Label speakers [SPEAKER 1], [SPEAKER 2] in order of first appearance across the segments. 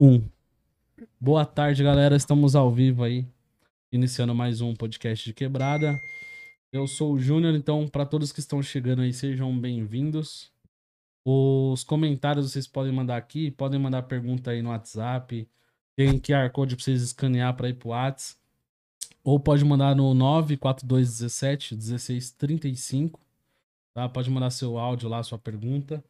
[SPEAKER 1] Um. Boa tarde, galera. Estamos ao vivo aí, iniciando mais um podcast de quebrada. Eu sou o Júnior, então, para todos que estão chegando aí, sejam bem-vindos. Os comentários vocês podem mandar aqui, podem mandar pergunta aí no WhatsApp. Tem QR Code para vocês escanear para ir pro WhatsApp. Ou pode mandar no 94217 1635. Tá? Pode mandar seu áudio lá, sua pergunta.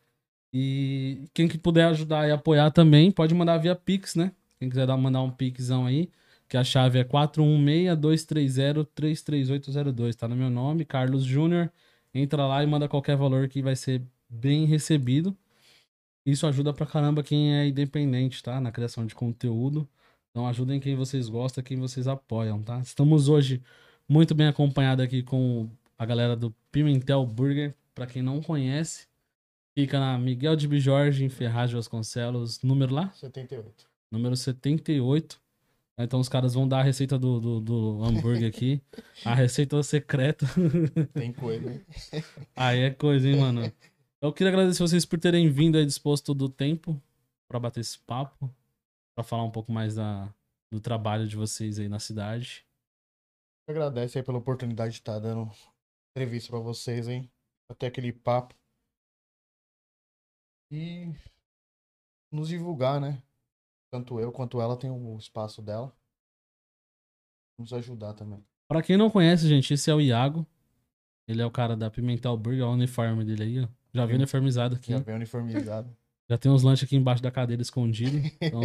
[SPEAKER 1] E quem que puder ajudar e apoiar também, pode mandar via Pix, né? Quem quiser dar, mandar um Pixão aí, que a chave é 416-230-33802. Tá no meu nome, Carlos Júnior. Entra lá e manda qualquer valor que vai ser bem recebido. Isso ajuda pra caramba quem é independente, tá? Na criação de conteúdo. Então ajudem quem vocês gostam, quem vocês apoiam, tá? Estamos hoje muito bem acompanhados aqui com a galera do Pimentel Burger. Pra quem não conhece, Fica na Miguel de Bijorge, em Ferraz de Vasconcelos, número lá?
[SPEAKER 2] 78.
[SPEAKER 1] Número 78. Então os caras vão dar a receita do, do, do hambúrguer aqui. a receita é secreta.
[SPEAKER 2] Tem coisa, hein?
[SPEAKER 1] Aí é coisa, hein, mano? Eu queria agradecer vocês por terem vindo aí disposto do tempo pra bater esse papo. Pra falar um pouco mais da, do trabalho de vocês aí na cidade.
[SPEAKER 2] Agradece aí pela oportunidade de estar dando entrevista pra vocês, hein? Até aquele papo. E nos divulgar, né? Tanto eu quanto ela tem o espaço dela. Nos ajudar também.
[SPEAKER 1] Pra quem não conhece, gente, esse é o Iago. Ele é o cara da Pimentel Burger, olha o uniforme dele aí, ó. Já vi
[SPEAKER 2] Sim.
[SPEAKER 1] uniformizado aqui.
[SPEAKER 2] Já bem uniformizado.
[SPEAKER 1] Já tem uns lanches aqui embaixo da cadeira escondido. Então.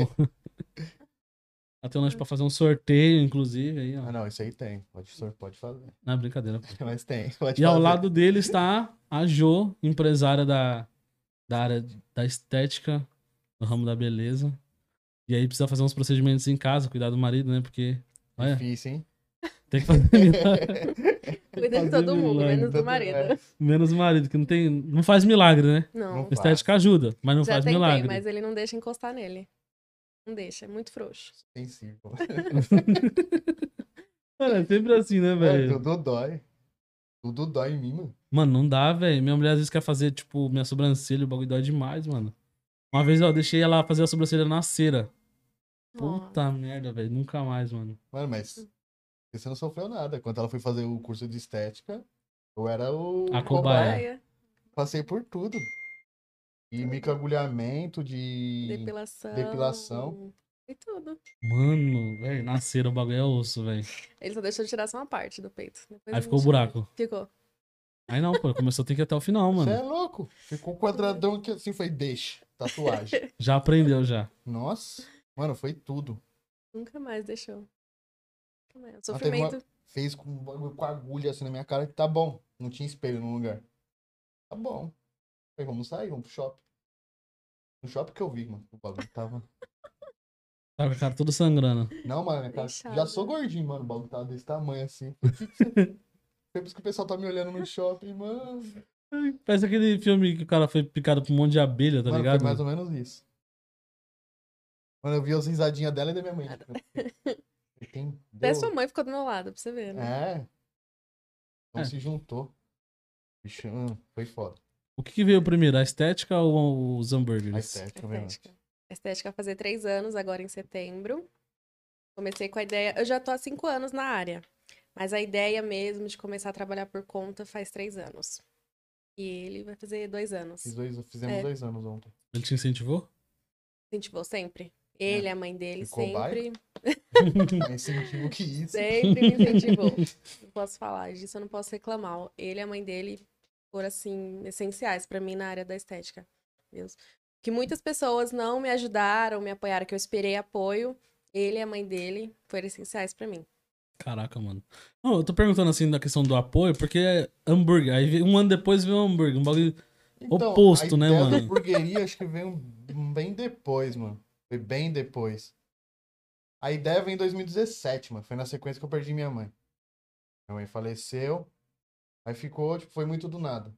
[SPEAKER 1] Já tem um lanche pra fazer um sorteio, inclusive, aí, ó.
[SPEAKER 2] Ah, não, isso aí tem. Pode, sor- pode fazer.
[SPEAKER 1] Não é brincadeira. pô.
[SPEAKER 2] Mas tem. Pode
[SPEAKER 1] E ao
[SPEAKER 2] fazer.
[SPEAKER 1] lado dele está a Jo, empresária da, da área da estética, do ramo da beleza. E aí precisa fazer uns procedimentos em casa, cuidar do marido, né? Porque. Olha,
[SPEAKER 2] Difícil, hein?
[SPEAKER 1] tem que fazer.
[SPEAKER 3] Cuida
[SPEAKER 2] Tá
[SPEAKER 3] de todo
[SPEAKER 1] Fazer
[SPEAKER 3] mundo,
[SPEAKER 1] milagre,
[SPEAKER 3] menos do
[SPEAKER 2] tanto é.
[SPEAKER 3] marido.
[SPEAKER 1] Menos o marido, que não tem. Não faz milagre, né?
[SPEAKER 3] Não.
[SPEAKER 2] Não faz.
[SPEAKER 1] Estética ajuda, mas não
[SPEAKER 3] Já
[SPEAKER 1] faz
[SPEAKER 3] tentei,
[SPEAKER 1] milagre.
[SPEAKER 3] mas ele não deixa encostar nele. Não deixa, é muito frouxo.
[SPEAKER 2] Sensível.
[SPEAKER 1] Mano, é sempre assim, né,
[SPEAKER 2] É,
[SPEAKER 1] velho?
[SPEAKER 2] tudo dói. Tudo dói em mim, mano.
[SPEAKER 1] Mano, não dá, velho. Minha mulher às vezes quer fazer, tipo, minha sobrancelha, o bagulho dói demais, mano. Uma vez eu deixei ela fazer a sobrancelha na cera. Puta merda, velho. Nunca mais, mano.
[SPEAKER 2] Mano, mas você não sofreu nada. Quando ela foi fazer o curso de estética, eu era o.
[SPEAKER 1] A
[SPEAKER 3] Nossa,
[SPEAKER 1] cobaia.
[SPEAKER 3] Olha,
[SPEAKER 2] Passei por tudo. E microagulhamento de.
[SPEAKER 3] Depilação.
[SPEAKER 2] Depilação.
[SPEAKER 3] E tudo.
[SPEAKER 1] Mano, velho, na cera o bagulho é osso, velho.
[SPEAKER 3] Ele só deixou de tirar só uma parte do peito. Depois
[SPEAKER 1] Aí
[SPEAKER 3] a
[SPEAKER 1] ficou o
[SPEAKER 3] gente-
[SPEAKER 1] buraco.
[SPEAKER 3] Ficou.
[SPEAKER 1] Aí não, pô, começou a ter que ir até o final,
[SPEAKER 2] Você é
[SPEAKER 1] mano.
[SPEAKER 2] louco. Ficou quadradão que assim foi, deixa. Tatuagem.
[SPEAKER 1] Já aprendeu já.
[SPEAKER 2] Nossa. Mano, foi tudo.
[SPEAKER 3] Nunca mais deixou. Nunca mais. O
[SPEAKER 2] Ah, teve uma-
[SPEAKER 3] sofrimento.
[SPEAKER 2] Fez com, um com agulha assim na minha cara que tá bom. Não tinha espelho no lugar. Tá bom. Falei, vamos sair, vamos pro shopping. No shopping que eu vi, mano. O bagulho tava.
[SPEAKER 1] Tá com a cara toda sangrando.
[SPEAKER 2] Não, mano, minha cara- já
[SPEAKER 3] Inchada.
[SPEAKER 2] sou gordinho, mano. O bagulho tá desse tamanho assim. Por que que você- Por isso que o pessoal tá me olhando no shopping, mano.
[SPEAKER 1] Tá Parece aquele filme que o cara foi picado por um monte de abelha, tá
[SPEAKER 2] mano,
[SPEAKER 1] ligado?
[SPEAKER 2] foi mais um- ou menos isso. Mano, eu vi as risadinhas dela e da minha mãe. Ele Tem
[SPEAKER 3] Até
[SPEAKER 2] deu-
[SPEAKER 3] sua mãe ficou do meu lado, pra você ver, né?
[SPEAKER 2] É. Então
[SPEAKER 1] É.
[SPEAKER 2] se juntou. Bicho, hum, foi foda.
[SPEAKER 1] O que, que veio primeiro, a estética ou os hambúrgueres?
[SPEAKER 2] A estética, mesmo.
[SPEAKER 3] Estética. Estética vai fazer três anos agora em setembro. Comecei com a ideia. Eu já tô há cinco anos na área. Mas a ideia mesmo de começar a trabalhar por conta faz três anos. E ele vai fazer dois anos.
[SPEAKER 2] Fiz dois- fizemos
[SPEAKER 3] É.
[SPEAKER 2] dois anos ontem.
[SPEAKER 1] Ele te incentivou?
[SPEAKER 3] Incentivou sempre. Ele, a mãe dele,
[SPEAKER 2] É. Ficou
[SPEAKER 3] sempre.
[SPEAKER 2] Mais incentivo que isso.
[SPEAKER 3] Sempre me incentivou. não posso falar disso, eu não posso reclamar. Ele e a mãe dele foram, assim, essenciais pra mim na área da estética. Deus. Que muitas pessoas não me ajudaram, me apoiaram, que eu esperei apoio. Ele e a mãe dele foram essenciais pra mim.
[SPEAKER 1] Caraca, mano. Não, eu tô perguntando assim da questão do apoio, porque é hambúrguer. Aí veio- um ano depois veio hambúrguer. Um bagulho.
[SPEAKER 2] Então,
[SPEAKER 1] Oposto,
[SPEAKER 2] a
[SPEAKER 1] né,
[SPEAKER 2] ideia da
[SPEAKER 1] mano?
[SPEAKER 2] hamburgueria acho que veio bem depois, mano. Foi bem depois. A ideia veio em 2017, mano. Foi na sequência que eu perdi minha mãe. Minha mãe faleceu. Aí ficou, tipo, foi muito do nada.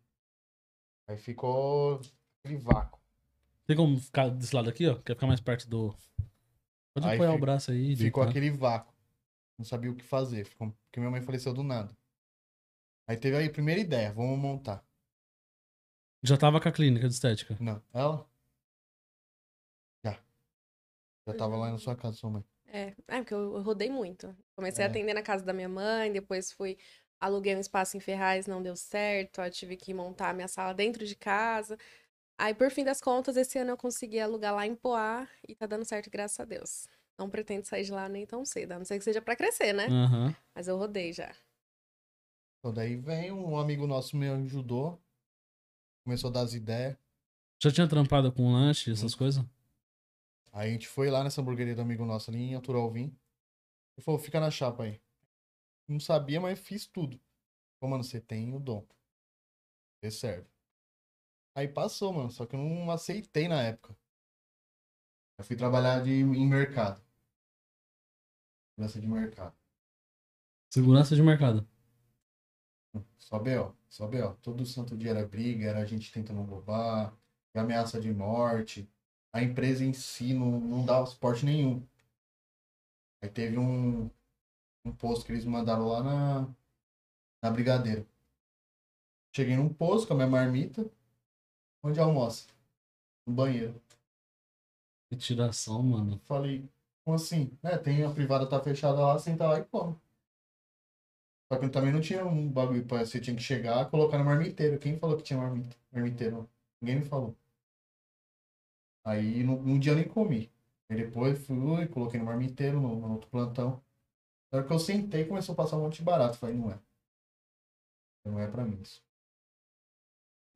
[SPEAKER 2] Aí ficou aquele vácuo.
[SPEAKER 1] Tem como ficar desse lado aqui, ó? Quer ficar mais perto do. Pode
[SPEAKER 2] Aí
[SPEAKER 1] apoiar o
[SPEAKER 2] fica-
[SPEAKER 1] braço aí. tá?
[SPEAKER 2] Ficou
[SPEAKER 1] deitar.
[SPEAKER 2] aquele vácuo. Não sabia o que fazer. Ficou... Porque minha mãe faleceu do nada. Aí teve aí a primeira ideia, vamos montar.
[SPEAKER 1] Já tava com a clínica de estética.
[SPEAKER 2] Não, ela? Já. Já Já tava lá na sua casa, sua mãe.
[SPEAKER 3] É, é porque eu eu rodei muito. Comecei
[SPEAKER 2] É.
[SPEAKER 3] a atender na casa da minha mãe, depois fui aluguei um espaço em Ferraz, não deu certo, aí eu tive que montar a minha sala dentro de casa. Aí, por fim das contas, esse ano eu consegui alugar lá em Poá e tá dando certo, graças a Deus. Não pretendo sair de lá nem tão cedo, a não ser que seja pra crescer,
[SPEAKER 2] Hum.
[SPEAKER 3] né?
[SPEAKER 1] Aham.
[SPEAKER 3] Mas eu rodei já.
[SPEAKER 2] Então daí vem um amigo nosso me ajudou. Começou a dar as ideias.
[SPEAKER 1] Já tinha trampado com lanche,
[SPEAKER 2] Hum.
[SPEAKER 1] essas coisas?
[SPEAKER 2] Aí a gente foi lá nessa hamburgueria do amigo nosso ali em Aturalvim. Ele falou, fica na chapa aí. Não sabia, mas fiz tudo. Falei, mano, você tem o dom. Você serve. Aí passou, mano. Só que eu não aceitei na época. Eu fui trabalhar de, em mercado. Segurança de mercado.
[SPEAKER 1] Segurança de mercado.
[SPEAKER 2] Só B.O. Só B.O. Todo santo dia era briga, era gente tentando roubar, e ameaça de morte. A empresa em si não, não dava suporte nenhum. Aí teve um, um posto que eles mandaram lá na, na Brigadeiro. Cheguei num posto com a minha marmita. Onde almoça? No banheiro.
[SPEAKER 1] Retiração, mano.
[SPEAKER 2] Falei, como assim? É, tem a privada tá fechada lá, senta lá e come. Só que também não tinha um bagulho pra você tinha que chegar colocar no marmiteiro. Quem falou que tinha marmite, marmiteiro? Ninguém me falou. Aí no, um dia eu nem comi. Aí depois fui, coloquei no marmiteiro, no, no outro plantão. Na hora que eu sentei, começou a passar um monte de barato. Falei, não é. Não é pra mim isso.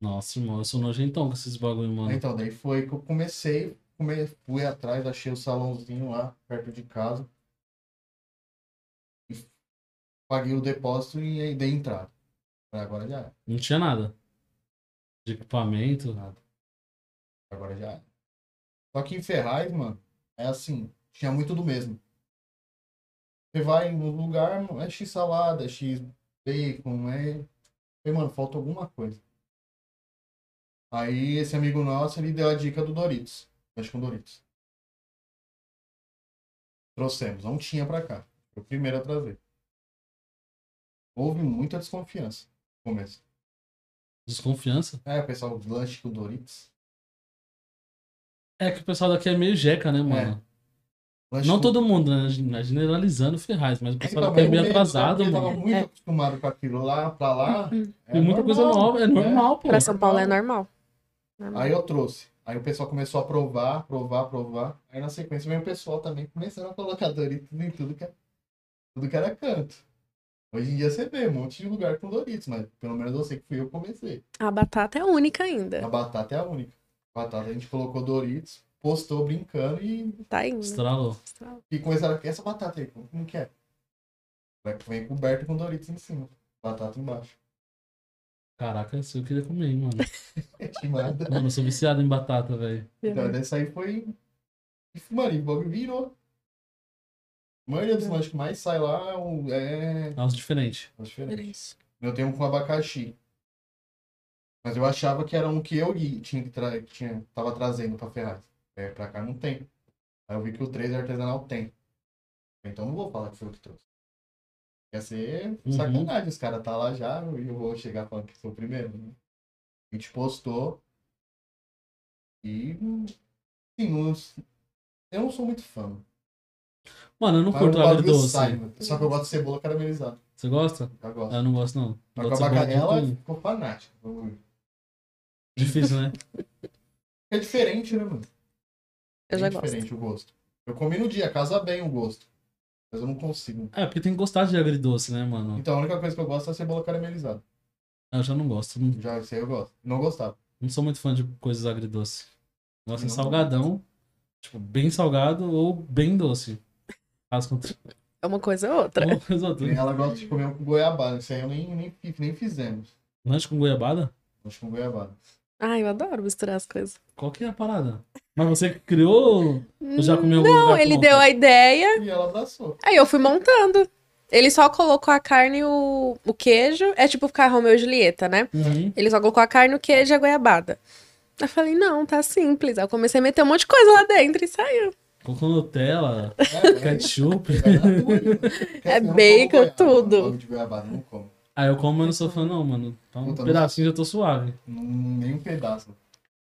[SPEAKER 1] Nossa, irmão, eu sou nojentão com esses bagulho, mano.
[SPEAKER 2] Então, daí foi que eu comecei, come- fui atrás, achei o salãozinho lá, perto de casa. E paguei o depósito e aí dei entrada. Falei, agora já era.
[SPEAKER 1] Não tinha nada. De equipamento.
[SPEAKER 2] Agora já era. Só que em Ferraz, mano, é assim, tinha muito do mesmo. Você vai no lugar, mano, é X salada, é X bacon, é. Falei, mano, falta alguma coisa. Aí esse amigo nosso, ele deu a dica do Doritos. Mexe com Doritos. Trouxemos, não tinha pra cá. Foi o primeiro a trazer. Houve muita desconfiança no começo.
[SPEAKER 1] Desconfiança.
[SPEAKER 2] É, o pessoal, lanche com Doritos.
[SPEAKER 1] É que o pessoal daqui é meio jeca, né, mano?
[SPEAKER 2] Lanche
[SPEAKER 1] Não
[SPEAKER 2] com
[SPEAKER 1] todo mundo, né? Gen- Generalizando Ferraz, mas o pessoal
[SPEAKER 2] Então,
[SPEAKER 1] daqui é
[SPEAKER 2] mas
[SPEAKER 1] meio
[SPEAKER 2] eu-
[SPEAKER 1] atrasado,
[SPEAKER 2] eu tava
[SPEAKER 1] mano.
[SPEAKER 2] muito
[SPEAKER 3] É.
[SPEAKER 2] acostumado com aquilo lá, pra lá. É
[SPEAKER 1] Tem muita coisa nova, é normal, pô.
[SPEAKER 3] Pra São Paulo é normal.
[SPEAKER 2] É. Aí eu trouxe. Aí o pessoal começou a provar, provar, provar. Aí na sequência veio o pessoal também começando a colocar Doritos em tudo que, é, tudo que era canto. Hoje em dia você vê um monte de lugar com Doritos, mas pelo menos eu sei que fui eu que comecei.
[SPEAKER 3] A batata é única ainda.
[SPEAKER 2] A batata é a única. Batata a gente colocou Doritos, postou brincando e,
[SPEAKER 3] Tá indo.
[SPEAKER 1] Estralou.
[SPEAKER 2] e começaram a essa batata aí, como que é? Vai- Vem coberto com Doritos em cima, batata embaixo.
[SPEAKER 1] Caraca, isso eu queria comer, hein, mano.
[SPEAKER 2] Que nada.
[SPEAKER 1] Mano, eu sou viciado em batata, velho.
[SPEAKER 3] É
[SPEAKER 2] Então, dessa aí foi. Mano, e o bagulho virou. A maioria dos lanches que mais sai lá é o- é.
[SPEAKER 1] É uns diferentes.
[SPEAKER 2] é diferente. Eu tenho um com abacaxi. Mas eu achava que era um que eu ia- tinha que tra... que tinha... tava trazendo pra Ferraz. É, pra cá não tem. Aí eu vi que o 3 artesanal tem. Então eu não vou falar que foi o que trouxe. Ia ser
[SPEAKER 1] Uhum.
[SPEAKER 2] sacanagem, os caras tá lá já e eu vou chegar falando que foi o primeiro. né? A gente postou. E. Sim, uns... eu não sou muito fã.
[SPEAKER 1] Mano, eu não
[SPEAKER 2] Mas
[SPEAKER 1] curto
[SPEAKER 2] o bagulho
[SPEAKER 1] agridoce.
[SPEAKER 2] sai, mano. Só que eu gosto de cebola caramelizada.
[SPEAKER 1] Você gosta?
[SPEAKER 2] Eu gosto.
[SPEAKER 1] Ah, Eu não gosto, não.
[SPEAKER 2] Mas com
[SPEAKER 1] Gosto de
[SPEAKER 2] abacaxi,
[SPEAKER 1] cebola
[SPEAKER 2] ela
[SPEAKER 1] de tudo.
[SPEAKER 2] ficou fanática. o bagulho.
[SPEAKER 1] Difícil, né?
[SPEAKER 2] É diferente, né, mano?
[SPEAKER 3] Eu já
[SPEAKER 2] é
[SPEAKER 3] gosto.
[SPEAKER 2] diferente o gosto. Eu comi no dia, casa bem o gosto. Mas eu não consigo.
[SPEAKER 1] É, porque tem que gostar de agridoce, né, mano?
[SPEAKER 2] Então a única coisa que eu gosto é a cebola caramelizada.
[SPEAKER 1] Eu já não gosto. Não,
[SPEAKER 2] Já isso aí eu gosto. Não gostava.
[SPEAKER 1] não sou muito fã de coisas agridoce. Gosto de
[SPEAKER 2] Não.
[SPEAKER 1] salgadão. Tipo, bem salgado ou bem doce. Faz com uma
[SPEAKER 3] É uma coisa ou
[SPEAKER 2] Hum.
[SPEAKER 3] outra.
[SPEAKER 1] coisa ou outra.
[SPEAKER 2] Ela gosta de comer com goiabada. Isso aí eu nem, nem, fi- nem fizemos.
[SPEAKER 1] Lanche com goiabada?
[SPEAKER 2] Acho com goiabada.
[SPEAKER 3] Ai, eu adoro misturar as coisas.
[SPEAKER 1] Qual que é a parada? Mas você que criou? Eu já comi em algum
[SPEAKER 3] Não,
[SPEAKER 2] é
[SPEAKER 1] lugar
[SPEAKER 3] ele
[SPEAKER 1] pronto?
[SPEAKER 3] deu
[SPEAKER 2] né?
[SPEAKER 3] a ideia,
[SPEAKER 2] E ela abraçou.
[SPEAKER 3] aí eu fui montando. Ele só colocou a carne e o, o queijo. É tipo ficar Romeu e Julieta, né?
[SPEAKER 1] Uhum.
[SPEAKER 3] Ele só colocou a carne, o queijo e a goiabada. Eu falei, não, tá simples. Aí eu comecei a meter um monte de coisa lá dentro e saiu.
[SPEAKER 1] Colocou Nutella,
[SPEAKER 2] É, é,
[SPEAKER 1] ketchup.
[SPEAKER 3] É
[SPEAKER 2] é
[SPEAKER 3] bacon, tudo.
[SPEAKER 2] De goiabada, eu não como.
[SPEAKER 1] Ah, eu como, mas não sou fã, não, mano. Então, um
[SPEAKER 2] Puta,
[SPEAKER 1] pedacinho já tô suave.
[SPEAKER 2] Hum, Nem um pedaço.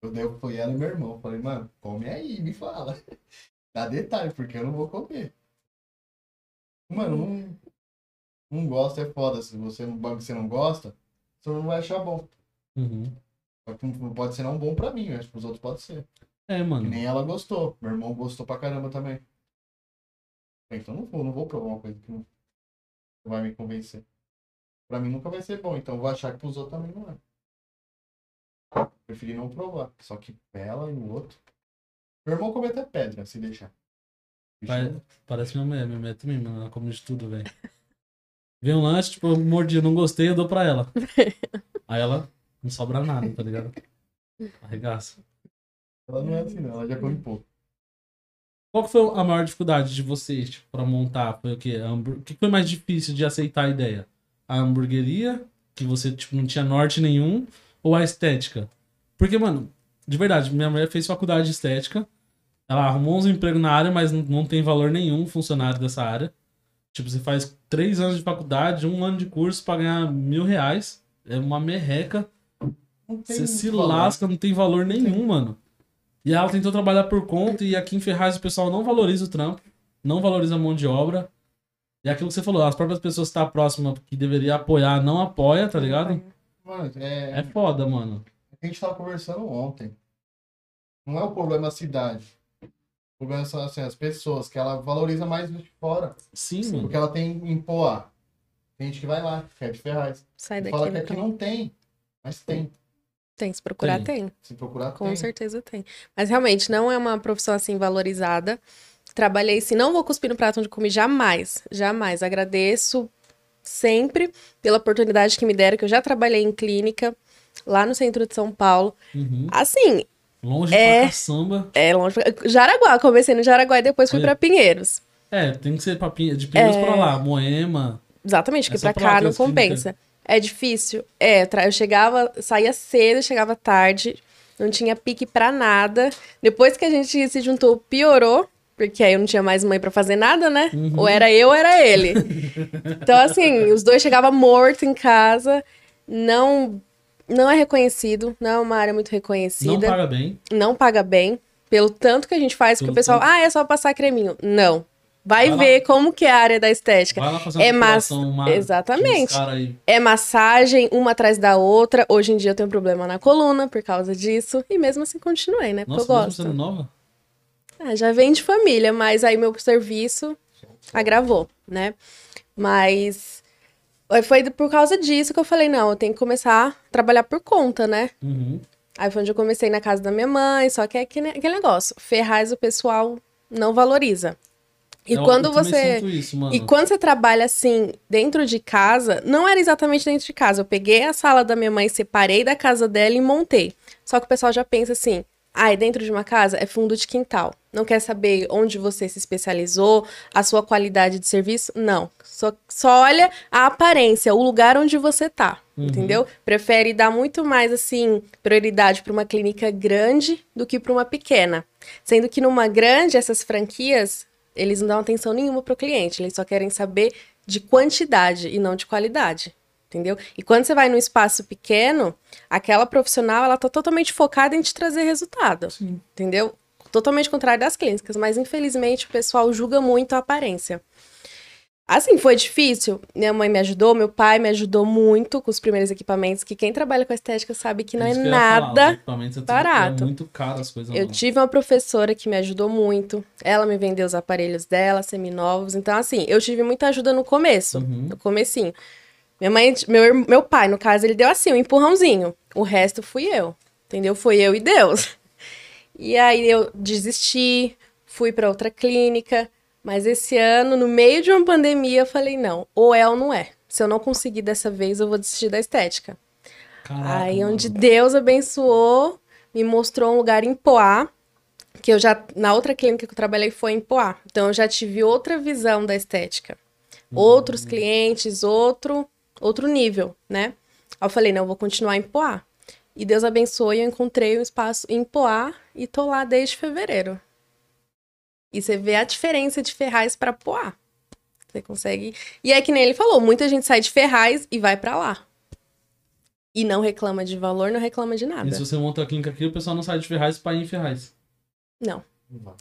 [SPEAKER 2] Eu dei foi ela e meu irmão. Falei, mano, come aí, me fala. Dá detalhe, porque eu não vou comer. Mano, não, não gosta é foda. Se você um bagulho que você não gosta, você não vai achar bom.
[SPEAKER 1] Uhum.
[SPEAKER 2] Só que não pode ser não bom pra mim, mas pros outros pode ser.
[SPEAKER 1] É,
[SPEAKER 2] Que
[SPEAKER 1] mano.
[SPEAKER 2] nem ela gostou. Meu irmão gostou pra caramba também. Então não vou, não vou provar uma coisa que não não vai me convencer. Pra mim nunca vai ser bom, então eu vou achar que pros outros também não é. Preferi não provar. Só que ela e o outro. Meu irmão come até pedra, se deixar. Bicho,
[SPEAKER 1] Vai- Parece minha mulher. Minha mulher também, mano. Ela come de tudo, velho. Vem um lanche, tipo, eu mordi, eu não gostei, eu dou pra ela. Aí ela não sobra nada, tá ligado? Arregaça.
[SPEAKER 2] Ela não é assim, não. Ela já come pouco.
[SPEAKER 1] Qual que foi a maior dificuldade de vocês, tipo, pra montar? Foi o quê? A hambur- O que foi mais difícil de aceitar a ideia? A hamburgueria, que você, tipo, não tinha norte nenhum, ou a estética? Porque, mano, de verdade, minha mulher fez faculdade de estética, ela arrumou uns empregos na área, mas não- não tem valor nenhum funcionário dessa área. Tipo, você faz três anos de faculdade, um ano de curso pra ganhar mil reais. É uma merreca.
[SPEAKER 2] Não tem
[SPEAKER 1] Você se
[SPEAKER 2] muito valor.
[SPEAKER 1] lasca, não tem valor nenhum, mano. E ela tentou trabalhar por conta, e aqui em Ferraz o pessoal não valoriza o trampo, não valoriza a mão de obra. E aquilo que você falou, as próprias pessoas que tá próxima que deveria apoiar, não apoia, tá ligado?
[SPEAKER 2] Mano, é,
[SPEAKER 1] É foda, mano.
[SPEAKER 2] a gente tava conversando ontem. Não é o problema a cidade. O problema são assim, as pessoas, que ela valoriza mais os de fora.
[SPEAKER 1] Sim, mano.
[SPEAKER 2] Porque ela tem em Poá. Tem gente que vai lá, que é de Ferraz.
[SPEAKER 3] Sai daqui,
[SPEAKER 2] Fala que
[SPEAKER 3] meu
[SPEAKER 2] aqui
[SPEAKER 3] caro.
[SPEAKER 2] não tem. Mas tem.
[SPEAKER 3] Tem, se procurar tem.
[SPEAKER 2] Se procurar,
[SPEAKER 3] Com
[SPEAKER 2] tem.
[SPEAKER 3] certeza tem. Mas realmente não é uma profissão assim valorizada. Trabalhei, se não vou cuspir no prato onde comi, jamais, jamais. Agradeço sempre pela oportunidade que me deram, que eu já trabalhei em clínica lá no centro de São Paulo.
[SPEAKER 1] Uhum.
[SPEAKER 3] Assim,
[SPEAKER 1] Longe
[SPEAKER 3] É.
[SPEAKER 1] pra caçamba.
[SPEAKER 3] é longe. Jaraguá, comecei no Jaraguá e depois fui
[SPEAKER 1] Olha.
[SPEAKER 3] pra Pinheiros.
[SPEAKER 1] É, tem que ser papinha, de Pinheiros pra
[SPEAKER 3] É.
[SPEAKER 1] lá, Moema.
[SPEAKER 3] Exatamente, que
[SPEAKER 1] É só
[SPEAKER 3] pra
[SPEAKER 1] pra lá
[SPEAKER 3] cá
[SPEAKER 1] que
[SPEAKER 3] não
[SPEAKER 1] as clínicas-
[SPEAKER 3] compensa. É difícil. É, tra- eu chegava, saía cedo, chegava tarde, não tinha pique pra nada. Depois que a gente se juntou, piorou, porque aí eu não tinha mais mãe pra fazer nada, né?
[SPEAKER 1] Uhum.
[SPEAKER 3] Ou era eu, ou era ele. então, assim, os dois chegavam mortos em casa, não não é reconhecido, não é uma área muito
[SPEAKER 1] Não
[SPEAKER 3] reconhecida, não
[SPEAKER 1] paga
[SPEAKER 3] paga,
[SPEAKER 1] bem.
[SPEAKER 3] bem, pelo tanto que a gente faz, que
[SPEAKER 1] Pelo
[SPEAKER 3] o pessoal,
[SPEAKER 1] tanto.
[SPEAKER 3] ah, é só passar creminho. Não.
[SPEAKER 1] Vai
[SPEAKER 3] Vai,
[SPEAKER 1] lá.
[SPEAKER 3] ver como que é a área da estética.
[SPEAKER 1] Vai lá fazer
[SPEAKER 3] É
[SPEAKER 1] uma
[SPEAKER 3] massa.
[SPEAKER 1] depilação, uma...
[SPEAKER 3] Exatamente.
[SPEAKER 1] uns cara aí.
[SPEAKER 3] É massagem, uma atrás da outra. Hoje em dia eu tenho problema na coluna por causa disso. E mesmo assim continuei, né? Porque
[SPEAKER 1] Nossa,
[SPEAKER 3] eu
[SPEAKER 1] mesmo assim, né? sendo
[SPEAKER 3] gosto.
[SPEAKER 1] nova?
[SPEAKER 3] Ah, já vem de família, mas aí meu serviço agravou, né? Mas aí foi por causa disso que eu falei, não, eu tenho que começar a trabalhar por conta, né?
[SPEAKER 1] Uhum.
[SPEAKER 3] Aí foi onde eu comecei na casa da minha mãe, só que é aquele aquele negócio. Ferraz o pessoal não valoriza. E
[SPEAKER 1] É, Eu-
[SPEAKER 3] quando
[SPEAKER 1] eu também
[SPEAKER 3] você.
[SPEAKER 1] sinto isso, mano.
[SPEAKER 3] E quando você trabalha assim, dentro de casa, não era exatamente dentro de casa. Eu peguei a sala da minha mãe, separei da casa dela e montei. Só que o pessoal já pensa assim: ai, dentro de uma casa é fundo de quintal. Não quer saber onde você se especializou, a sua qualidade de serviço. Não. Só, só olha a aparência, o lugar onde você tá.
[SPEAKER 1] Uhum.
[SPEAKER 3] Entendeu? Prefere dar muito mais, assim, prioridade para uma clínica grande do que para uma pequena. Sendo que numa grande, essas franquias, eles não dão atenção nenhuma pro cliente, eles só querem saber de quantidade e não de qualidade. Entendeu? E quando você vai num espaço pequeno, aquela profissional, ela tá totalmente focada em te trazer resultado.
[SPEAKER 1] Sim.
[SPEAKER 3] Entendeu? Totalmente contrário das clínicas, mas infelizmente o pessoal julga muito a aparência. Assim, foi difícil. Minha mãe me ajudou, meu pai me ajudou muito com os primeiros equipamentos, que quem trabalha com estética sabe que não é
[SPEAKER 1] Isso que eu ia falar,
[SPEAKER 3] nada
[SPEAKER 1] os equipamentos é tudo-
[SPEAKER 3] barato.
[SPEAKER 1] É muito caro as coisas.
[SPEAKER 3] eu
[SPEAKER 1] mano.
[SPEAKER 3] tive uma professora que me ajudou muito. Ela me vendeu os aparelhos dela, seminovos. Então, assim, eu tive muita ajuda no começo,
[SPEAKER 1] Uhum.
[SPEAKER 3] no comecinho. Minha mãe, meu, ir- meu pai, no caso, ele deu assim, um empurrãozinho. O resto fui eu, entendeu? Foi eu e Deus. E aí eu desisti, fui pra outra clínica. Mas esse ano, no meio de uma pandemia, eu falei, não, ou é ou não é. Se eu não conseguir dessa vez, eu vou desistir da estética.
[SPEAKER 1] Caraca,
[SPEAKER 3] Aí
[SPEAKER 1] mano.
[SPEAKER 3] onde Deus abençoou, me mostrou um lugar em Poá, que eu já na outra clínica que eu trabalhei foi em Poá. Então eu já tive outra visão da estética.
[SPEAKER 1] Uhum.
[SPEAKER 3] Outros
[SPEAKER 1] Hum.
[SPEAKER 3] clientes, outro outro nível, né? Aí eu falei, não, eu vou continuar em Poá. E Deus abençoou e eu encontrei um espaço em Poá e tô lá desde fevereiro. E você vê a diferença de Ferraz para Poá. Você consegue. E é que nem ele falou, muita gente sai de Ferraz e vai pra lá. E não reclama de valor, não reclama de nada.
[SPEAKER 1] E se você monta a clínica aqui, o pessoal não sai de Ferraz pra ir em Ferraz.
[SPEAKER 3] Não.
[SPEAKER 2] Não vai.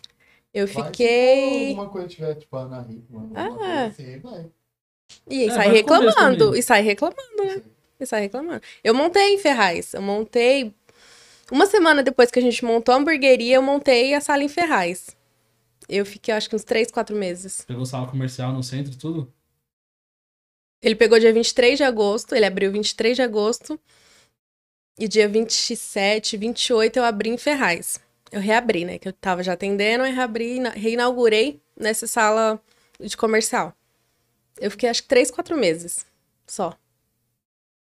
[SPEAKER 3] Eu
[SPEAKER 2] Vai, se
[SPEAKER 3] fiquei.
[SPEAKER 2] for Alguma coisa tiver, tipo, Ana Hickman.
[SPEAKER 3] Ah.
[SPEAKER 2] alguma coisa assim, vai.
[SPEAKER 3] E aí
[SPEAKER 1] É,
[SPEAKER 3] sai
[SPEAKER 1] vai com Deus
[SPEAKER 3] reclamando.
[SPEAKER 1] também.
[SPEAKER 3] E sai reclamando, né? E sai reclamando. Eu montei em Ferraz. Eu montei. Uma semana depois que a gente montou a hamburgueria, eu montei a sala em Ferraz. Eu fiquei, acho que uns 3, 4 meses.
[SPEAKER 1] Pegou sala comercial no centro e tudo?
[SPEAKER 3] Ele pegou dia 23 de agosto, ele abriu 23 de agosto. E dia 27, 28 eu abri em Ferraz. Eu reabri, né? Que eu tava já atendendo, eu reabri, na- reinaugurei nessa sala de comercial. Eu fiquei acho que 3, 4 meses só. Não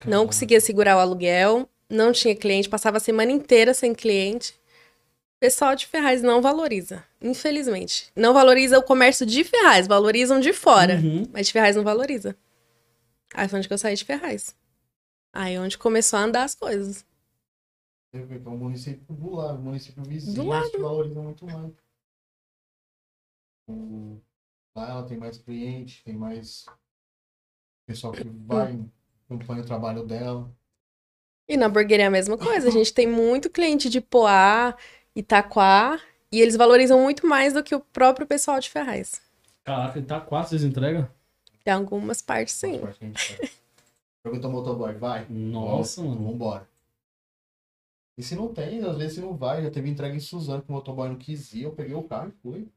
[SPEAKER 2] Tá.
[SPEAKER 1] Caralho.
[SPEAKER 3] conseguia segurar o aluguel, não tinha cliente, passava a semana inteira sem cliente. O pessoal de Ferraz não valoriza, infelizmente. Não valoriza o comércio de Ferraz, valorizam de fora.
[SPEAKER 1] Uhum.
[SPEAKER 3] Mas de Ferraz não valoriza. Aí foi onde que eu saí de Ferraz. Aí é onde começou a andar as coisas.
[SPEAKER 2] Teve que é um município do lado, um município vizinho,
[SPEAKER 3] Do
[SPEAKER 2] do
[SPEAKER 3] lado.
[SPEAKER 2] lado. que valoriza muito mais. O- Lá ela tem mais cliente, tem mais pessoal que vai,
[SPEAKER 3] Hum.
[SPEAKER 2] acompanha o trabalho dela.
[SPEAKER 3] E na hamburgueria é a mesma coisa. A gente tem muito cliente de Poá, Itaquá, e eles valorizam muito mais do que o próprio pessoal de Ferraz.
[SPEAKER 1] Caraca, ele tá quase vocês entregam?
[SPEAKER 3] Tem algumas partes sim.
[SPEAKER 2] Faz parte que a gente faz. Pergunta ao motoboy, vai?
[SPEAKER 1] Nossa,
[SPEAKER 2] Vamos,
[SPEAKER 1] mano.
[SPEAKER 2] Vambora. E se não tem, às vezes se não vai. Já teve entrega em Suzano que o motoboy não quis ir, eu peguei o carro e fui.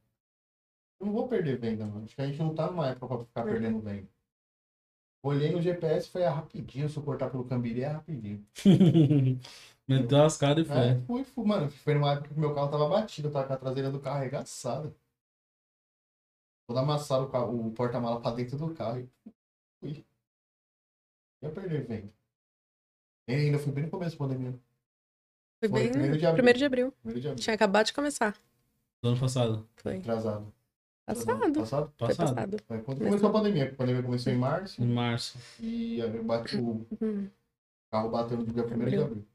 [SPEAKER 2] Eu não vou perder venda, mano. Acho que a gente não tá numa época pra ficar
[SPEAKER 3] Uhum.
[SPEAKER 2] perdendo venda. Olhei no GPS, foi ah, rapidinho. Se eu cortar pelo Cambiri, é rapidinho.
[SPEAKER 1] Meteu as caras e
[SPEAKER 2] É,
[SPEAKER 1] foi.
[SPEAKER 2] fui, fui, mano. Foi numa época que meu carro tava batido, eu tava com a traseira do carro arregaçada. Todo amassado o, carro- o porta-mala pra dentro do carro. E fui. Ia perder venda. E ainda fui bem no começo da pandemia.
[SPEAKER 3] Foi
[SPEAKER 2] Foi
[SPEAKER 3] bem.
[SPEAKER 2] primeiro de abril.
[SPEAKER 3] Primeiro de abril.
[SPEAKER 2] Primeiro de abril.
[SPEAKER 3] Tinha acabado de começar.
[SPEAKER 1] Do ano passado.
[SPEAKER 3] Foi.
[SPEAKER 2] Atrasado.
[SPEAKER 3] Passado.
[SPEAKER 2] Passado?
[SPEAKER 3] Foi
[SPEAKER 1] Passado.
[SPEAKER 3] passado.
[SPEAKER 2] É, quando começou a pandemia. A pandemia começou em março
[SPEAKER 1] Em março.
[SPEAKER 2] e aí bate o
[SPEAKER 3] Uhum.
[SPEAKER 2] carro bateu no dia 1 de abril.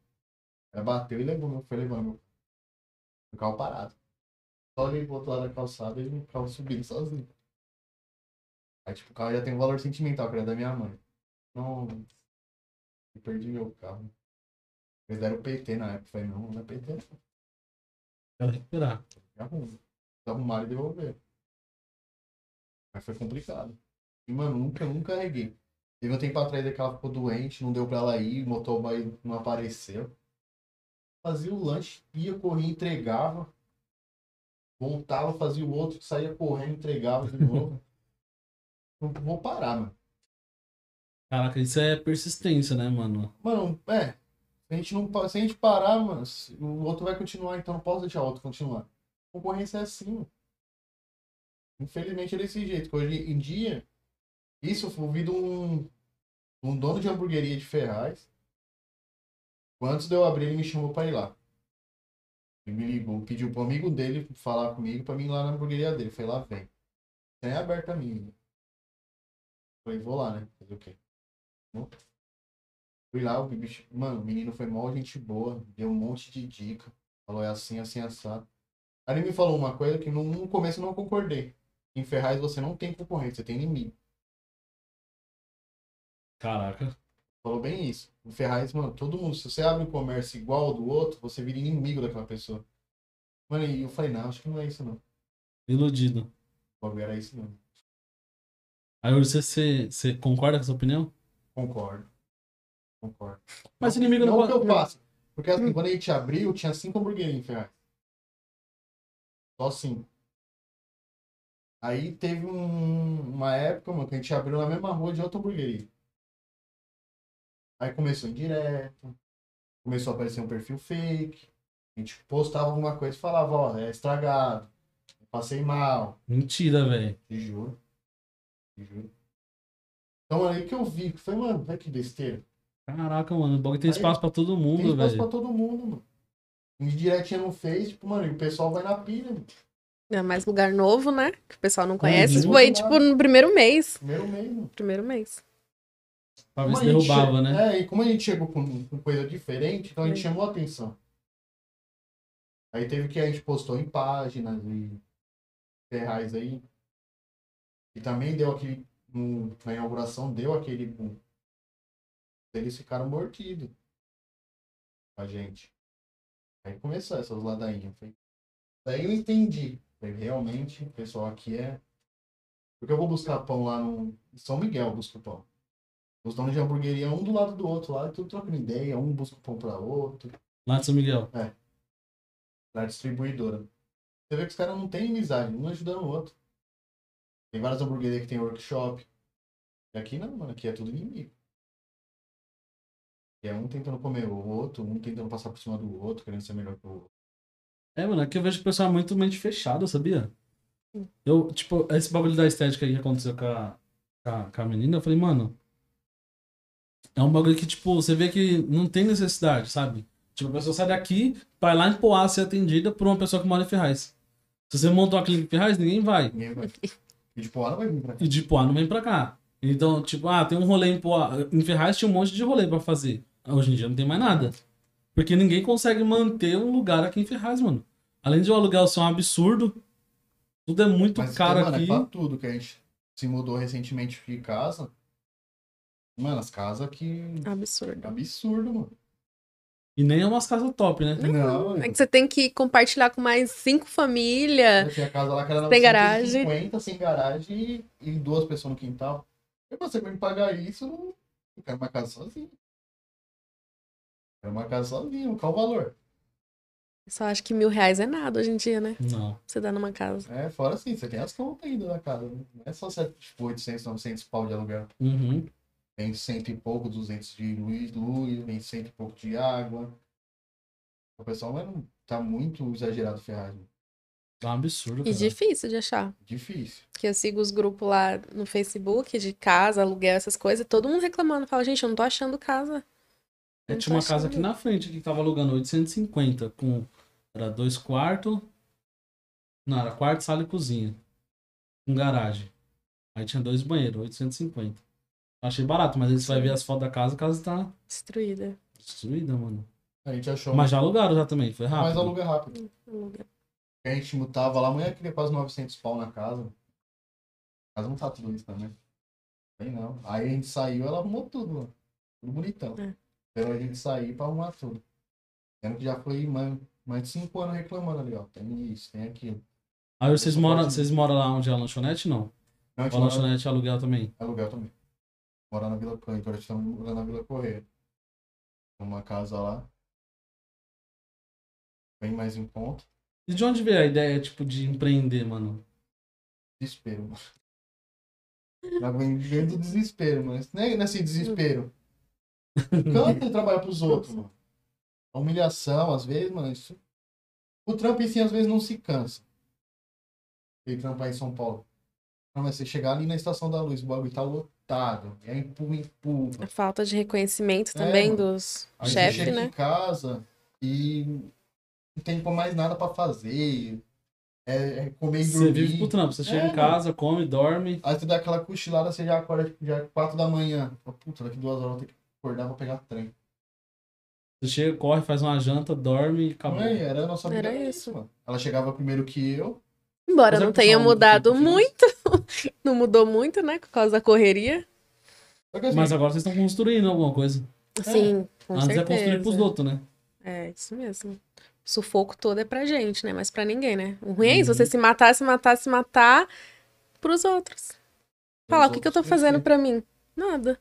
[SPEAKER 2] Aí bateu e levou, meu- foi levando meu o carro parado. Só ele botou lá na calçada e o carro subindo sozinho. Aí tipo, o carro já tem um valor sentimental, que era da minha mãe. Não, eu perdi meu carro. Eles deram PT na época, eu falei, não, não é PT não,
[SPEAKER 1] Quero recuperar.
[SPEAKER 2] me arruma. Arrumaram e devolver. Mas foi complicado. E, mano, nunca, nunca carreguei. Teve um tempo atrás aí que ela ficou doente, não deu pra ela ir, o motoboy não apareceu. Fazia o lanche, ia, corria, entregava. Voltava, fazia o outro, saía correndo, entregava de novo. não vou parar, mano.
[SPEAKER 1] Caraca, isso é persistência, né, mano?
[SPEAKER 2] Mano, é. Se a gente, não, pa- se a gente parar, mano, se- o outro vai continuar, então não posso deixar o outro continuar. Concorrência é assim, mano. Infelizmente é desse jeito. que Hoje em dia, isso eu ouvi de um, um dono de hamburgueria de Ferraz. Antes de eu abrir, ele me chamou pra ir lá. Ele me ligou, pediu pro amigo dele falar comigo pra mim ir lá na hamburgueria dele. Falei, lá vem. Tem aberto a mim. Falei, vou lá, né? Fazer o quê? Fui lá, o bicho, mano, o menino foi mó gente boa, deu um monte de dica, falou é assim, assim, assado. Aí ele me falou uma coisa que no, no começo eu não concordei. Em Ferraz você não tem concorrente, você tem inimigo.
[SPEAKER 1] Caraca.
[SPEAKER 2] Falou bem isso. Em Ferraz, mano, todo mundo, se você abre um comércio igual ao do outro, você vira inimigo daquela pessoa. Mano, e eu falei, não, acho que não é isso não. O
[SPEAKER 1] Iludido.
[SPEAKER 2] bagulho era isso não.
[SPEAKER 1] Aí hoje você, você, você concorda com essa opinião?
[SPEAKER 2] Concordo. Concordo.
[SPEAKER 1] Mas o inimigo não,
[SPEAKER 2] Não o que eu
[SPEAKER 1] pode. Hum.
[SPEAKER 2] faço. Porque assim, quando a gente abriu, tinha cinco hamburguerias em Ferraz. Só cinco. Aí teve um- uma época, mano, que a gente abriu na mesma rua de outra hamburgueria. Aí começou indireto, começou a aparecer um perfil fake. A gente postava alguma coisa e falava, ó, é estragado, passei mal,
[SPEAKER 1] Mentira, velho.
[SPEAKER 2] te juro. Te juro. Então aí que eu vi, que foi, mano, vai que besteira.
[SPEAKER 1] Caraca, mano. O bagulho tem
[SPEAKER 2] Aí-
[SPEAKER 1] espaço pra todo
[SPEAKER 2] Tem
[SPEAKER 1] mundo,
[SPEAKER 2] espaço pra
[SPEAKER 1] velho.
[SPEAKER 2] todo mundo, mano. Indiretinha não fez, tipo, mano, e o pessoal vai na pilha, mano.
[SPEAKER 3] É mais lugar novo, né? Que o pessoal
[SPEAKER 2] É,
[SPEAKER 3] não conhece.
[SPEAKER 1] Uhum.
[SPEAKER 3] Foi tipo no primeiro mês.
[SPEAKER 2] Primeiro mês, mano.
[SPEAKER 3] Primeiro mês.
[SPEAKER 1] Pra ver
[SPEAKER 2] Como
[SPEAKER 1] se
[SPEAKER 2] a gente
[SPEAKER 1] derrubava,
[SPEAKER 2] che-
[SPEAKER 1] né?
[SPEAKER 2] É, e como a gente chegou com, com coisa diferente, então a gente
[SPEAKER 3] Sim.
[SPEAKER 2] chamou a atenção. Aí teve que a gente postou em páginas e ferrais aí. E também deu aquele. no- na inauguração deu aquele boom. Eles ficaram mordidos. A gente. Aí começou essas ladainhas. Foi... Daí eu entendi. Falei, realmente, o pessoal aqui é. Porque eu vou buscar pão lá no. em São Miguel eu busco pão. Nós estamos de hamburgueria um do lado do outro lá, e tudo trocando ideia, um busca o pão pra outro,
[SPEAKER 1] Lá de São Miguel.
[SPEAKER 2] da distribuidora. Você vê que os caras não têm amizade, um ajudando o outro. Tem várias hamburguerias que tem workshop. E aqui não, mano, aqui é tudo inimigo. E é um tentando comer o outro, um tentando passar por cima do outro, querendo ser melhor que o outro.
[SPEAKER 1] É, mano, aqui eu vejo o pessoal muito mente fechada, sabia? Eu, tipo, esse bagulho da estética aí que aconteceu com a, com a, com a menina, eu falei, mano. É um bagulho que, tipo, você vê que não tem necessidade, sabe? Tipo, a pessoa sai daqui, vai lá em Poá ser atendida por uma pessoa que mora em Ferraz. Se você monta uma clínica em Ferraz, ninguém vai.
[SPEAKER 2] Ninguém vai. E tipo, ela vai vir pra cá.
[SPEAKER 1] E de Poá não vem pra cá. Então, tipo, ah, tem um rolê em Poá. Em Ferraz tinha um monte de rolê pra fazer. Hoje em dia não tem mais nada. Porque ninguém consegue manter um lugar aqui em Ferraz, mano. Além de o aluguel ser um absurdo, tudo é muito
[SPEAKER 2] Mas,
[SPEAKER 1] caro
[SPEAKER 2] mano,
[SPEAKER 1] aqui.
[SPEAKER 2] é pra tudo que a gente se mudou recentemente de casa. Mano, as casas aqui.
[SPEAKER 3] Absurdo.
[SPEAKER 2] Absurdo, mano.
[SPEAKER 1] E nem é umas casas top, né?
[SPEAKER 2] Não,
[SPEAKER 3] É que você tem que compartilhar com mais cinco famílias.
[SPEAKER 2] Tinha casa lá que era
[SPEAKER 3] Sem
[SPEAKER 2] 950, sem garagem e, e duas pessoas no quintal. E você vai me pagar isso, eu não- eu quero uma casa sozinho. Quero uma casa sozinho, qual o valor?
[SPEAKER 3] Eu Só acho que mil reais é nada hoje em dia, né?
[SPEAKER 1] Não.
[SPEAKER 3] Você dá numa casa.
[SPEAKER 2] É, fora assim, você tem as contas ainda da casa. Não é só sete- tipo, 800, 900 pau de aluguel.
[SPEAKER 1] Uhum.
[SPEAKER 2] Tem cento e pouco, 200 de luz, luz, tem cento e pouco de água. O pessoal mas não tá muito exagerado ferrado.
[SPEAKER 1] É um absurdo,
[SPEAKER 3] E
[SPEAKER 1] cara.
[SPEAKER 3] difícil de achar.
[SPEAKER 2] Difícil.
[SPEAKER 3] Porque eu sigo os grupos lá no Facebook de casa, aluguel, essas coisas. Todo mundo reclamando. Fala, gente, eu não tô achando casa.
[SPEAKER 1] Eu
[SPEAKER 2] Então
[SPEAKER 3] Não
[SPEAKER 1] tinha
[SPEAKER 3] tô
[SPEAKER 2] é
[SPEAKER 1] uma casa
[SPEAKER 3] achando.
[SPEAKER 1] aqui na frente que tava alugando 850 com era dois quartos. Não, era quarto, sala e cozinha. Com garagem. Aí tinha dois banheiros, 850. Achei barato, mas aí você vai ver as fotos da casa, a casa tá
[SPEAKER 3] Destruída.
[SPEAKER 1] destruída, mano.
[SPEAKER 2] A gente achou
[SPEAKER 1] Mas já alugaram já também, foi
[SPEAKER 2] mais
[SPEAKER 1] rápido.
[SPEAKER 2] Então, aluga rápido.
[SPEAKER 3] Aluguel.
[SPEAKER 2] A gente mutava lá, a mulher queria quase 900 pau na casa. A casa não tá tudo isso também. Bem não. Aí a gente saiu, ela arrumou tudo, mano. Tudo bonitão.
[SPEAKER 3] É.
[SPEAKER 2] Esperou a gente sair pra arrumar tudo. Sendo que já foi mãe, mais de 5 anos reclamando ali, ó. Tem isso, tem aquilo.
[SPEAKER 1] Aí vocês
[SPEAKER 2] Essa
[SPEAKER 1] moram,
[SPEAKER 2] parte-
[SPEAKER 1] vocês moram lá onde é a lanchonete, não? Ou
[SPEAKER 2] Não, a gente
[SPEAKER 1] a
[SPEAKER 2] mora
[SPEAKER 1] lanchonete é aluguel também?
[SPEAKER 2] em aluguel também. Mora na Vila Correia, agora a gente tá morando na Vila Correia. Uma casa lá. Bem mais em conta.
[SPEAKER 1] E de onde veio a ideia, tipo, de empreender, mano?
[SPEAKER 2] Desespero, mano. Já vem vem do desespero, mano. Não é nesse desespero. Canto de trabalhar pros outros, mano. A humilhação, às vezes, mano. Isso... O trampo em si, às vezes, não se cansa. Ele trampar em São Paulo. Não, mas você chegar ali na Estação da Luz, o bagulho tá lotado. E aí empurra, empurra.
[SPEAKER 3] A falta de reconhecimento
[SPEAKER 2] É,
[SPEAKER 3] também
[SPEAKER 2] mano.
[SPEAKER 3] dos
[SPEAKER 2] Aí você
[SPEAKER 3] chefes,
[SPEAKER 2] chega
[SPEAKER 3] né?
[SPEAKER 2] em casa e não tem mais nada pra fazer. É, é comer e
[SPEAKER 1] Você
[SPEAKER 2] dormir.
[SPEAKER 1] vive pro trampo, você chega
[SPEAKER 2] É,
[SPEAKER 1] em casa, come, dorme.
[SPEAKER 2] Aí você dá aquela cochilada, você já acorda tipo, já é 4 da manhã. Fala, Puta, daqui duas horas eu vou ter que acordar pra pegar trem.
[SPEAKER 1] Você chega, corre, faz uma janta, dorme e acabou.
[SPEAKER 2] Não é? Era a nossa vida.
[SPEAKER 3] Era
[SPEAKER 2] isso, mano. Ela chegava primeiro que eu.
[SPEAKER 3] Embora
[SPEAKER 1] Mas é
[SPEAKER 3] não
[SPEAKER 1] porque
[SPEAKER 3] tenha
[SPEAKER 1] são-
[SPEAKER 3] mudado
[SPEAKER 1] são-
[SPEAKER 3] muito. não mudou muito, né? Por causa da correria.
[SPEAKER 2] Só que assim,
[SPEAKER 1] Mas agora vocês estão construindo alguma coisa.
[SPEAKER 3] Sim, com
[SPEAKER 1] Antes é
[SPEAKER 3] certeza.
[SPEAKER 1] construir pros outros, né?
[SPEAKER 3] É, isso mesmo. O sufoco todo é pra gente, né? Mas pra ninguém, né? O ruim é
[SPEAKER 1] Uhum.
[SPEAKER 3] isso, você se matar, se matar, se matar pros outros. Falar, o que, que eu tô
[SPEAKER 1] é.
[SPEAKER 3] fazendo pra mim? Nada.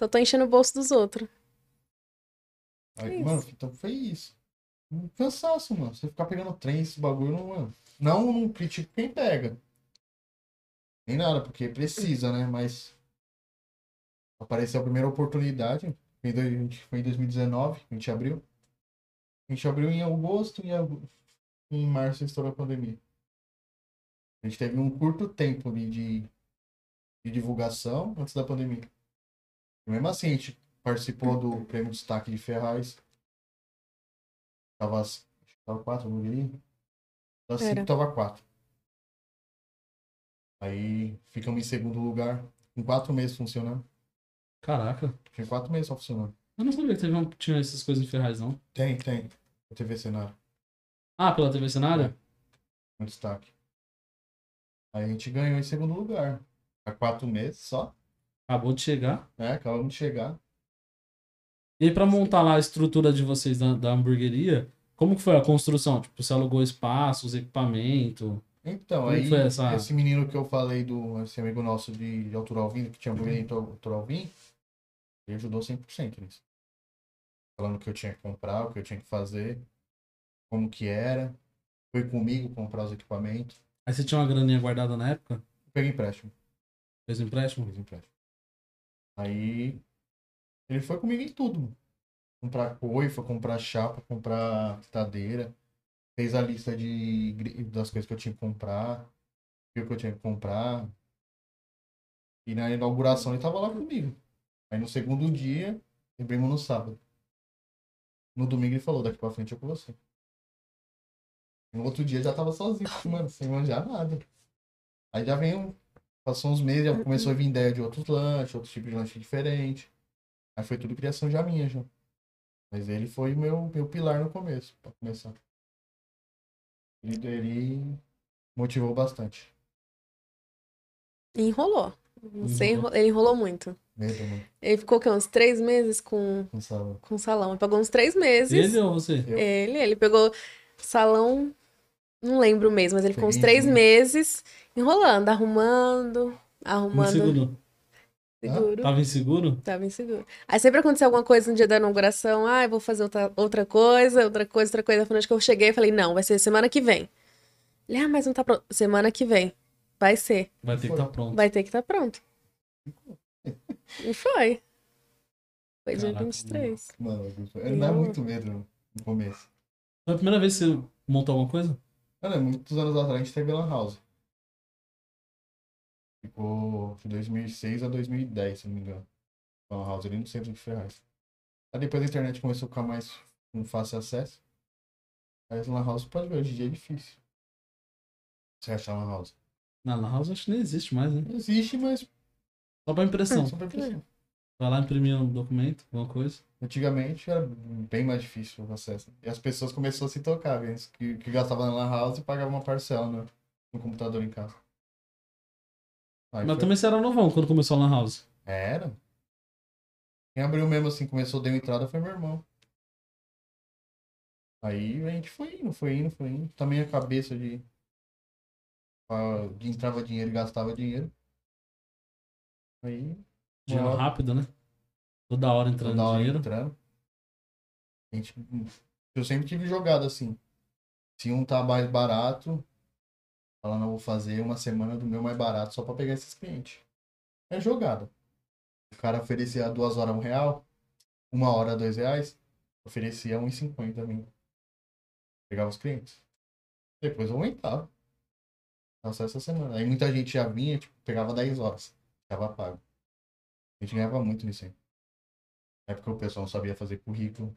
[SPEAKER 3] Só tô enchendo o bolso dos outros.
[SPEAKER 2] Aí,
[SPEAKER 3] Isso.
[SPEAKER 2] mano, então foi isso. Um cansaço, mano. Você ficar pegando trem, esse bagulho, não, mano. Não, não critico quem pega. Nem nada, porque precisa, né? Mas apareceu a primeira oportunidade. Foi em dois- a gente- foi em 2019, a gente abriu. A gente abriu em agosto e agu- em março estourou a pandemia. A gente teve um curto tempo ali de, de divulgação antes da pandemia. E mesmo assim, a gente participou do prêmio destaque de Ferraz. Tava, as- acho que tava quatro, não vi. Das
[SPEAKER 3] Era.
[SPEAKER 2] cinco tava quatro. Aí ficamos em segundo lugar. Com quatro meses funcionando.
[SPEAKER 1] Caraca.
[SPEAKER 2] Tinha quatro meses só funcionando.
[SPEAKER 1] Eu não sabia que teve um- tinha essas coisas em Ferraz, não.
[SPEAKER 2] Tem, tem. O TV Cenário,
[SPEAKER 1] Ah, pela TV Cenário?
[SPEAKER 2] um destaque. Aí a gente ganhou em segundo lugar. Há quatro meses só.
[SPEAKER 1] Acabou de chegar.
[SPEAKER 2] É, acabamos de chegar.
[SPEAKER 1] E aí, pra montar lá a estrutura de vocês da, da hamburgueria, Como que foi a construção? Tipo, você alugou espaços, equipamento.
[SPEAKER 2] Então,
[SPEAKER 1] Como é
[SPEAKER 2] aí
[SPEAKER 1] foi essa-
[SPEAKER 2] esse menino que eu falei do esse amigo nosso de, de Altura Alvim, que tinha bullying em Altura Alvim, ele ajudou 100% nisso. Falando o que eu tinha que comprar, o que eu tinha que fazer, como que era. Foi comigo comprar os equipamentos.
[SPEAKER 1] Aí você tinha uma graninha guardada na época?
[SPEAKER 2] Peguei empréstimo,
[SPEAKER 1] Fez um empréstimo?
[SPEAKER 2] fiz empréstimo. Aí ele foi comigo em tudo. mano. Comprar coifa, comprar chapa, comprar fritadeira. Fez a lista de, gri- das coisas que eu tinha que comprar. Viu o que eu tinha que comprar. E na inauguração ele tava lá comigo. Aí no segundo dia, lembramos no sábado. No domingo ele falou, daqui pra frente eu com você. No outro dia já tava sozinho, mano, sem manjar nada. Aí já vem um. Passou uns meses, já começou a vir ideia de outros lanches, outros tipos de lanche diferente. Aí foi tudo criação já minha, já. Mas ele foi o meu, meu pilar no começo, pra começar. Ele, ele motivou bastante.
[SPEAKER 3] E Enrolou. Não sei,
[SPEAKER 1] Enrolou.
[SPEAKER 3] enro- ele enrolou muito.
[SPEAKER 2] Mesmo, mano.
[SPEAKER 3] Ele ficou o quê? Uns três meses com,
[SPEAKER 2] né? Não sabe.
[SPEAKER 3] com o salão. Ele pagou uns três meses.
[SPEAKER 1] Ele ou você?
[SPEAKER 3] Ele, ele pegou salão, não lembro mesmo, mas ele ficou uns
[SPEAKER 2] Entendi.
[SPEAKER 3] três meses enrolando, arrumando, arrumando.
[SPEAKER 1] Inseguro. né? Ah, tá.
[SPEAKER 3] Seguro.
[SPEAKER 1] Tava inseguro?
[SPEAKER 3] Tava inseguro. Aí sempre acontecia alguma coisa no dia da inauguração, ah, eu vou fazer outra, outra coisa, outra coisa, outra coisa. Afinal de que eu cheguei e falei, não, vai ser semana que vem. Ele, ah, mas não tá pronto. Semana que vem. Vai ser.
[SPEAKER 1] Vai ter que estar pronto.
[SPEAKER 3] Vai ter que estar pronto. E foi. Foi dia
[SPEAKER 1] Caraca,
[SPEAKER 3] 23.
[SPEAKER 2] Mano, ele dá muito medo mano, no começo.
[SPEAKER 1] Foi a primeira vez que você montou alguma coisa?
[SPEAKER 2] Mano, é muitos anos atrás a gente teve Lan House. Ficou de 2006 a 2010, se não me engano. Lan House ali no centro de Ferraz. Aí depois a internet começou a ficar mais com fácil acesso. Aí as Lan House, pode ver, hoje em dia é difícil. Você achar Lan House.
[SPEAKER 1] Na Lan House acho que nem existe mais, né?
[SPEAKER 2] Existe, mas assim,
[SPEAKER 1] Só pra impressão.
[SPEAKER 2] super difícil.
[SPEAKER 1] Vai lá imprimir um documento, alguma coisa.
[SPEAKER 2] Antigamente era bem mais difícil o acesso. E as pessoas começaram a se tocar, viu? que, que gastava na Lan House e pagava uma parcela no, no computador em casa.
[SPEAKER 1] Mas
[SPEAKER 2] Aí é foi-
[SPEAKER 1] também você era novão quando começou a Lan House.
[SPEAKER 2] Era. Quem abriu mesmo assim, começou, deu entrada, foi meu irmão. Aí a gente foi indo, foi indo, foi indo. Também a cabeça de. ah, de entrava dinheiro e gastava dinheiro. Aí.
[SPEAKER 1] Dinheiro
[SPEAKER 2] Bora.
[SPEAKER 1] rápido, né? Toda hora entrando
[SPEAKER 2] toda hora
[SPEAKER 1] dinheiro.
[SPEAKER 2] entrando. A gente, eu sempre tive jogado assim. Se um tá mais barato, fala, não, vou fazer uma semana do meu mais barato só pra pegar esses clientes. É jogada. O cara oferecia duas horas um real, uma hora dois reais, oferecia 1,50 a mim. Pegava os clientes. Depois eu aumentava. Era só essa semana. Aí muita gente já vinha, tipo, pegava 10 horas. Ficava pago. A gente ganhava muito nisso aí. É porque o pessoal não sabia fazer currículo,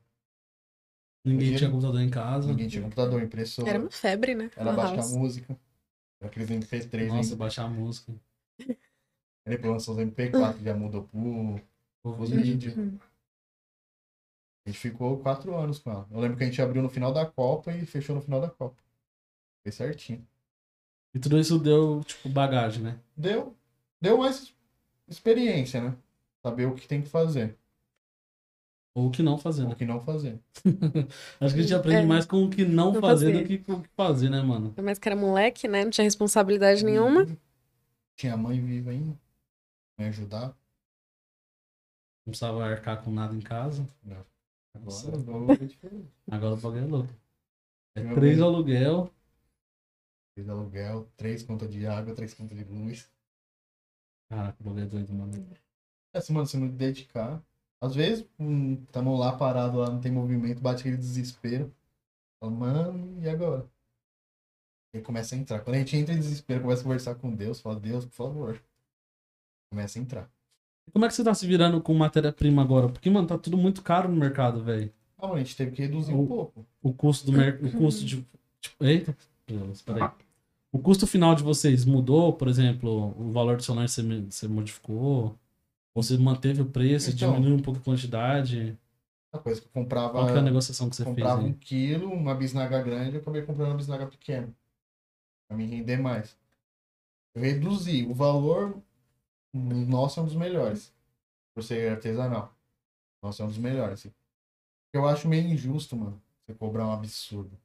[SPEAKER 1] Ninguém
[SPEAKER 2] Dinheiro.
[SPEAKER 1] tinha computador em casa.
[SPEAKER 2] ninguém tinha computador, impressora,
[SPEAKER 3] Era
[SPEAKER 2] era,
[SPEAKER 3] uma febre, né? Lan
[SPEAKER 2] baixar
[SPEAKER 3] house.
[SPEAKER 2] música, era aqueles MP3,
[SPEAKER 1] Nossa,
[SPEAKER 2] ainda.
[SPEAKER 1] baixar a música.
[SPEAKER 2] Aí depois lançou os MP4, já mudou pro
[SPEAKER 1] Povo
[SPEAKER 2] hoje em
[SPEAKER 1] de-
[SPEAKER 2] dia.
[SPEAKER 3] Uhum.
[SPEAKER 2] A gente ficou quatro anos com ela. Eu lembro que a gente abriu no final da Copa e fechou no final da Copa. Foi certinho.
[SPEAKER 1] E tudo isso deu, tipo, bagagem, né?
[SPEAKER 2] Deu, deu mais experiência, né? Saber o que tem que fazer,
[SPEAKER 1] Ou o que não fazer,
[SPEAKER 2] o
[SPEAKER 1] né?
[SPEAKER 2] que não fazer.
[SPEAKER 1] Acho que a gente aprende
[SPEAKER 3] É.
[SPEAKER 1] mais com o que não,
[SPEAKER 3] Não
[SPEAKER 1] fazer,
[SPEAKER 3] fazer.
[SPEAKER 1] do que com o que fazer, né, mano?
[SPEAKER 3] Mas que era moleque, né? Não tinha responsabilidade
[SPEAKER 1] Uhum.
[SPEAKER 3] nenhuma.
[SPEAKER 2] Tinha mãe viva ainda, me ajudar.
[SPEAKER 1] Não precisava arcar com nada em casa. Nossa.
[SPEAKER 2] Agora, agora foi diferente.
[SPEAKER 1] Agora o bagulho é louco. É
[SPEAKER 2] Meu
[SPEAKER 1] três
[SPEAKER 2] bem.
[SPEAKER 1] aluguel.
[SPEAKER 2] Três aluguel, três contas de água, três contas de luz.
[SPEAKER 1] Caraca, o bagulho é doido, mano.
[SPEAKER 2] É, se, mano, se não dedicar. Às vezes, hum, tamo lá parado, lá não tem movimento, bate aquele desespero. Fala, mano, e agora? E começa a entrar. Quando a gente entra em desespero, começa a conversar com Deus, fala, Deus, por favor. Começa a entrar.
[SPEAKER 1] E Como é que você tá se virando com matéria-prima agora? Porque, mano, tá tudo muito caro no mercado, velho.
[SPEAKER 2] Ah, mano, a gente teve que reduzir
[SPEAKER 1] O-
[SPEAKER 2] um pouco.
[SPEAKER 1] O custo do mer... o custo de. Tipo, eita, espera aí. Ah, O custo final de vocês mudou, por exemplo, o valor do seu lanche você, me- você modificou? Ou Você manteve o preço,
[SPEAKER 2] Então.
[SPEAKER 1] diminuiu um pouco a quantidade?
[SPEAKER 2] A coisa que eu
[SPEAKER 1] Qual que é a
[SPEAKER 2] comprava,
[SPEAKER 1] negociação que você fez?
[SPEAKER 2] comprava um
[SPEAKER 1] Aí?
[SPEAKER 2] quilo, uma bisnaga grande, eu acabei comprando uma bisnaga pequena. Pra me render mais. Eu reduzi. O valor, hum, nosso é um dos melhores. Por ser artesanal. Nossa, é um dos melhores. assim. Eu acho meio injusto, mano. Você cobrar um absurdo.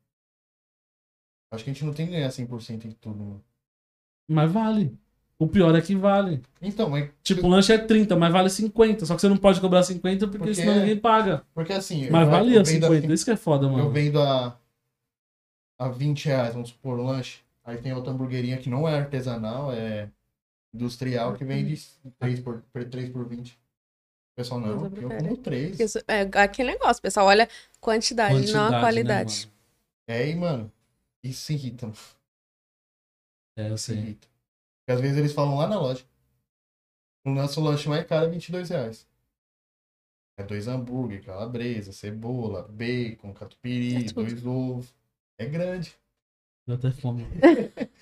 [SPEAKER 2] Acho que a gente não tem que ganhar 100% em tudo, mano.
[SPEAKER 1] Mas vale. O pior é que vale.
[SPEAKER 2] Então, mas.
[SPEAKER 1] Tipo, o lanche é 30, mas vale 50. Só que você não pode cobrar 50 porque,
[SPEAKER 2] Porque
[SPEAKER 1] senão ninguém paga.
[SPEAKER 2] Porque assim. eu-
[SPEAKER 1] Mas valia
[SPEAKER 2] eu vendo a
[SPEAKER 1] 50. Isso que é foda,
[SPEAKER 2] Eu
[SPEAKER 1] mano.
[SPEAKER 2] vendo a, a 20 reais, vamos supor, o lanche. Aí tem outra hamburguerinha que não é artesanal, é industrial, que vende 3 por, 3 por 20. O pessoal, não,
[SPEAKER 3] Hum. Mas eu
[SPEAKER 2] eu
[SPEAKER 3] prefiro.
[SPEAKER 2] como 3.
[SPEAKER 3] Porque isso- É aquele negócio, pessoal. Olha a quantidade, não
[SPEAKER 1] Quantidade, né,
[SPEAKER 3] a qualidade.
[SPEAKER 1] mano?
[SPEAKER 2] É, e, mano, isso irrita, mano,
[SPEAKER 1] É, eu
[SPEAKER 2] isso
[SPEAKER 1] sei.
[SPEAKER 2] irrita. Porque às vezes eles falam lá na loja. O nosso lanche mais caro é 22 reais. É dois hambúrguer, calabresa, cebola, bacon,
[SPEAKER 3] É
[SPEAKER 2] catupiry,
[SPEAKER 3] tudo.
[SPEAKER 2] dois ovos. É grande.
[SPEAKER 1] Deu até fome.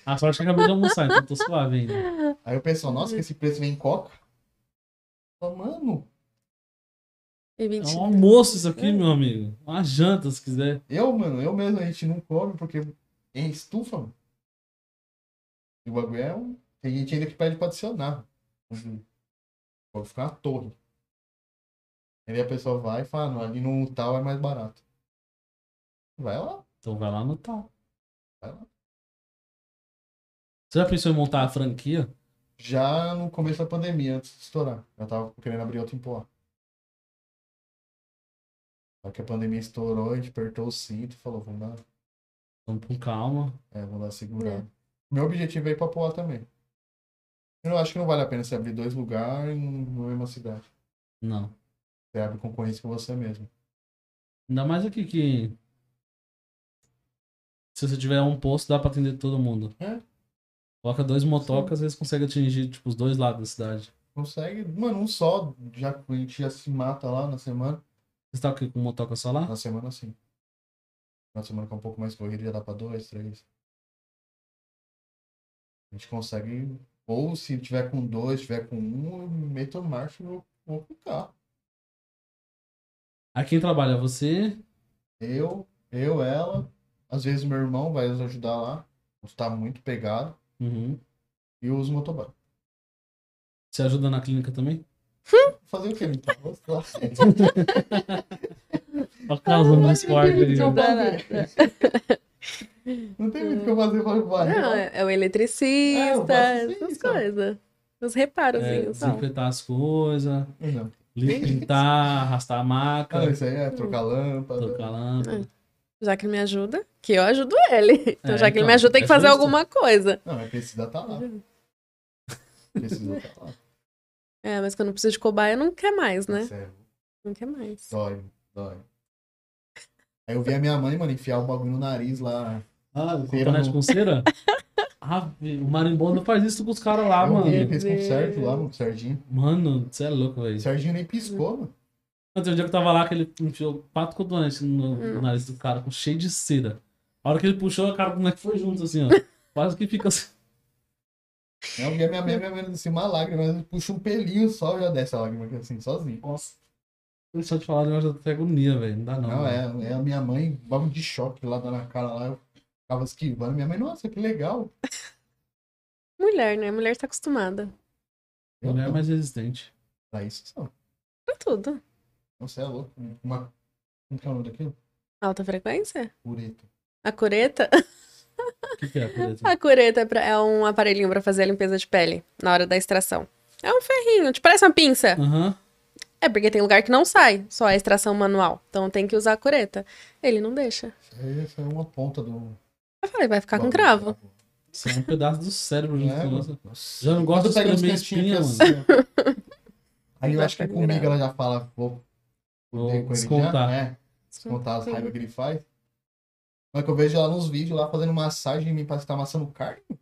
[SPEAKER 1] A sorte que eu acabei de almoçar, então tô suave ainda.
[SPEAKER 2] Aí o pessoal, nossa, que esse preço vem em coca. Fala, mano,
[SPEAKER 3] E 20...
[SPEAKER 1] É um almoço isso aqui, meu amigo. Uma janta, se quiser.
[SPEAKER 2] eu, mano, eu mesmo, a gente não come porque é estufa, mano. E o bagulho é um. Tem gente ainda que pede pra adicionar. Uhum. Pode ficar uma torre. Aí a pessoa vai e fala, "Ah, não, ali no tal é mais barato. Vai lá.
[SPEAKER 1] Então vai lá no tal.
[SPEAKER 2] Vai lá.
[SPEAKER 1] Você já pensou em montar a franquia?
[SPEAKER 2] Já no começo da pandemia, antes de estourar. Eu tava querendo abrir outro em Poá. Só que a pandemia estourou, a gente apertou o cinto e falou, vamos dar
[SPEAKER 1] Vamos com calma.
[SPEAKER 2] É, vou dar segurada. Meu objetivo é ir pra Poá também. Eu acho que não vale a pena você abrir dois lugares na mesma cidade.
[SPEAKER 1] Não.
[SPEAKER 2] Você abre concorrência com você mesmo.
[SPEAKER 1] Ainda mais aqui que. Se você tiver um posto, dá pra atender todo mundo.
[SPEAKER 2] É.
[SPEAKER 1] Coloca dois motocas, às vezes consegue atingir, tipo, os dois lados da cidade.
[SPEAKER 2] Consegue, mano, um só, já a gente já se mata lá na semana.
[SPEAKER 1] Você tá aqui com motoca só lá?
[SPEAKER 2] Na semana sim. Na semana que é um pouco mais corrido, já dá pra dois, três. A gente consegue. Ou se tiver com dois, tiver com um, eu meto marcha e vou, vou com o carro.
[SPEAKER 1] Aqui quem trabalha? Você?
[SPEAKER 2] Eu, eu, ela. Às vezes meu irmão vai nos ajudar lá. Tá muito pegado.
[SPEAKER 1] Uhum.
[SPEAKER 2] E uso motoboy.
[SPEAKER 1] Você ajuda na clínica também?
[SPEAKER 2] Fazer o quê? Então, vou lá.
[SPEAKER 1] Tá causando um esporte aí.
[SPEAKER 3] Não,
[SPEAKER 1] né?
[SPEAKER 3] dá
[SPEAKER 2] Não tem muito o que eu fazer pra né? varrer.
[SPEAKER 3] Não,
[SPEAKER 2] lá.
[SPEAKER 3] é, é o
[SPEAKER 2] É, eu
[SPEAKER 3] eletricista,
[SPEAKER 2] faço isso,
[SPEAKER 3] essas
[SPEAKER 2] ó.
[SPEAKER 3] coisas. Os
[SPEAKER 1] É,
[SPEAKER 3] reparozinhos. ó.
[SPEAKER 1] desinfetar as coisas,
[SPEAKER 3] é.
[SPEAKER 2] Não.
[SPEAKER 1] li- pintar, arrastar a maca,
[SPEAKER 2] Cara, isso aí é
[SPEAKER 3] Hum.
[SPEAKER 2] trocar lâmpada.
[SPEAKER 1] trocar a lâmpada.
[SPEAKER 3] Já que ele me ajuda, que eu ajudo ele. Então,
[SPEAKER 1] É,
[SPEAKER 3] já que ele
[SPEAKER 1] então,
[SPEAKER 3] me ajuda, tem
[SPEAKER 1] é
[SPEAKER 3] que fazer
[SPEAKER 1] justo.
[SPEAKER 3] alguma coisa.
[SPEAKER 2] Não, mas precisa tá lá. Precisa tá lá.
[SPEAKER 3] É, mas quando eu preciso de cobaia, não quer mais, né?
[SPEAKER 2] Sério,
[SPEAKER 3] Não quer mais.
[SPEAKER 2] é, dói, dói. Aí eu vi a minha mãe, mano, enfiar o bagulho no nariz lá.
[SPEAKER 1] Ah, com
[SPEAKER 2] Cera
[SPEAKER 1] canal de
[SPEAKER 2] no-
[SPEAKER 1] com cera? Ave, Ah, o marimbondo faz isso com os caras lá,
[SPEAKER 2] eu
[SPEAKER 1] Ah, mano.
[SPEAKER 2] vi, fez com o
[SPEAKER 3] Deus.
[SPEAKER 2] Sérgio lá, mano, com o Serginho.
[SPEAKER 1] Mano, você é louco, velho.
[SPEAKER 2] O Serginho nem piscou, mano.
[SPEAKER 1] Ontem, o dia que eu tava lá, que ele enfiou quatro cotonetes no, no
[SPEAKER 3] Hum.
[SPEAKER 1] nariz do cara, com cheio de cera. A hora que ele puxou, a cara do moleque foi junto, assim, ó. Quase que fica assim.
[SPEAKER 2] Eu vi a minha mãe, minha mãe desceu uma lágrima, mas puxa um pelinho só, já desce a lágrima aqui, assim, sozinho.
[SPEAKER 1] Nossa. Deixa eu te falar, um eu já tô até agonia, velho. Não dá não.
[SPEAKER 2] Não,
[SPEAKER 1] velho.
[SPEAKER 2] é, é a minha mãe, bagulho de choque lá na cara lá, eu ficava esquivando. Minha mãe, nossa, que legal.
[SPEAKER 3] Mulher, né? Mulher tá acostumada.
[SPEAKER 2] Eu
[SPEAKER 1] Mulher é
[SPEAKER 2] não.
[SPEAKER 1] mais resistente.
[SPEAKER 2] Pra isso só.
[SPEAKER 3] Pra Tá tudo.
[SPEAKER 2] Você é louco. Uma. Como que é o nome daquilo?
[SPEAKER 3] Alta frequência?
[SPEAKER 2] Pureta.
[SPEAKER 3] A cureta?
[SPEAKER 1] O que, que é, por exemplo?
[SPEAKER 3] A cureta é pra- é um aparelhinho pra fazer a limpeza de pele na hora da extração. É um ferrinho, te parece uma pinça.
[SPEAKER 1] Aham.
[SPEAKER 3] É porque tem lugar que não sai, só a extração manual. Então tem que usar a cureta. Ele não deixa.
[SPEAKER 2] Essa é uma ponta do.
[SPEAKER 3] Eu falei, vai ficar Tá com cravo.
[SPEAKER 1] Isso é um pedaço do cérebro junto
[SPEAKER 2] É,
[SPEAKER 1] com
[SPEAKER 2] mano.
[SPEAKER 1] você.
[SPEAKER 2] Nossa.
[SPEAKER 1] Já não gosto de
[SPEAKER 2] Quando pega uns
[SPEAKER 1] espremer espinha,
[SPEAKER 2] cantinhos
[SPEAKER 1] mano.
[SPEAKER 2] aqui, assim, ó. Aí eu
[SPEAKER 3] Vai
[SPEAKER 2] acho que
[SPEAKER 3] ficar
[SPEAKER 2] comigo
[SPEAKER 3] grave.
[SPEAKER 2] ela já fala, vou
[SPEAKER 1] Vou
[SPEAKER 2] fuder com ele já,
[SPEAKER 1] descontar.
[SPEAKER 2] né?
[SPEAKER 3] Hum,
[SPEAKER 2] Descontar as raivas que ele faz. Mas que eu vejo ela nos vídeos lá fazendo massagem em mim, parece que tá amassando carne. O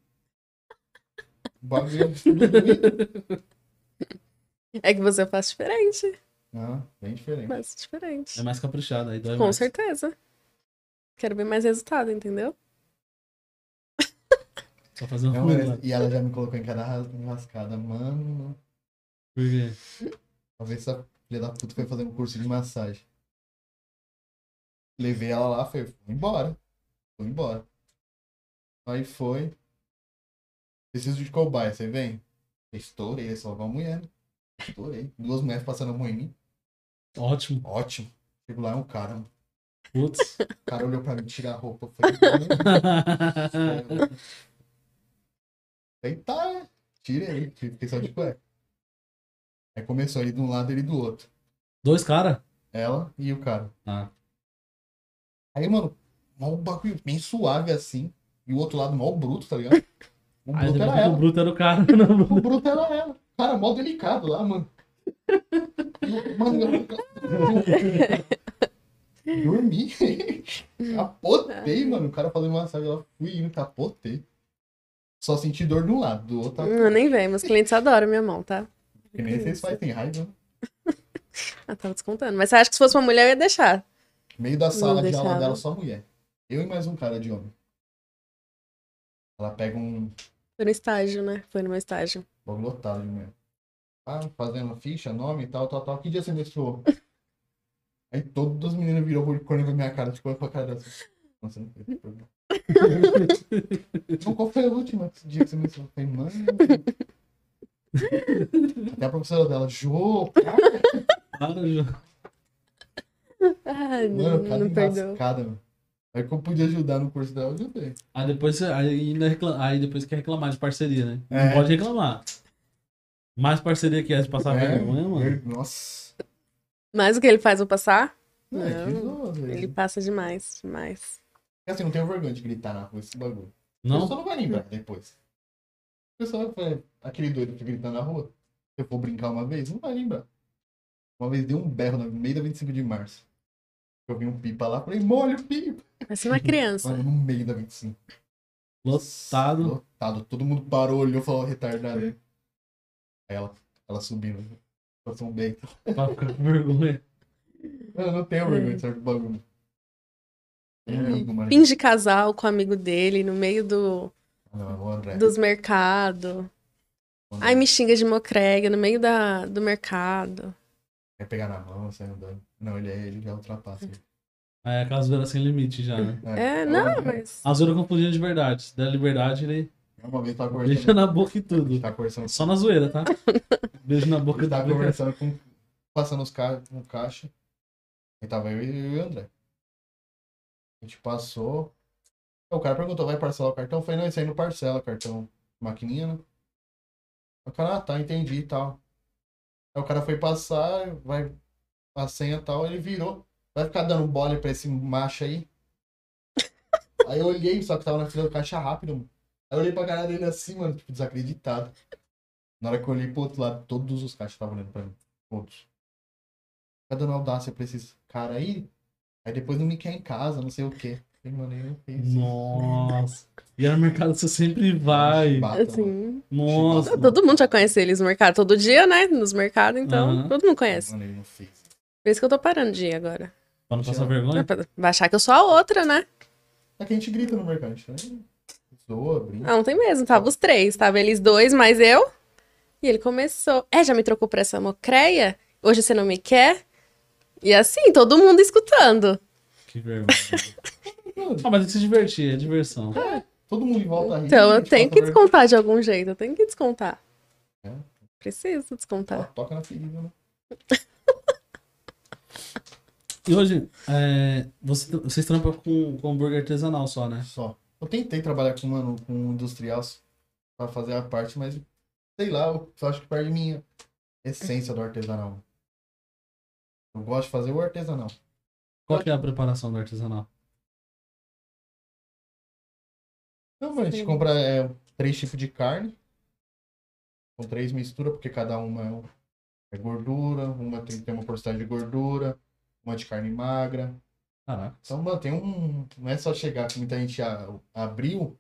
[SPEAKER 2] bagulho é tudo doído.
[SPEAKER 3] É que você faz diferente.
[SPEAKER 2] Ah, bem diferente.
[SPEAKER 3] Faz diferente.
[SPEAKER 1] É mais caprichado, aí dói
[SPEAKER 3] Com
[SPEAKER 1] mais.
[SPEAKER 3] certeza. Quero ver mais resultado, entendeu?
[SPEAKER 1] Só fazer um
[SPEAKER 2] Não,
[SPEAKER 1] ruim,
[SPEAKER 2] mas-
[SPEAKER 1] mano.
[SPEAKER 2] e ela já me colocou em cada ras- rascada, mano.
[SPEAKER 1] Por quê?
[SPEAKER 2] Talvez essa filha da puta foi fazer um curso de massagem. Levei ela lá, foi, foi embora. Foi embora. Aí foi. Preciso de cobaia, você vem? Estourei, só uma mulher. né? Estourei. Duas mulheres passando a mão em mim.
[SPEAKER 1] Ótimo.
[SPEAKER 2] Ótimo. Chego lá, é um cara. mano.
[SPEAKER 1] Putz.
[SPEAKER 2] O cara olhou pra mim tirar a roupa. Eu falei, é aí tá, né? Tirei. Fiquei só de cueca. Aí começou ele de um lado, ele do outro.
[SPEAKER 1] Dois caras?
[SPEAKER 2] Ela e o cara.
[SPEAKER 1] Ah.
[SPEAKER 2] Aí, mano, mó um bagulho bem suave assim. E o outro lado mó bruto, tá ligado? O
[SPEAKER 1] Aí
[SPEAKER 2] bruto era
[SPEAKER 1] depois o
[SPEAKER 2] ela.
[SPEAKER 1] Bruto era o cara. Não,
[SPEAKER 2] O bruto era ela. Cara, mó delicado lá, mano. Mano, eu dormi. Capotei, mano. O cara fazendo massagem lá, fui indo, capotei. Só senti dor de um lado, do outro. tava-
[SPEAKER 3] Não, nem vem, meus clientes adoram minha mão, tá?
[SPEAKER 2] Que nem vocês fazem, tem raiva. né?
[SPEAKER 3] Ah, tava descontando. Mas você acha que se fosse uma mulher, eu ia deixar.
[SPEAKER 2] Meio da sala de aula
[SPEAKER 3] deixava.
[SPEAKER 2] dela, só mulher. Eu e mais um cara de homem. Ela pega um
[SPEAKER 3] Foi no estágio, né? Foi no meu estágio.
[SPEAKER 2] bagulho lotado de mulher. Ah, fazendo ficha, nome e tal, tal, tal. Que dia você menstruou? Aí todas as meninas virou o corno pra minha cara, tipo, olhando pra cara dela. assim, Nossa, não fez problema. Então, qual foi a última dia que você menstruou? Eu falei, mano. Até a professora dela, Jô, cara,
[SPEAKER 1] Para, João.
[SPEAKER 3] Ai,
[SPEAKER 2] mano, tá o
[SPEAKER 3] não,
[SPEAKER 2] cara
[SPEAKER 3] Ah, não perdoou.
[SPEAKER 2] enrascada, mano. Aí que eu podia ajudar no curso dela, eu ajudei.
[SPEAKER 1] Aí depois, você- aí, ainda recla- aí depois quer reclamar de parceria, né?
[SPEAKER 2] É.
[SPEAKER 1] Não pode reclamar. Mais parceria que essa, passar
[SPEAKER 2] É,
[SPEAKER 1] vergonha, Tá né, mano.
[SPEAKER 2] ver- Nossa.
[SPEAKER 3] Mas o que ele faz eu passar?
[SPEAKER 2] Não, é que
[SPEAKER 3] Não,
[SPEAKER 2] zoa, velho.
[SPEAKER 3] Ele passa demais, demais.
[SPEAKER 2] Assim, não tenho vergonha de gritar na rua esse bagulho. O
[SPEAKER 1] Não?
[SPEAKER 2] pessoal não vai lembrar depois. O pessoal vai. Aquele doido que grita na rua. Se eu for brincar uma vez, não vai lembrar. Uma vez deu um berro no meio da 25 de março. Eu vi um pipa lá, falei, molho pipa.
[SPEAKER 3] Parece uma criança.
[SPEAKER 2] Mano, no meio da 25.
[SPEAKER 1] Lotado.
[SPEAKER 2] Lotado. Todo mundo parou, olhou, falou, retardado. Aí ela, ela subindo. Passou um bem.
[SPEAKER 1] Pra ficar com vergonha.
[SPEAKER 2] Eu não tenho vergonha de certo bagulho.
[SPEAKER 3] É.
[SPEAKER 2] Eu não ligo, mano.
[SPEAKER 3] Fim de casal com o amigo dele, no meio do,
[SPEAKER 2] Não, é o André.
[SPEAKER 3] dos mercados. Aí me xinga de mocrega no meio da, do mercado.
[SPEAKER 2] Quer pegar na mão, sai andando. Não, ele, é- ele já ultrapassa. tá
[SPEAKER 1] Aí a casa era sem limite já, né?
[SPEAKER 3] É, não, mas.
[SPEAKER 1] A zoeira confundindo de verdade. Se der liberdade, ele
[SPEAKER 2] Uma vez tá
[SPEAKER 1] deixa
[SPEAKER 2] conversando.
[SPEAKER 1] na boca e tudo.
[SPEAKER 2] Tá conversando.
[SPEAKER 1] Só na zoeira, tá? Beijo na boca
[SPEAKER 2] Ele tá
[SPEAKER 1] da
[SPEAKER 2] tava conversando com. Passando os caras no caixa. Aí tava eu e eu e o André. A gente passou. O cara perguntou, vai parcelar o cartão? Eu falei, não, isso aí não parcela, cartão. Maquininha, né? O cara, ah, tá, entendi e tal. Aí o cara foi passar, vai. A senha e tal, ele virou. Vai ficar dando bola pra esse macho aí. Aí eu olhei, só que tava na fila do caixa rápido, mano. Aí eu olhei pra cara dele assim, mano, tipo, desacreditado. Na hora que eu olhei pro outro lado, todos os caixas estavam olhando pra mim. Todos. Fica dando audácia pra esses caras aí. Aí depois não me quer em casa, não sei o quê. Eu falei, mano, eu não fiz isso.
[SPEAKER 1] Nossa. E era no mercado você sempre vai.
[SPEAKER 2] Chibata, mano.
[SPEAKER 3] Assim,
[SPEAKER 1] Nossa.
[SPEAKER 2] Chibata.
[SPEAKER 3] todo mundo já conhece eles no mercado, todo dia, né? Nos mercados, então,
[SPEAKER 1] Aham.
[SPEAKER 3] todo mundo conhece.
[SPEAKER 2] Mano, ele não fez.
[SPEAKER 3] Por isso que eu tô parando de ir agora.
[SPEAKER 1] Pra não passar
[SPEAKER 2] Tchau.
[SPEAKER 1] vergonha?
[SPEAKER 3] Vai achar que eu sou a outra, né?
[SPEAKER 2] É que a gente grita no mercado, a gente né? zoa, brinca.
[SPEAKER 3] Ah, Não, tem mesmo. Tava os três. Tava eles dois, mas eu. E ele começou. É, já me trocou pra essa mocreia? Hoje você não me quer? E assim, todo mundo escutando.
[SPEAKER 1] Que vergonha.
[SPEAKER 2] Mano,
[SPEAKER 1] Ah, mas tem que se divertir, é diversão.
[SPEAKER 2] Todo mundo em volta ri.
[SPEAKER 3] Então
[SPEAKER 2] a
[SPEAKER 3] eu
[SPEAKER 2] gente
[SPEAKER 3] tenho
[SPEAKER 2] passa
[SPEAKER 3] que
[SPEAKER 2] vergonha.
[SPEAKER 3] descontar de algum jeito. Eu tenho que descontar.
[SPEAKER 2] É.
[SPEAKER 3] Preciso
[SPEAKER 2] Ó,
[SPEAKER 3] descontar.
[SPEAKER 2] Toca na ferida, né?
[SPEAKER 1] E hoje, é, você- vocês trampam com, com hambúrguer artesanal só, né?
[SPEAKER 2] Só. Eu tentei trabalhar com, mano, com um industrial pra fazer a parte, mas sei lá, eu só acho que perde minha essência do artesanal. Eu gosto de fazer o artesanal.
[SPEAKER 1] Qual que é a preparação do artesanal?
[SPEAKER 2] Então, mano, a gente
[SPEAKER 3] Sim.
[SPEAKER 2] compra é, três tipos de carne. Com três misturas, porque cada uma é, um- é gordura, uma tem que ter uma porcentagem de gordura, uma de carne magra.
[SPEAKER 1] Caraca.
[SPEAKER 2] Então, mano, tem um. Não é só chegar que muita gente a- abriu,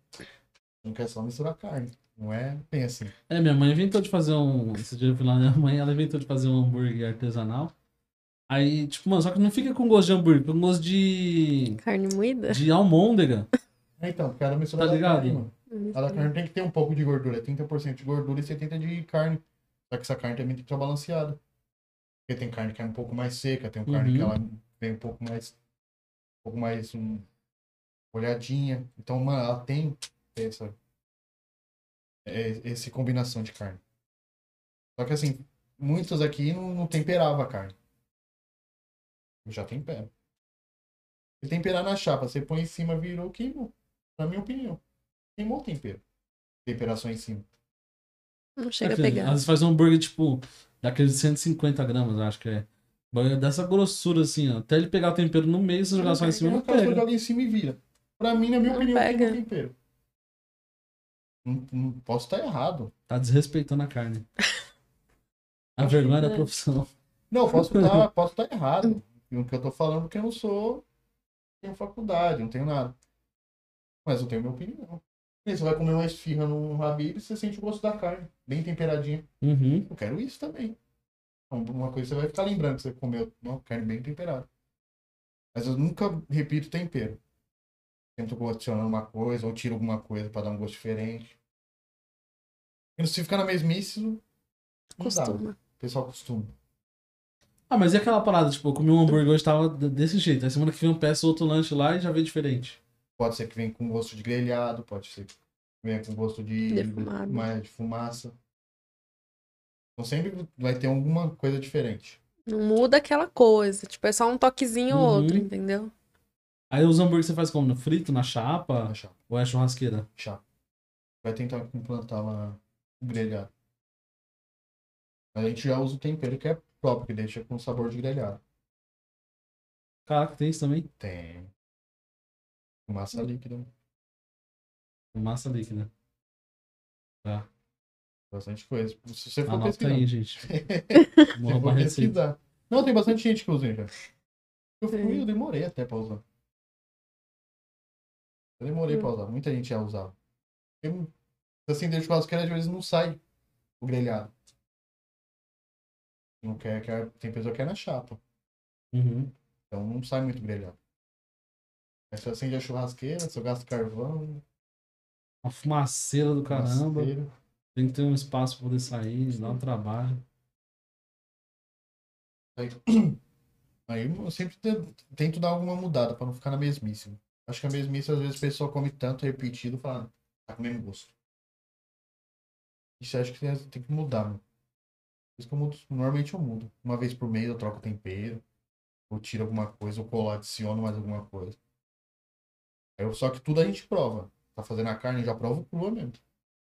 [SPEAKER 2] não quer só misturar carne. Não é bem assim.
[SPEAKER 1] É, minha mãe inventou de fazer um. Esse dia eu fui lá, minha mãe, ela inventou de fazer um hambúrguer artesanal. Aí, tipo, mano, só que não fica com gosto de hambúrguer, fica com gosto de.
[SPEAKER 3] Carne moída?
[SPEAKER 1] de almôndega.
[SPEAKER 2] É, então, cada mistura
[SPEAKER 1] Tá
[SPEAKER 2] da
[SPEAKER 1] ligado?
[SPEAKER 2] carne, mano. Cada carne tem que ter um pouco de gordura, é 30% de gordura e 70% de carne. Só que essa carne também tem que estar balanceada. Porque tem carne que é um pouco mais seca, tem carne que
[SPEAKER 1] Uhum.
[SPEAKER 2] ela vem um pouco mais. um pouco mais um, olhadinha. Então, mano, ela tem essa. é- Essa combinação de carne. Só que assim, muitos aqui não, não temperava a carne. Eu já tempero. Você temperar na chapa, você põe em cima, virou, queimou. Na minha opinião. Queimou o tempero. Temperar só em cima.
[SPEAKER 3] Não chega a
[SPEAKER 1] Aquele- Às
[SPEAKER 3] pegar.
[SPEAKER 1] vezes faz um hambúrguer, tipo, daqueles 150 gramas, eu acho que é. Bagulho Dessa grossura, assim, ó. Até ele pegar o tempero no meio, se jogar só em cima,
[SPEAKER 2] Eu
[SPEAKER 1] não
[SPEAKER 2] não quero
[SPEAKER 1] pega.
[SPEAKER 2] jogar em cima e vira. Pra mim, na minha
[SPEAKER 3] Não
[SPEAKER 2] opinião,
[SPEAKER 3] pega.
[SPEAKER 2] queimou o tempero. Não, não posso estar errado.
[SPEAKER 1] Tá desrespeitando a carne. A vergonha da
[SPEAKER 3] É.
[SPEAKER 1] profissão.
[SPEAKER 2] Não, posso estar posso tá errado. No que eu tô falando, é porque eu não sou. Não tenho faculdade, não tenho nada. Mas eu tenho minha opinião. E aí Você vai comer uma esfirra num rabir e você sente o gosto da carne, bem temperadinha.
[SPEAKER 1] Uhum.
[SPEAKER 2] Eu quero isso também. Então, Uma coisa você vai ficar lembrando que você comeu uma carne bem temperada. Mas eu nunca repito tempero. Sempre vou adicionando uma coisa ou tiro alguma coisa para dar um gosto diferente. E se ficar na mesmice, não não dá. O
[SPEAKER 3] Costuma.
[SPEAKER 2] pessoal costuma.
[SPEAKER 1] Ah, mas e aquela parada, tipo, eu comi um hambúrguer hoje, tava d- desse jeito. Aí semana que vem eu peço outro lanche lá e já veio diferente.
[SPEAKER 2] Pode ser que venha com gosto de grelhado, pode ser que venha com gosto de,
[SPEAKER 3] Defumado.
[SPEAKER 2] ma- de fumaça. Então sempre vai ter alguma coisa diferente.
[SPEAKER 3] Não muda aquela coisa. Tipo, é só um toquezinho ou
[SPEAKER 1] Uhum.
[SPEAKER 3] outro, entendeu?
[SPEAKER 1] Aí os hambúrgueres você faz como? No frito, na
[SPEAKER 2] na
[SPEAKER 1] chapa?
[SPEAKER 2] chapa.
[SPEAKER 1] Ou é churrasqueira?
[SPEAKER 2] chá. Vai tentar implantar lá o grelhado. A gente já usa o tempero que é próprio, que deixa com sabor de grelhado.
[SPEAKER 1] Caraca, tem isso também?
[SPEAKER 2] Tem.
[SPEAKER 1] Hum.
[SPEAKER 2] Massa líquida,
[SPEAKER 1] Massa né? líquida.
[SPEAKER 2] bastante coisa. Se você for
[SPEAKER 1] Anota
[SPEAKER 2] pesquisar.
[SPEAKER 1] aí, gente. Vou
[SPEAKER 2] Se
[SPEAKER 1] roubar
[SPEAKER 2] for
[SPEAKER 1] a receita.
[SPEAKER 2] pesquisar. Não, tem bastante gente que usa, hein, já. Eu, fui,
[SPEAKER 3] Tem.
[SPEAKER 2] eu demorei até pra usar. Eu demorei
[SPEAKER 3] Hum.
[SPEAKER 2] pra usar. Muita gente já usava. Eu, assim, deixa o churrasqueira, às vezes não sai o grelhado. Não quer, quer, tem pessoa que é na chapa.
[SPEAKER 1] Uhum.
[SPEAKER 2] Então não sai muito grelhado. Aí você acende a churrasqueira, você gasta carvão,
[SPEAKER 1] Uma fumaceira do caramba.
[SPEAKER 2] fumaceiro.
[SPEAKER 1] Tem que ter um espaço pra poder sair, dá um trabalho.
[SPEAKER 2] Aí eu sempre te- tento dar alguma mudada pra não ficar na mesmice. Acho que a mesmice, às vezes, a pessoa come tanto repetido, fala, "Ah, tá com o mesmo gosto. Isso eu acho que tem- tem que mudar, mano. Por isso que eu mudo, normalmente eu mudo. Uma vez por mês eu troco o tempero, ou tiro alguma coisa, ou colo, adiciono mais alguma coisa. Aí, eu- só que tudo a gente prova. Tá fazendo a carne, já prova o crua mesmo.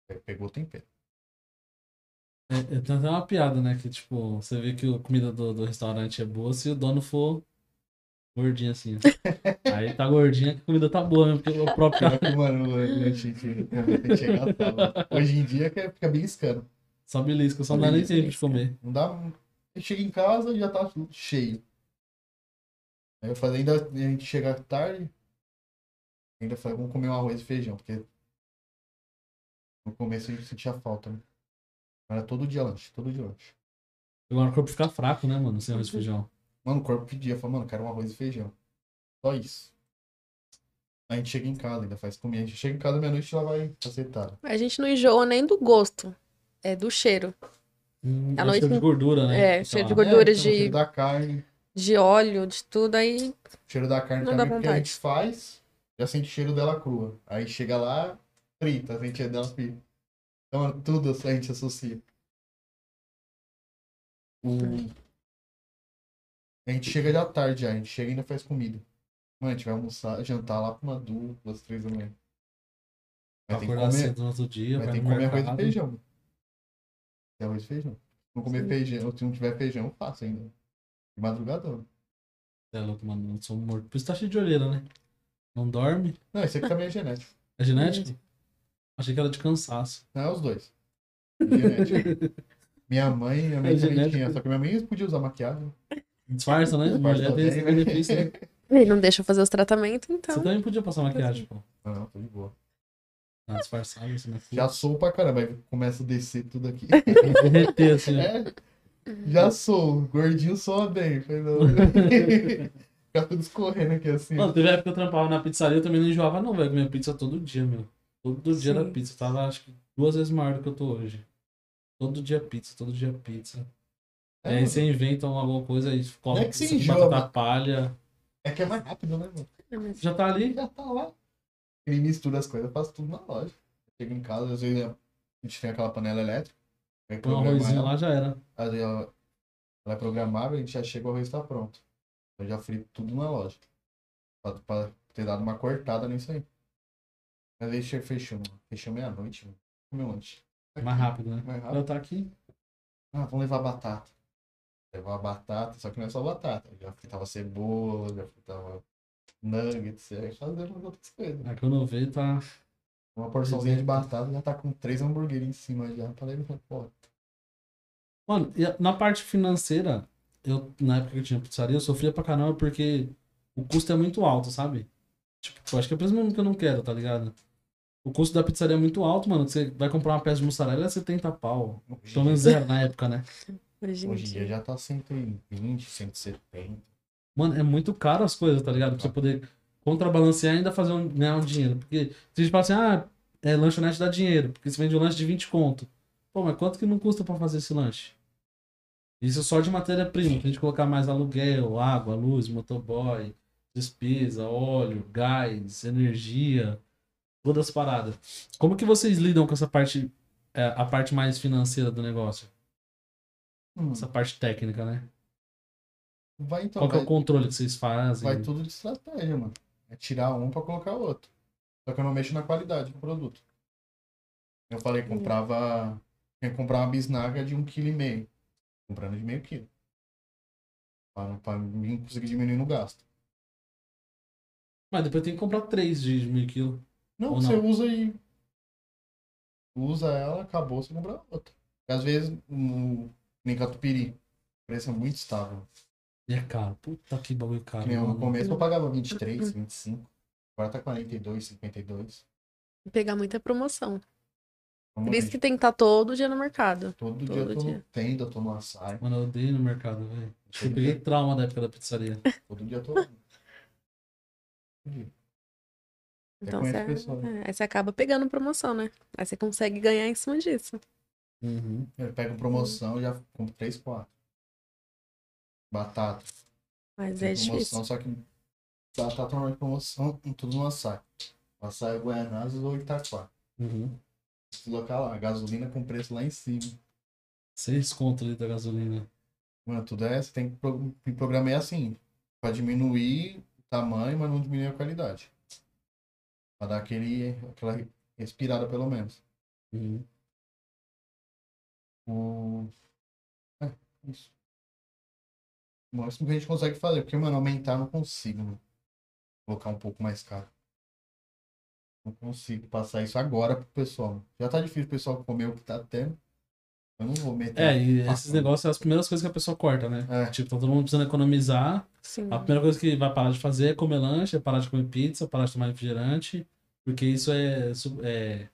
[SPEAKER 2] Aí pegou o tempero.
[SPEAKER 1] É, eu tenho até uma piada, né? Que tipo, você vê que a comida do, do restaurante é boa se o dono for gordinho assim. ó. Aí tá gordinha que a comida tá boa mesmo, porque o próprio cara
[SPEAKER 2] Pior que, mano, eu achei que eu tinha engraçado. Hoje em dia que fica beliscando.
[SPEAKER 1] só belisca, só não dá nem tempo de comer.
[SPEAKER 2] Não dá. Eu chego em casa e já tá cheio. Aí eu falei, ainda a gente chegar tarde. Ainda falei, vamos comer um arroz e feijão, porque no começo a gente sentia falta, né? Era todo dia lanche, todo dia lanche.
[SPEAKER 1] Agora o corpo fica fraco, né, mano? Sem arroz e feijão.
[SPEAKER 2] Mano, o corpo pedia, falou, mano, quero um arroz e feijão. Só isso. Aí a gente chega em casa, ainda faz comida. A gente chega em casa meia-noite e ela vai aceitar.
[SPEAKER 3] A gente não enjoa nem do gosto. É do cheiro.
[SPEAKER 2] Uhum.
[SPEAKER 1] Hum,
[SPEAKER 3] À
[SPEAKER 1] é
[SPEAKER 3] noite-
[SPEAKER 1] cheio de gordura, né?
[SPEAKER 3] É,
[SPEAKER 1] Sei
[SPEAKER 3] cheio de
[SPEAKER 1] lá.
[SPEAKER 3] gordura,
[SPEAKER 2] É, então,
[SPEAKER 3] de-
[SPEAKER 2] cheiro da carne.
[SPEAKER 3] De óleo, de tudo, aí
[SPEAKER 2] O cheiro da carne
[SPEAKER 3] Não dá
[SPEAKER 2] também, porque a
[SPEAKER 3] vontade.
[SPEAKER 2] gente faz, já sente o cheiro dela crua. Aí chega lá, frita, sente a dela frita. Então é tudo a gente associa. O- A gente chega já tarde, já. a gente chega e ainda faz comida. Mano, a gente vai almoçar, jantar lá pra uma, duas, duas, três da manhã. Vai ter que
[SPEAKER 1] Acordar
[SPEAKER 2] comer,
[SPEAKER 1] cedo no outro dia,
[SPEAKER 2] vai
[SPEAKER 1] vai
[SPEAKER 2] ter que
[SPEAKER 1] no
[SPEAKER 2] comer arroz e
[SPEAKER 1] mercado.
[SPEAKER 2] feijão. Tem arroz e feijão. Se não comer
[SPEAKER 3] Sim.
[SPEAKER 2] feijão, se não tiver feijão, eu faço ainda. De madrugadão.
[SPEAKER 1] Você É louco, mano. Eu sou morto. Por isso tá cheio de olheira, né? Não dorme.
[SPEAKER 2] Não, isso aqui também é genético.
[SPEAKER 1] É
[SPEAKER 3] Uhum.
[SPEAKER 1] genético? Achei que era de cansaço.
[SPEAKER 2] Não, é os dois. Genético. minha mãe, minha mãe
[SPEAKER 1] É
[SPEAKER 2] também
[SPEAKER 1] genético.
[SPEAKER 2] tinha, só que minha mãe podia usar maquiagem.
[SPEAKER 1] Disfarça, né?
[SPEAKER 2] Disfarça
[SPEAKER 1] Mulher tem esse
[SPEAKER 2] também, né?
[SPEAKER 1] benefício, né?
[SPEAKER 3] ele não deixa eu fazer os tratamentos,
[SPEAKER 1] Você tá
[SPEAKER 3] então.
[SPEAKER 1] também podia passar maquiagem, pô.
[SPEAKER 2] Não, Ah, não, tô de boa.
[SPEAKER 1] Tá disfarçado, você não é
[SPEAKER 2] Já sou pra caramba, aí começa a descer tudo aqui.
[SPEAKER 1] derreter, assim, ó.
[SPEAKER 2] É, já sou, gordinho sou bem. Falei, não. Fica tudo escorrendo aqui assim.
[SPEAKER 1] Mano, teve época que eu trampava na pizzaria, eu também não enjoava, não, velho. Minha pizza todo dia, meu. Todo dia
[SPEAKER 3] Sim.
[SPEAKER 1] era pizza. Eu Tava, acho que, duas vezes maior do que eu tô hoje. Todo dia pizza, todo dia pizza.
[SPEAKER 2] É,
[SPEAKER 1] aí
[SPEAKER 2] mano,
[SPEAKER 1] você inventa alguma coisa aí coloca
[SPEAKER 2] Não é que você
[SPEAKER 1] com
[SPEAKER 2] enjoa,
[SPEAKER 1] batata
[SPEAKER 2] mas-
[SPEAKER 1] palha.
[SPEAKER 2] é que é mais rápido, né, mano?
[SPEAKER 3] É, mas-
[SPEAKER 1] Já tá ali.
[SPEAKER 2] Já tá lá. Ele mistura as coisas, eu faço tudo na loja. Chego em casa, às vezes a gente tem aquela panela elétrica. vai
[SPEAKER 1] Põe um
[SPEAKER 2] programar
[SPEAKER 1] arrozinho
[SPEAKER 2] ela.
[SPEAKER 1] lá, já era.
[SPEAKER 2] Aí ela, ela é programável, a gente já chega, o arroz está pronto. Eu já frito tudo na loja. Pra, pra ter dado uma cortada nisso aí. Mas aí che- fechou, mano. Fechou meia-noite, mano. Comi um lanche.
[SPEAKER 1] Mais rápido, né?
[SPEAKER 2] Mais rápido.
[SPEAKER 1] Ela tá aqui.
[SPEAKER 2] Ah, vamos levar batata. Levar batata, só que não é só batata. Já fritava cebola, já fritava nuggets, aí fazemos outras coisas. né?
[SPEAKER 1] Aí quando eu vejo, tá.
[SPEAKER 2] Uma porçãozinha de batata já tá com três hambúrgueres em cima já. Falei, pô,
[SPEAKER 1] Mano, e a- na parte financeira, eu, na época que eu tinha pizzaria, eu sofria pra caramba porque o custo é muito alto, sabe? Tipo, eu acho que é por isso mesmo que eu não quero, tá ligado? O custo da pizzaria é muito alto, mano. Você vai comprar uma peça de mussarela, é 70 pau.
[SPEAKER 2] hoje,
[SPEAKER 1] Pelo menos zero na época, né?
[SPEAKER 3] Hoje em
[SPEAKER 2] hoje em
[SPEAKER 3] dia.
[SPEAKER 2] dia já tá 120, 170.
[SPEAKER 1] Mano, é muito caro as coisas, tá ligado? Pra você poder contrabalancear e ainda fazer um, ganhar um dinheiro. Porque se a gente fala assim, ah, é, lanchonete dá dinheiro, porque você vende um lanche de 20 conto. Pô, mas quanto que não custa pra fazer esse lanche? Isso só de matéria-prima, pra gente colocar mais aluguel, água, luz, motoboy, despesa, óleo, gás, energia, todas as paradas. Como que vocês lidam com essa parte, é, a parte mais financeira do negócio?
[SPEAKER 2] Hum,
[SPEAKER 1] Essa parte técnica, né?
[SPEAKER 2] vai então,
[SPEAKER 1] Qual que é
[SPEAKER 2] vai,
[SPEAKER 1] o controle que vocês fazem?
[SPEAKER 2] vai tudo de estratégia, mano. É tirar um pra colocar o outro. Só que eu não mexo na qualidade do produto. Eu falei, comprava. Ia comprar uma bisnaga de um quilo e meio. Comprando de meio quilo. Pra, não- pra mim conseguir diminuir no gasto.
[SPEAKER 1] Mas depois tem que comprar três de meio quilo.
[SPEAKER 2] Não,
[SPEAKER 1] Ou
[SPEAKER 2] você
[SPEAKER 1] não?
[SPEAKER 2] usa e. Usa ela, acabou, você compra outra. E às vezes, no... nem catupiry. O preço é muito estável.
[SPEAKER 1] E é caro. Puta que bagulho caro.
[SPEAKER 2] Que nem eu, no
[SPEAKER 1] mano.
[SPEAKER 2] começo eu pagava 23, 25. Agora tá 42, 52.
[SPEAKER 3] Pegar muita promoção.
[SPEAKER 2] Vamos
[SPEAKER 3] Por isso
[SPEAKER 2] ver.
[SPEAKER 3] que tem que estar todo dia no mercado.
[SPEAKER 2] Todo,
[SPEAKER 3] todo
[SPEAKER 2] dia eu tô no
[SPEAKER 3] dia.
[SPEAKER 2] tenda, eu tô no açaí.
[SPEAKER 1] Mano, eu odeio no mercado, velho. Eu
[SPEAKER 2] Todo
[SPEAKER 1] peguei
[SPEAKER 2] dia,
[SPEAKER 1] trauma da época da pizzaria.
[SPEAKER 2] todo dia eu tô.
[SPEAKER 3] Então
[SPEAKER 2] conheço
[SPEAKER 3] você,
[SPEAKER 2] pessoas.
[SPEAKER 3] é, aí você acaba pegando promoção, né? Aí você consegue ganhar em cima disso.
[SPEAKER 1] Uhum.
[SPEAKER 2] Eu pego promoção, já compro 3, 4. Batata.
[SPEAKER 3] Mas
[SPEAKER 2] Tem
[SPEAKER 3] é
[SPEAKER 2] promoção,
[SPEAKER 3] difícil.
[SPEAKER 2] só que batata normal de promoção, tudo no açaí. Açaí é Guaianazes ou Itaquá.
[SPEAKER 1] Uhum.
[SPEAKER 2] Se colocar lá, gasolina com preço lá em cima.
[SPEAKER 1] Seis conto ali da gasolina.
[SPEAKER 2] Mano, tudo é, você tem que pro- me programar é assim, pra diminuir o tamanho, mas não diminuir a qualidade. Pra dar aquele, aquela respirada pelo menos.
[SPEAKER 1] Uhum.
[SPEAKER 2] O... Hum, É, isso. O máximo que a gente consegue fazer, porque, mano, aumentar eu não consigo, mano. Colocar um pouco mais caro. Não consigo passar isso agora pro pessoal. mano. Já tá difícil o pessoal comer o que tá tendo. Eu não vou meter.
[SPEAKER 1] É, e
[SPEAKER 2] Ah,
[SPEAKER 1] esses negócios são as primeiras coisas que a pessoa corta, né?
[SPEAKER 2] É.
[SPEAKER 1] Tipo, tá todo mundo precisando economizar.
[SPEAKER 3] Sim.
[SPEAKER 1] A primeira coisa que vai parar de fazer é comer lanche, é parar de comer pizza, parar de tomar refrigerante. Porque isso é. su- é-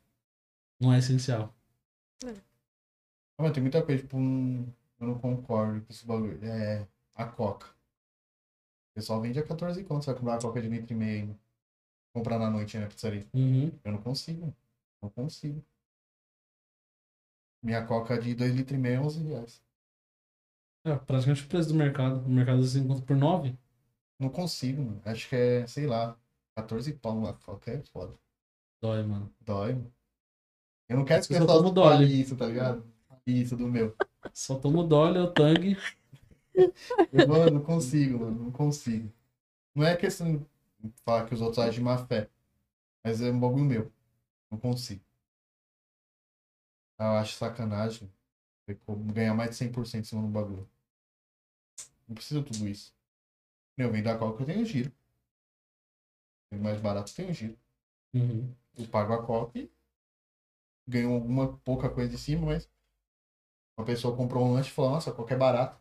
[SPEAKER 1] não é essencial.
[SPEAKER 2] Ah, Mano, tem muita coisa, tipo, um... eu não concordo com esse bagulho. É, a Coca. O pessoal vende a 14 conto, você vai comprar uma Coca de litro e meio. né? Comprar na noite, né, pizzaria.
[SPEAKER 1] Uhum.
[SPEAKER 2] Eu não consigo, não consigo. Minha Coca de 2 litros e meio é 11 reais.
[SPEAKER 1] É praticamente o preço do mercado. O mercado você encontra por nove.
[SPEAKER 2] Não consigo, mano. Acho que é, sei lá, 14 pau uma Coca é foda.
[SPEAKER 1] Dói, mano.
[SPEAKER 2] Dói, mano. Eu não quero que o
[SPEAKER 1] Eu só
[SPEAKER 2] pessoal
[SPEAKER 1] tomo Dolly.
[SPEAKER 2] fale isso, tá ligado? Fale Isso do meu.
[SPEAKER 1] Só tomo Dolly ou Tang.
[SPEAKER 2] Eu, mano, não consigo, mano, não consigo. Não é questão de falar que os outros agem de má fé, mas é um bagulho meu. Não consigo. Ah, Eu acho sacanagem ter como ganhar mais de 100% em cima do bagulho. Não precisa tudo isso. Eu vendo a Coca, eu tenho giro. Vendo mais barato, eu tenho giro.
[SPEAKER 1] Uhum.
[SPEAKER 2] Eu pago a Coca e ganho alguma pouca coisa de cima, mas uma pessoa comprou um lanche e falou, nossa, a Coca é barata.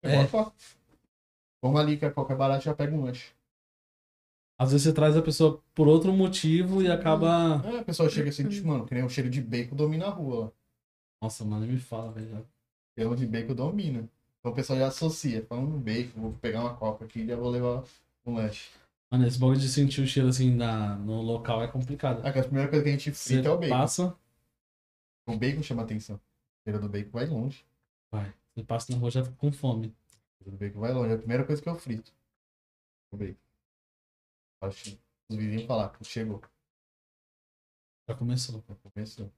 [SPEAKER 2] Eu
[SPEAKER 1] É.
[SPEAKER 2] boto lá. Toma ali que a Coca é barata e já pega um lanche.
[SPEAKER 1] Às vezes você traz a pessoa por outro motivo e acaba.
[SPEAKER 2] Aí a pessoa chega assim, tipo, mano, que nem o cheiro de bacon domina a rua lá.
[SPEAKER 1] Nossa, mano, nem me fala, velho.
[SPEAKER 2] Cheiro de bacon domina. Então o pessoal já associa, fala um bacon, vou pegar uma Coca aqui e já vou levar um lanche.
[SPEAKER 1] Mano, esse bagulho de sentir o cheiro assim na, no local é complicado.
[SPEAKER 2] Ah, que a primeira coisa que a gente
[SPEAKER 1] Você
[SPEAKER 2] frita é o bacon.
[SPEAKER 1] passa,
[SPEAKER 2] O bacon chama atenção. O cheiro do bacon vai longe.
[SPEAKER 1] vai. Você passa na rua já fica com fome.
[SPEAKER 2] O cheiro do bacon vai longe. É a primeira coisa que eu frito. O bacon. Acho que os vizinhos falar, chegou. né,
[SPEAKER 1] Já começou.
[SPEAKER 2] Começou. O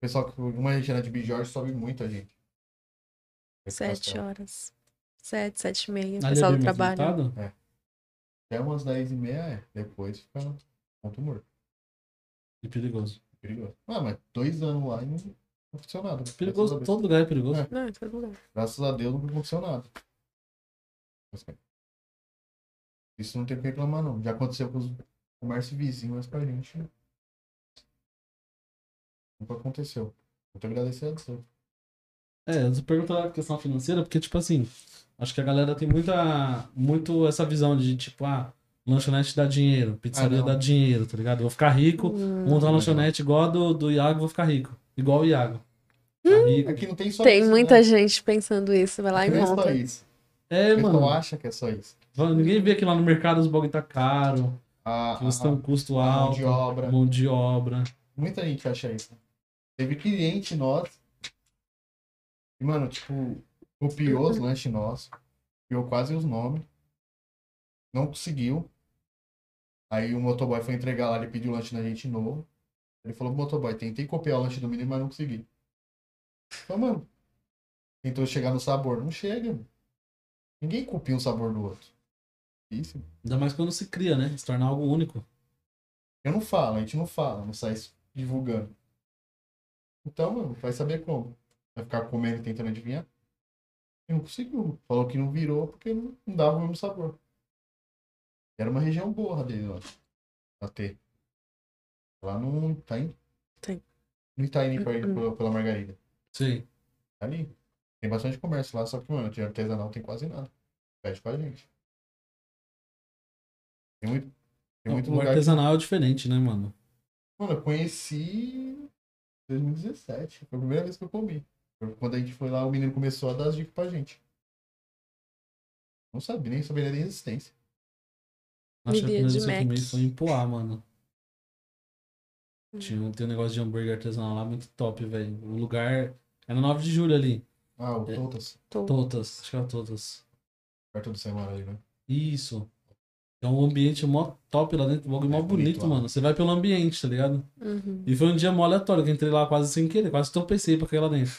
[SPEAKER 2] Pessoal, que uma região de Bijorge sobe muito a gente.
[SPEAKER 3] Sete horas. Sete, sete e meia.
[SPEAKER 1] Ali
[SPEAKER 3] O
[SPEAKER 1] é
[SPEAKER 3] pessoal
[SPEAKER 1] bem
[SPEAKER 3] do
[SPEAKER 1] movimentado?
[SPEAKER 3] trabalho.
[SPEAKER 2] Até umas 10h30 é. Depois fica ponto morto.
[SPEAKER 1] E perigoso.
[SPEAKER 2] Perigoso. Ah, mas dois anos lá e não não aconteceu nada.
[SPEAKER 1] Perigoso,
[SPEAKER 2] Graças a Deus.
[SPEAKER 1] todo lugar é perigoso.
[SPEAKER 2] É.
[SPEAKER 3] Não, tá em todo lugar.
[SPEAKER 2] Graças a Deus não aconteceu nada. Mas, cara, Isso não tem o que reclamar, não. Já aconteceu com os comércios vizinhos, mas pra gente. Nunca aconteceu. Muito agradecer a Deus.
[SPEAKER 1] É, eu pergunto a questão financeira, porque, tipo assim, acho que a galera tem muita, muito essa visão de, tipo, ah, lanchonete dá dinheiro, pizzaria
[SPEAKER 2] Ah, não.
[SPEAKER 1] dá dinheiro, tá ligado? Eu vou ficar rico,
[SPEAKER 3] Hum.
[SPEAKER 1] vou montar uma
[SPEAKER 2] Não.
[SPEAKER 1] lanchonete igual a do, do Iago, vou ficar rico. Igual o Iago. Ficar rico.
[SPEAKER 2] Hum, Aqui não tem só
[SPEAKER 3] Tem
[SPEAKER 2] isso,
[SPEAKER 3] muita
[SPEAKER 2] né?
[SPEAKER 3] gente pensando isso, vai lá e
[SPEAKER 2] Não é só
[SPEAKER 3] monta.
[SPEAKER 2] isso.
[SPEAKER 1] É,
[SPEAKER 2] O pessoal
[SPEAKER 1] mano,
[SPEAKER 2] acha que é só isso.
[SPEAKER 1] va- ninguém vê que lá no mercado os bagulho tá caro,
[SPEAKER 2] A,
[SPEAKER 1] que eles
[SPEAKER 2] a-
[SPEAKER 1] têm um custo
[SPEAKER 2] a mão
[SPEAKER 1] alto,
[SPEAKER 2] de obra.
[SPEAKER 1] mão de obra.
[SPEAKER 2] Muita gente acha isso. né? Teve cliente nosso. E, mano, tipo, copiou os lanches nossos. Copiou quase os nomes. Não conseguiu. Aí o motoboy foi entregar lá, ele pediu o lanche na gente novo. Ele falou, motoboy, tentei copiar o lanche do menino, mas não consegui. Então, mano, tentou chegar no sabor. Não chega. mano. Ninguém copia um sabor do outro. Isso.
[SPEAKER 1] Ainda mais quando se cria, né? Se tornar algo único.
[SPEAKER 2] Eu não falo, a gente não fala, não sai divulgando. Então, mano, vai saber como. Vai ficar comendo e tentando adivinhar? E não conseguiu. Falou que não virou porque não, não dava o mesmo sabor. Era uma região boa dele lá. Pra ter. Lá no Itaim.
[SPEAKER 3] Tem.
[SPEAKER 2] No Itaim, perto pela, pela Margarida.
[SPEAKER 1] Sim.
[SPEAKER 2] Tá ali. Tem bastante comércio lá, só que, mano, de artesanal tem quase nada. Pede com a gente. Tem muito, tem muito
[SPEAKER 1] o
[SPEAKER 2] lugar que
[SPEAKER 1] artesanal é diferente, né, mano?
[SPEAKER 2] Mano, eu conheci em 2017. Foi a primeira vez que eu comi. Foi Quando a gente foi lá, o menino começou a dar as dicas pra gente. Não sabia, nem sabia nem da existência.
[SPEAKER 1] Acho que a
[SPEAKER 3] Bebia
[SPEAKER 1] primeira
[SPEAKER 3] de
[SPEAKER 1] vez que eu comi
[SPEAKER 3] Mac.
[SPEAKER 1] foi em Poá, mano.
[SPEAKER 3] Hum.
[SPEAKER 1] Tinha um, tem um negócio de hambúrguer artesanal lá muito top, velho. O lugar é na 9 de julho ali.
[SPEAKER 2] Ah, o
[SPEAKER 1] É.
[SPEAKER 2] Totas,
[SPEAKER 3] Tô.
[SPEAKER 1] Totas, acho que era Totas.
[SPEAKER 2] perto do Semana ali, né?
[SPEAKER 1] Isso. É um ambiente mó top lá dentro, um bagulho
[SPEAKER 2] É
[SPEAKER 1] mó
[SPEAKER 2] bonito
[SPEAKER 1] bonito,
[SPEAKER 2] lá.
[SPEAKER 1] mano. Você vai pelo ambiente, tá ligado?
[SPEAKER 3] Uhum.
[SPEAKER 1] E foi um dia mó aleatório, que eu entrei lá quase sem querer, quase tropecei pra cair lá dentro.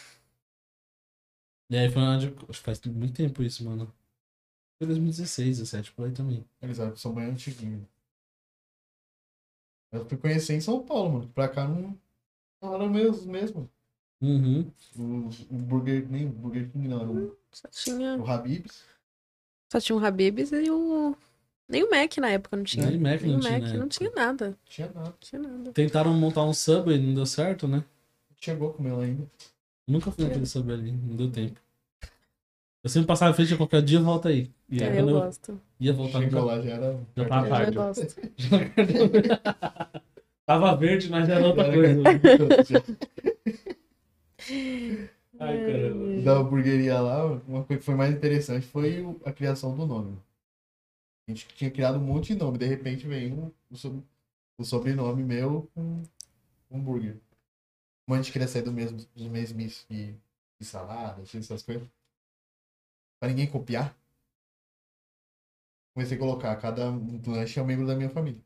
[SPEAKER 1] E aí foi onde. acho que Faz muito tempo isso, mano. Foi 2016, 17, por aí também.
[SPEAKER 2] Eles eram- são bem antiguinhos. Eu fui conhecer em São Paulo, mano. Pra cá não. Não eram mesmo. mesmo.
[SPEAKER 1] Uhum.
[SPEAKER 2] O, o Burger nem o Burger King, não. Era o,
[SPEAKER 3] Só tinha,
[SPEAKER 2] o Habib's.
[SPEAKER 3] só tinha o Habib's e o. Nem o Mac na época não tinha.
[SPEAKER 1] Nem Mac
[SPEAKER 3] Nem
[SPEAKER 1] não
[SPEAKER 3] o
[SPEAKER 1] tinha,
[SPEAKER 3] Mac,
[SPEAKER 1] né?
[SPEAKER 3] não tinha nada.
[SPEAKER 2] Não tinha nada.
[SPEAKER 3] Não tinha nada.
[SPEAKER 1] Tentaram montar um Subway, não deu certo, né?
[SPEAKER 2] Chegou a comer lá ainda.
[SPEAKER 1] Nunca fui naquele Subway ali, não deu tempo. Eu sempre passava em frente a qualquer dia, volta aí. E aí,
[SPEAKER 3] É, eu
[SPEAKER 1] quando eu
[SPEAKER 3] gosto.
[SPEAKER 1] ia voltar no
[SPEAKER 2] Chegou lá, já era.
[SPEAKER 1] Já tava
[SPEAKER 3] Eu
[SPEAKER 1] tarde.
[SPEAKER 3] gosto.
[SPEAKER 1] Tava verde, mas já era outra coisa. Ai, caramba.
[SPEAKER 2] da hamburgueria lá, uma coisa que foi mais interessante foi o- a criação do nome. A gente tinha criado um monte de nome, de repente veio um- o, sob- o sobrenome meu com hambúrguer. Mas a gente queria sair do mesmo, dos mesmos de, de salada, essas coisas. Pra ninguém copiar. Comecei a colocar, cada lanche é um membro da minha família.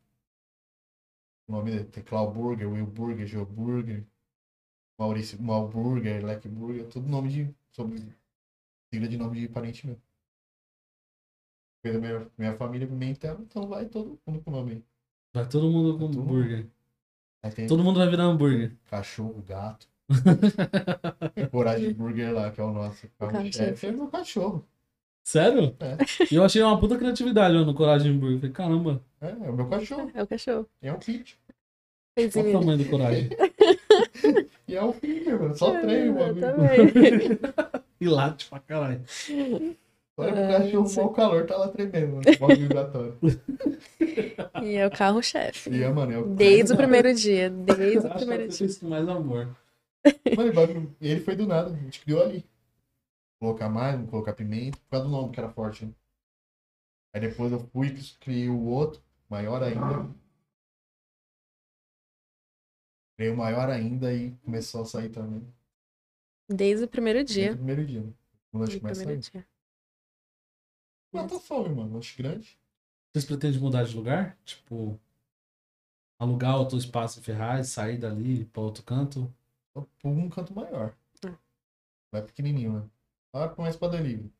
[SPEAKER 2] O nome dele tem Clauburger, Willburger, Joburger, Maurício Malburger, Leckburger, tudo nome de. sobre sigla de nome de parente meu. Pela minha, minha família minha interna, então vai todo mundo com o nome. aí.
[SPEAKER 1] Vai todo mundo com
[SPEAKER 2] Todo mundo.
[SPEAKER 1] hambúrguer.
[SPEAKER 2] Aí tem
[SPEAKER 1] Todo mundo vai virar hambúrguer.
[SPEAKER 2] cachorro, gato. Coragem Burger lá, que é o nosso carro-chefe. É meu cachorro.
[SPEAKER 1] Sério?
[SPEAKER 2] É.
[SPEAKER 1] E eu achei uma puta criatividade, mano, no Coragem Hambúrguer. Falei, caramba,
[SPEAKER 2] É, é o meu cachorro.
[SPEAKER 3] É o cachorro.
[SPEAKER 2] E é um kit.
[SPEAKER 3] Fez
[SPEAKER 1] qual é o tamanho do Coragem?
[SPEAKER 2] E é um Burger, mano. Só treino, mano.
[SPEAKER 3] também.
[SPEAKER 1] E late pra caralho.
[SPEAKER 2] Olha
[SPEAKER 3] É,
[SPEAKER 2] pro cachorro,
[SPEAKER 3] isso aí.
[SPEAKER 2] mau calor, tá lá tremendo, mano. Mó vibratório.
[SPEAKER 3] E é o carro-chefe.
[SPEAKER 2] E é, mano, é o
[SPEAKER 3] Desde o primeiro dia. Desde é o
[SPEAKER 1] Acho que
[SPEAKER 3] primeiro
[SPEAKER 1] eu
[SPEAKER 3] dia.
[SPEAKER 1] fiz com mais amor.
[SPEAKER 2] Mano, o bagulho- e ele foi do nada, a gente criou ali. Colocar mais, não colocar pimenta, por causa do nome que era forte, né? Aí depois eu fui e criei o outro, maior ainda. Criei o maior ainda e começou a sair também.
[SPEAKER 3] Desde o primeiro
[SPEAKER 2] Desde
[SPEAKER 3] dia.
[SPEAKER 2] o primeiro dia, né? O lanche
[SPEAKER 3] Desde o
[SPEAKER 2] começa a sair.
[SPEAKER 3] primeiro dia.
[SPEAKER 2] Mata fome, mano. Lanche grande.
[SPEAKER 1] Vocês pretendem mudar de lugar? Tipo, alugar outro espaço em Ferraz, sair dali pra outro canto?
[SPEAKER 2] Só por um canto maior.
[SPEAKER 3] Hum.
[SPEAKER 2] Vai pequenininho, né? Lá começa pra delivery.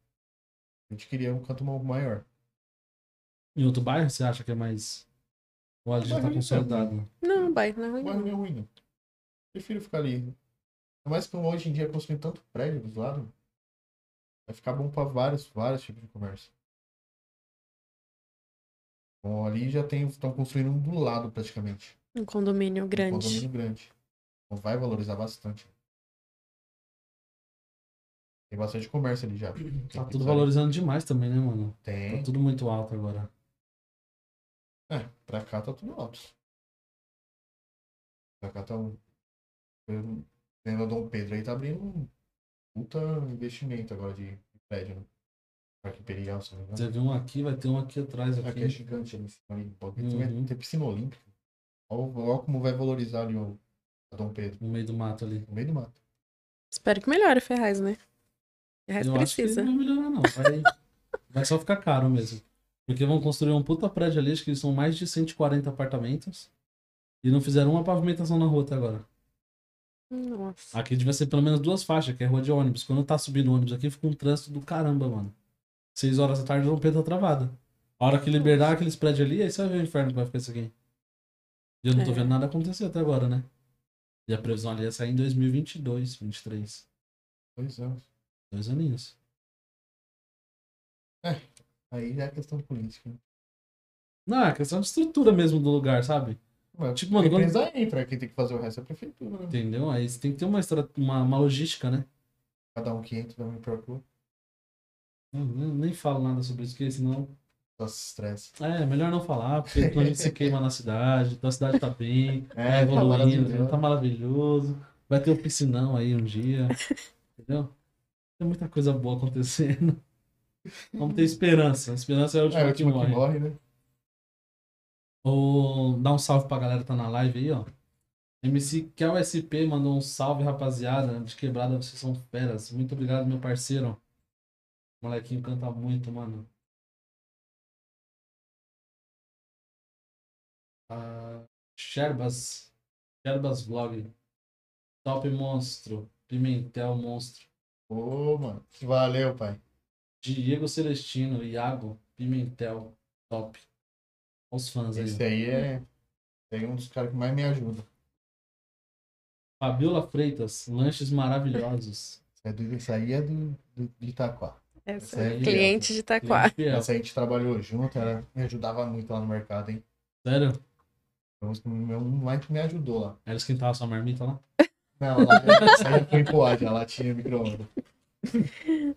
[SPEAKER 2] A gente queria um canto ma- maior.
[SPEAKER 1] Em outro bairro, você acha que é mais. Ou ali já tá consolidado? né?
[SPEAKER 3] Não, não vai, não é ruim.
[SPEAKER 2] O bairro não é ruim, não. Prefiro ficar ali. Ainda mais que hoje em dia construindo tanto prédio dos lados. Vai ficar bom pra vários, vários tipos de comércio. Bom, ali já tem, estão construindo um do lado praticamente.
[SPEAKER 3] Um condomínio
[SPEAKER 2] Um
[SPEAKER 3] grande.
[SPEAKER 2] condomínio grande. Então vai valorizar bastante. Tem bastante comércio ali já.
[SPEAKER 1] Tá tudo valorizando demais também, né, mano? Tá
[SPEAKER 2] Tem.
[SPEAKER 1] tudo muito alto agora.
[SPEAKER 2] É, pra cá tá tudo alto. Pra cá tá um. eu- Tendo o Dom Pedro aí, tá abrindo um puta investimento agora de prédio, né? Parque Imperial, se não me engano.
[SPEAKER 1] Você viu um aqui, vai ter um aqui atrás.
[SPEAKER 2] Aqui é
[SPEAKER 1] Aqui.
[SPEAKER 2] gigante ali em cima ali. Pode
[SPEAKER 1] Uhum.
[SPEAKER 2] ter piscina olímpica. Olha, como vai valorizar ali o a Dom Pedro.
[SPEAKER 1] No meio do mato ali.
[SPEAKER 2] No meio do mato.
[SPEAKER 3] Espero que melhore Ferraz, né? Ferraz
[SPEAKER 1] Eu
[SPEAKER 3] precisa.
[SPEAKER 1] acho que não vai melhorar, não. Vai, vai só ficar caro mesmo. Porque vão construir um puta prédio ali, acho que são mais de 140 apartamentos. E não fizeram uma pavimentação na rua até agora.
[SPEAKER 3] Nossa.
[SPEAKER 1] Aqui devia ser pelo menos duas faixas, que é rua de ônibus. Quando tá subindo ônibus aqui, fica um trânsito do caramba, mano. Seis horas da tarde, a Lompeira tá travada. A hora que liberar aqueles prédios ali, aí você vai ver o inferno que vai ficar isso aqui. E eu não tô
[SPEAKER 3] É.
[SPEAKER 1] vendo nada acontecer até agora, né? E a previsão ali é sair em 2022, 23.
[SPEAKER 2] Dois anos.
[SPEAKER 1] Dois aninhos.
[SPEAKER 2] Aí já é questão política. né?
[SPEAKER 1] Não, é questão de estrutura mesmo do lugar, sabe?
[SPEAKER 2] Mas
[SPEAKER 1] Tipo, mano,
[SPEAKER 2] a empresa entra, quem tem que fazer o resto é a prefeitura, né?
[SPEAKER 1] Entendeu? Aí você tem que ter uma, estra- uma, uma logística, né?
[SPEAKER 2] Cada um que entra, não me preocupa.
[SPEAKER 1] Eu nem nem falo nada sobre isso, porque senão.
[SPEAKER 2] Só se estressa.
[SPEAKER 1] É, melhor não falar, porque a gente se queima na cidade, então a cidade tá bem, tá
[SPEAKER 2] tá
[SPEAKER 1] evoluindo,
[SPEAKER 2] maravilhoso.
[SPEAKER 1] tá maravilhoso. Vai ter um piscinão aí um dia. Entendeu? Tem muita coisa boa acontecendo. Vamos ter esperança. A esperança é a última
[SPEAKER 2] É, o
[SPEAKER 1] que
[SPEAKER 2] último que
[SPEAKER 1] morre.
[SPEAKER 2] morre, né?
[SPEAKER 1] Ô, dá um salve pra galera que tá na live aí, ó. MC Kel SP mandou um salve, rapaziada. De quebrada, vocês são feras. Muito obrigado, meu parceiro. O molequinho canta muito, mano. Ah, Sherbas. Sherbas Vlog. Top Monstro. Pimentel Monstro.
[SPEAKER 2] Ô, mano. Valeu, pai.
[SPEAKER 1] Diego Celestino. Iago. Pimentel. Top. Olha Os fãs aí. ó.
[SPEAKER 2] Esse aí é. Esse aí é um dos caras que mais me ajuda.
[SPEAKER 1] Fabiola Freitas, lanches maravilhosos.
[SPEAKER 2] Esse, é do, esse aí é do, do, de Itaquá.
[SPEAKER 3] Essa
[SPEAKER 2] Essa aí é-
[SPEAKER 3] cliente de Itaquá.
[SPEAKER 1] Cliente fiel.
[SPEAKER 2] Essa aí a gente trabalhou junto, ela me ajudava muito lá no mercado, hein?
[SPEAKER 1] Sério?
[SPEAKER 2] Foi um mais que me ajudou lá.
[SPEAKER 1] Ela esquentava sua marmita lá?
[SPEAKER 2] Não, ela essa aí foi empoada, ela tinha micro-ondas.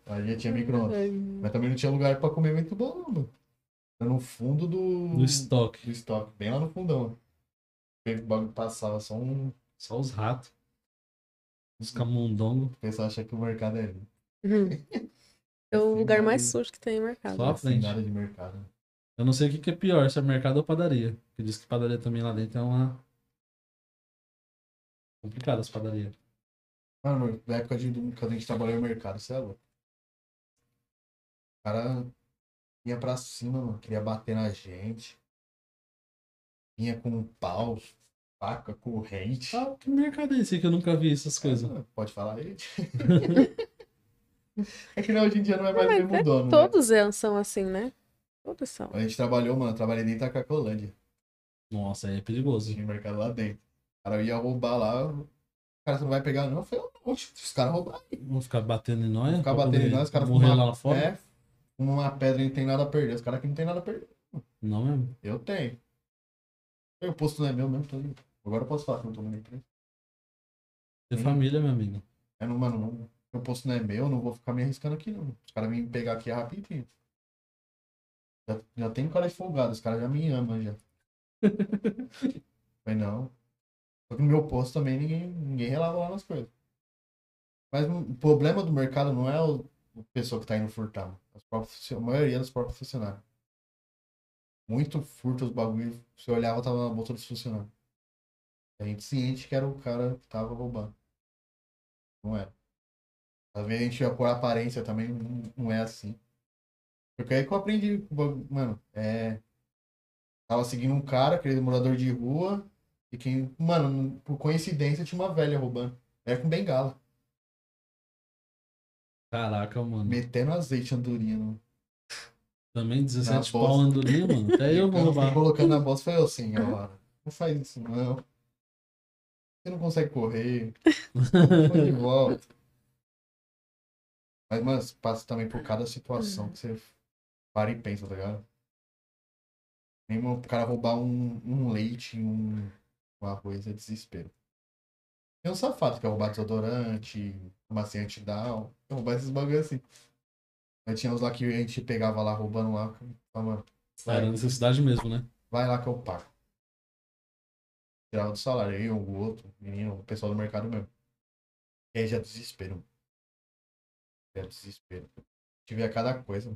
[SPEAKER 2] Ela já tinha micro-ondas. Mas também não tinha lugar pra comer muito bom, não, mano. Era no fundo do.
[SPEAKER 1] No estoque.
[SPEAKER 2] do estoque, bem lá no fundão. O bagulho passava só um.
[SPEAKER 1] Só os ratos. Os camundongos.
[SPEAKER 2] O pessoal acha que o mercado é ali.
[SPEAKER 3] Hum. É o lugar mais sujo que tem no mercado.
[SPEAKER 1] Só a
[SPEAKER 2] Sem
[SPEAKER 1] frente.
[SPEAKER 2] assim, nada de mercado. né.
[SPEAKER 1] Eu não sei o que que é pior, se é mercado ou padaria. Porque diz que padaria também lá dentro é uma. Complicada as padarias.
[SPEAKER 2] Mano, na época de quando a gente trabalhou no mercado, você é louco. O cara vinha pra cima, mano, queria bater na gente. Vinha com um pau, faca, corrente.
[SPEAKER 1] Ah, que mercado é esse que eu nunca vi essas coisas?
[SPEAKER 2] Ah, Pode falar aí. é que né, hoje em dia não é mais o
[SPEAKER 3] Mas
[SPEAKER 2] mesmo dono. né?
[SPEAKER 3] Todos eles são assim, né? Todos são.
[SPEAKER 2] A gente trabalhou, mano, eu trabalhei dentro da Cacolândia.
[SPEAKER 1] Nossa, aí é perigoso.
[SPEAKER 2] tinha mercado lá dentro. O cara ia roubar lá, o cara você não vai pegar não. Eu falei, oxe, os caras roubaram.
[SPEAKER 1] Vão ficar batendo em nós.
[SPEAKER 2] Ficar
[SPEAKER 1] Né? pra
[SPEAKER 2] batendo em
[SPEAKER 1] poder
[SPEAKER 2] nós, os caras
[SPEAKER 1] Morrer
[SPEAKER 2] fumar
[SPEAKER 1] lá fora?
[SPEAKER 2] É, uma pedra e não tem nada a perder. Os caras aqui não tem nada a perder.
[SPEAKER 1] Não mesmo.
[SPEAKER 2] Eu tenho. Eu, O posto não é meu mesmo, tô ali. Agora eu posso falar que eu não tô nem preso.
[SPEAKER 1] Ter
[SPEAKER 2] Hum.
[SPEAKER 1] família, meu amigo.
[SPEAKER 2] É, não, mano, não, meu posto não é meu, não vou ficar me arriscando aqui não. Os caras vêm pegar aqui rapidinho. Já, já tem cara de folgado, os caras já me amam já. Mas não. Só que no meu posto também ninguém, ninguém relava lá nas coisas. Mas o problema do mercado não é o, o pessoa que tá indo furtar. mano. Os próprios- a maioria dos próprios funcionários. Muito furto os bagulhos. Você olhava, tava na bolsa dos funcionários. A gente ciente que era o cara que tava roubando. Não era. Às vezes a gente ia por aparência também, não, não é assim. Porque aí que eu aprendi, mano, é. Tava seguindo um cara, aquele morador de rua, e quem, mano, por coincidência tinha uma velha roubando. Era com bengala,
[SPEAKER 1] Caraca, mano.
[SPEAKER 2] né? metendo azeite andorinha. No...
[SPEAKER 1] Também 17
[SPEAKER 2] bosta.
[SPEAKER 1] pau na andorinha, mano. Até eu vou
[SPEAKER 2] Ela ficou
[SPEAKER 1] roubar.
[SPEAKER 2] Então, colocando a bosta foi eu sim, agora. Não faz isso, não. Você não consegue correr. Foi de volta. Mas, mano, passa também por cada situação que você para e pensa, tá ligado? Mesmo o cara roubar um, um leite e um, um arroz é desespero. Tem um safado que quer roubar desodorante, maciante down, quer roubar esses bagulho assim. Mas tinha uns lá que a gente pegava lá roubando lá. falava, Mano,
[SPEAKER 1] Era
[SPEAKER 2] É.
[SPEAKER 1] necessidade mesmo, né?
[SPEAKER 2] Vai lá que eu pago. Tirava do salário, eu, o outro, menino, o pessoal do mercado mesmo. E aí já desespero. Já desespero. Tive a cada coisa.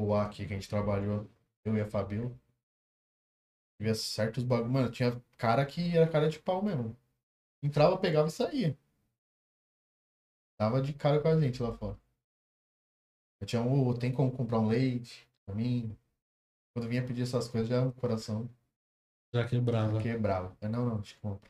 [SPEAKER 2] O A aqui que a gente trabalhou, eu e a Fabiola. Tive certos bagulho. Mano, tinha cara que era cara de pau mesmo. Entrava, pegava e saía. Tava de cara com a gente lá fora. Eu tinha um, "Ô, tem como comprar um leite pra mim? Quando eu vinha pedir essas coisas, já o coração
[SPEAKER 1] Já quebrava.
[SPEAKER 2] quebrava. Eu, não, não, te compro.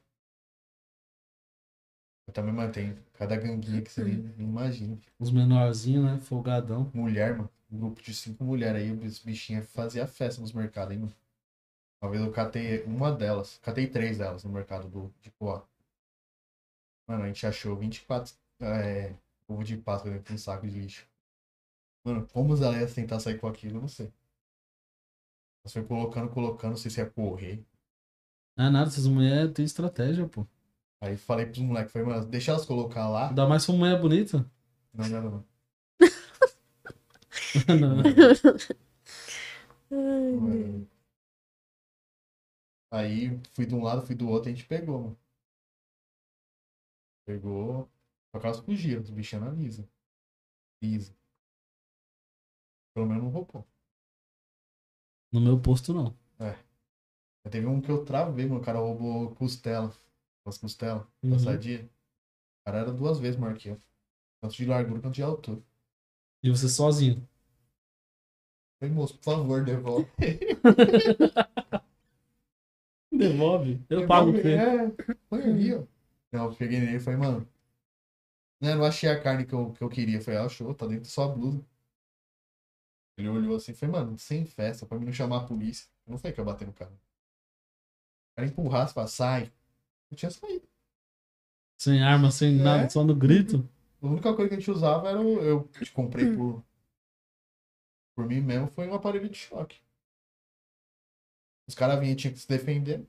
[SPEAKER 2] Eu também mantenho cada ganguinha que você não imagina.
[SPEAKER 1] Os menorzinhos, né? Folgadão.
[SPEAKER 2] Mulher, mano. Um grupo de cinco mulheres aí, os bichinhos fazia festa nos mercados, hein, mano. Uma vez eu catei uma delas, catei três delas no mercado do, de Coá. Mano, a gente achou 24 é, ovo de Páscoa dentro de um saco de lixo. Mano, como os ia tentar sair com aquilo, eu não sei. Mas foi colocando, colocando, não sei se é ia correr.
[SPEAKER 1] Não é nada, essas mulheres têm estratégia, pô.
[SPEAKER 2] Aí falei pros moleques, falei, mano, deixa elas colocar lá.
[SPEAKER 1] Ainda mais se uma mulher é bonita.
[SPEAKER 2] Não, não, não.
[SPEAKER 1] Não.
[SPEAKER 2] Mano. Aí fui de um lado, fui do outro, a gente pegou, mano. Pegou. Por causa do giro, os bichos analisam. Lisa. Pelo menos não roubou.
[SPEAKER 1] No meu posto, não.
[SPEAKER 2] Mas Teve um que eu travei, mano. O cara roubou costela. As costelas. da
[SPEAKER 1] Uhum.
[SPEAKER 2] sadia. O cara era duas vezes maior que eu. Tanto de largura quanto de altura.
[SPEAKER 1] E você sozinho.
[SPEAKER 2] Falei, moço, por favor, devolve.
[SPEAKER 1] Devolve. Eu
[SPEAKER 2] Pegou,
[SPEAKER 1] pago o
[SPEAKER 2] peguei,
[SPEAKER 1] quê?
[SPEAKER 2] é, Foi ali, ó. Não, eu peguei nele e falei, mano. Né, não achei a carne que eu, que eu queria. Eu Falei, ah, show, tá dentro da sua blusa. Ele olhou assim e falei, mano, sem festa, pra mim não chamar a polícia. Eu não falei que eu ia bater no cara. O cara empurrasse pra sai. Eu tinha saído.
[SPEAKER 1] Sem arma, sem
[SPEAKER 2] É.
[SPEAKER 1] nada, só no grito.
[SPEAKER 2] A única coisa que a gente usava era. o- Eu comprei por. Por mim mesmo, foi um aparelho de choque. Os caras vinham e tinham que se defender.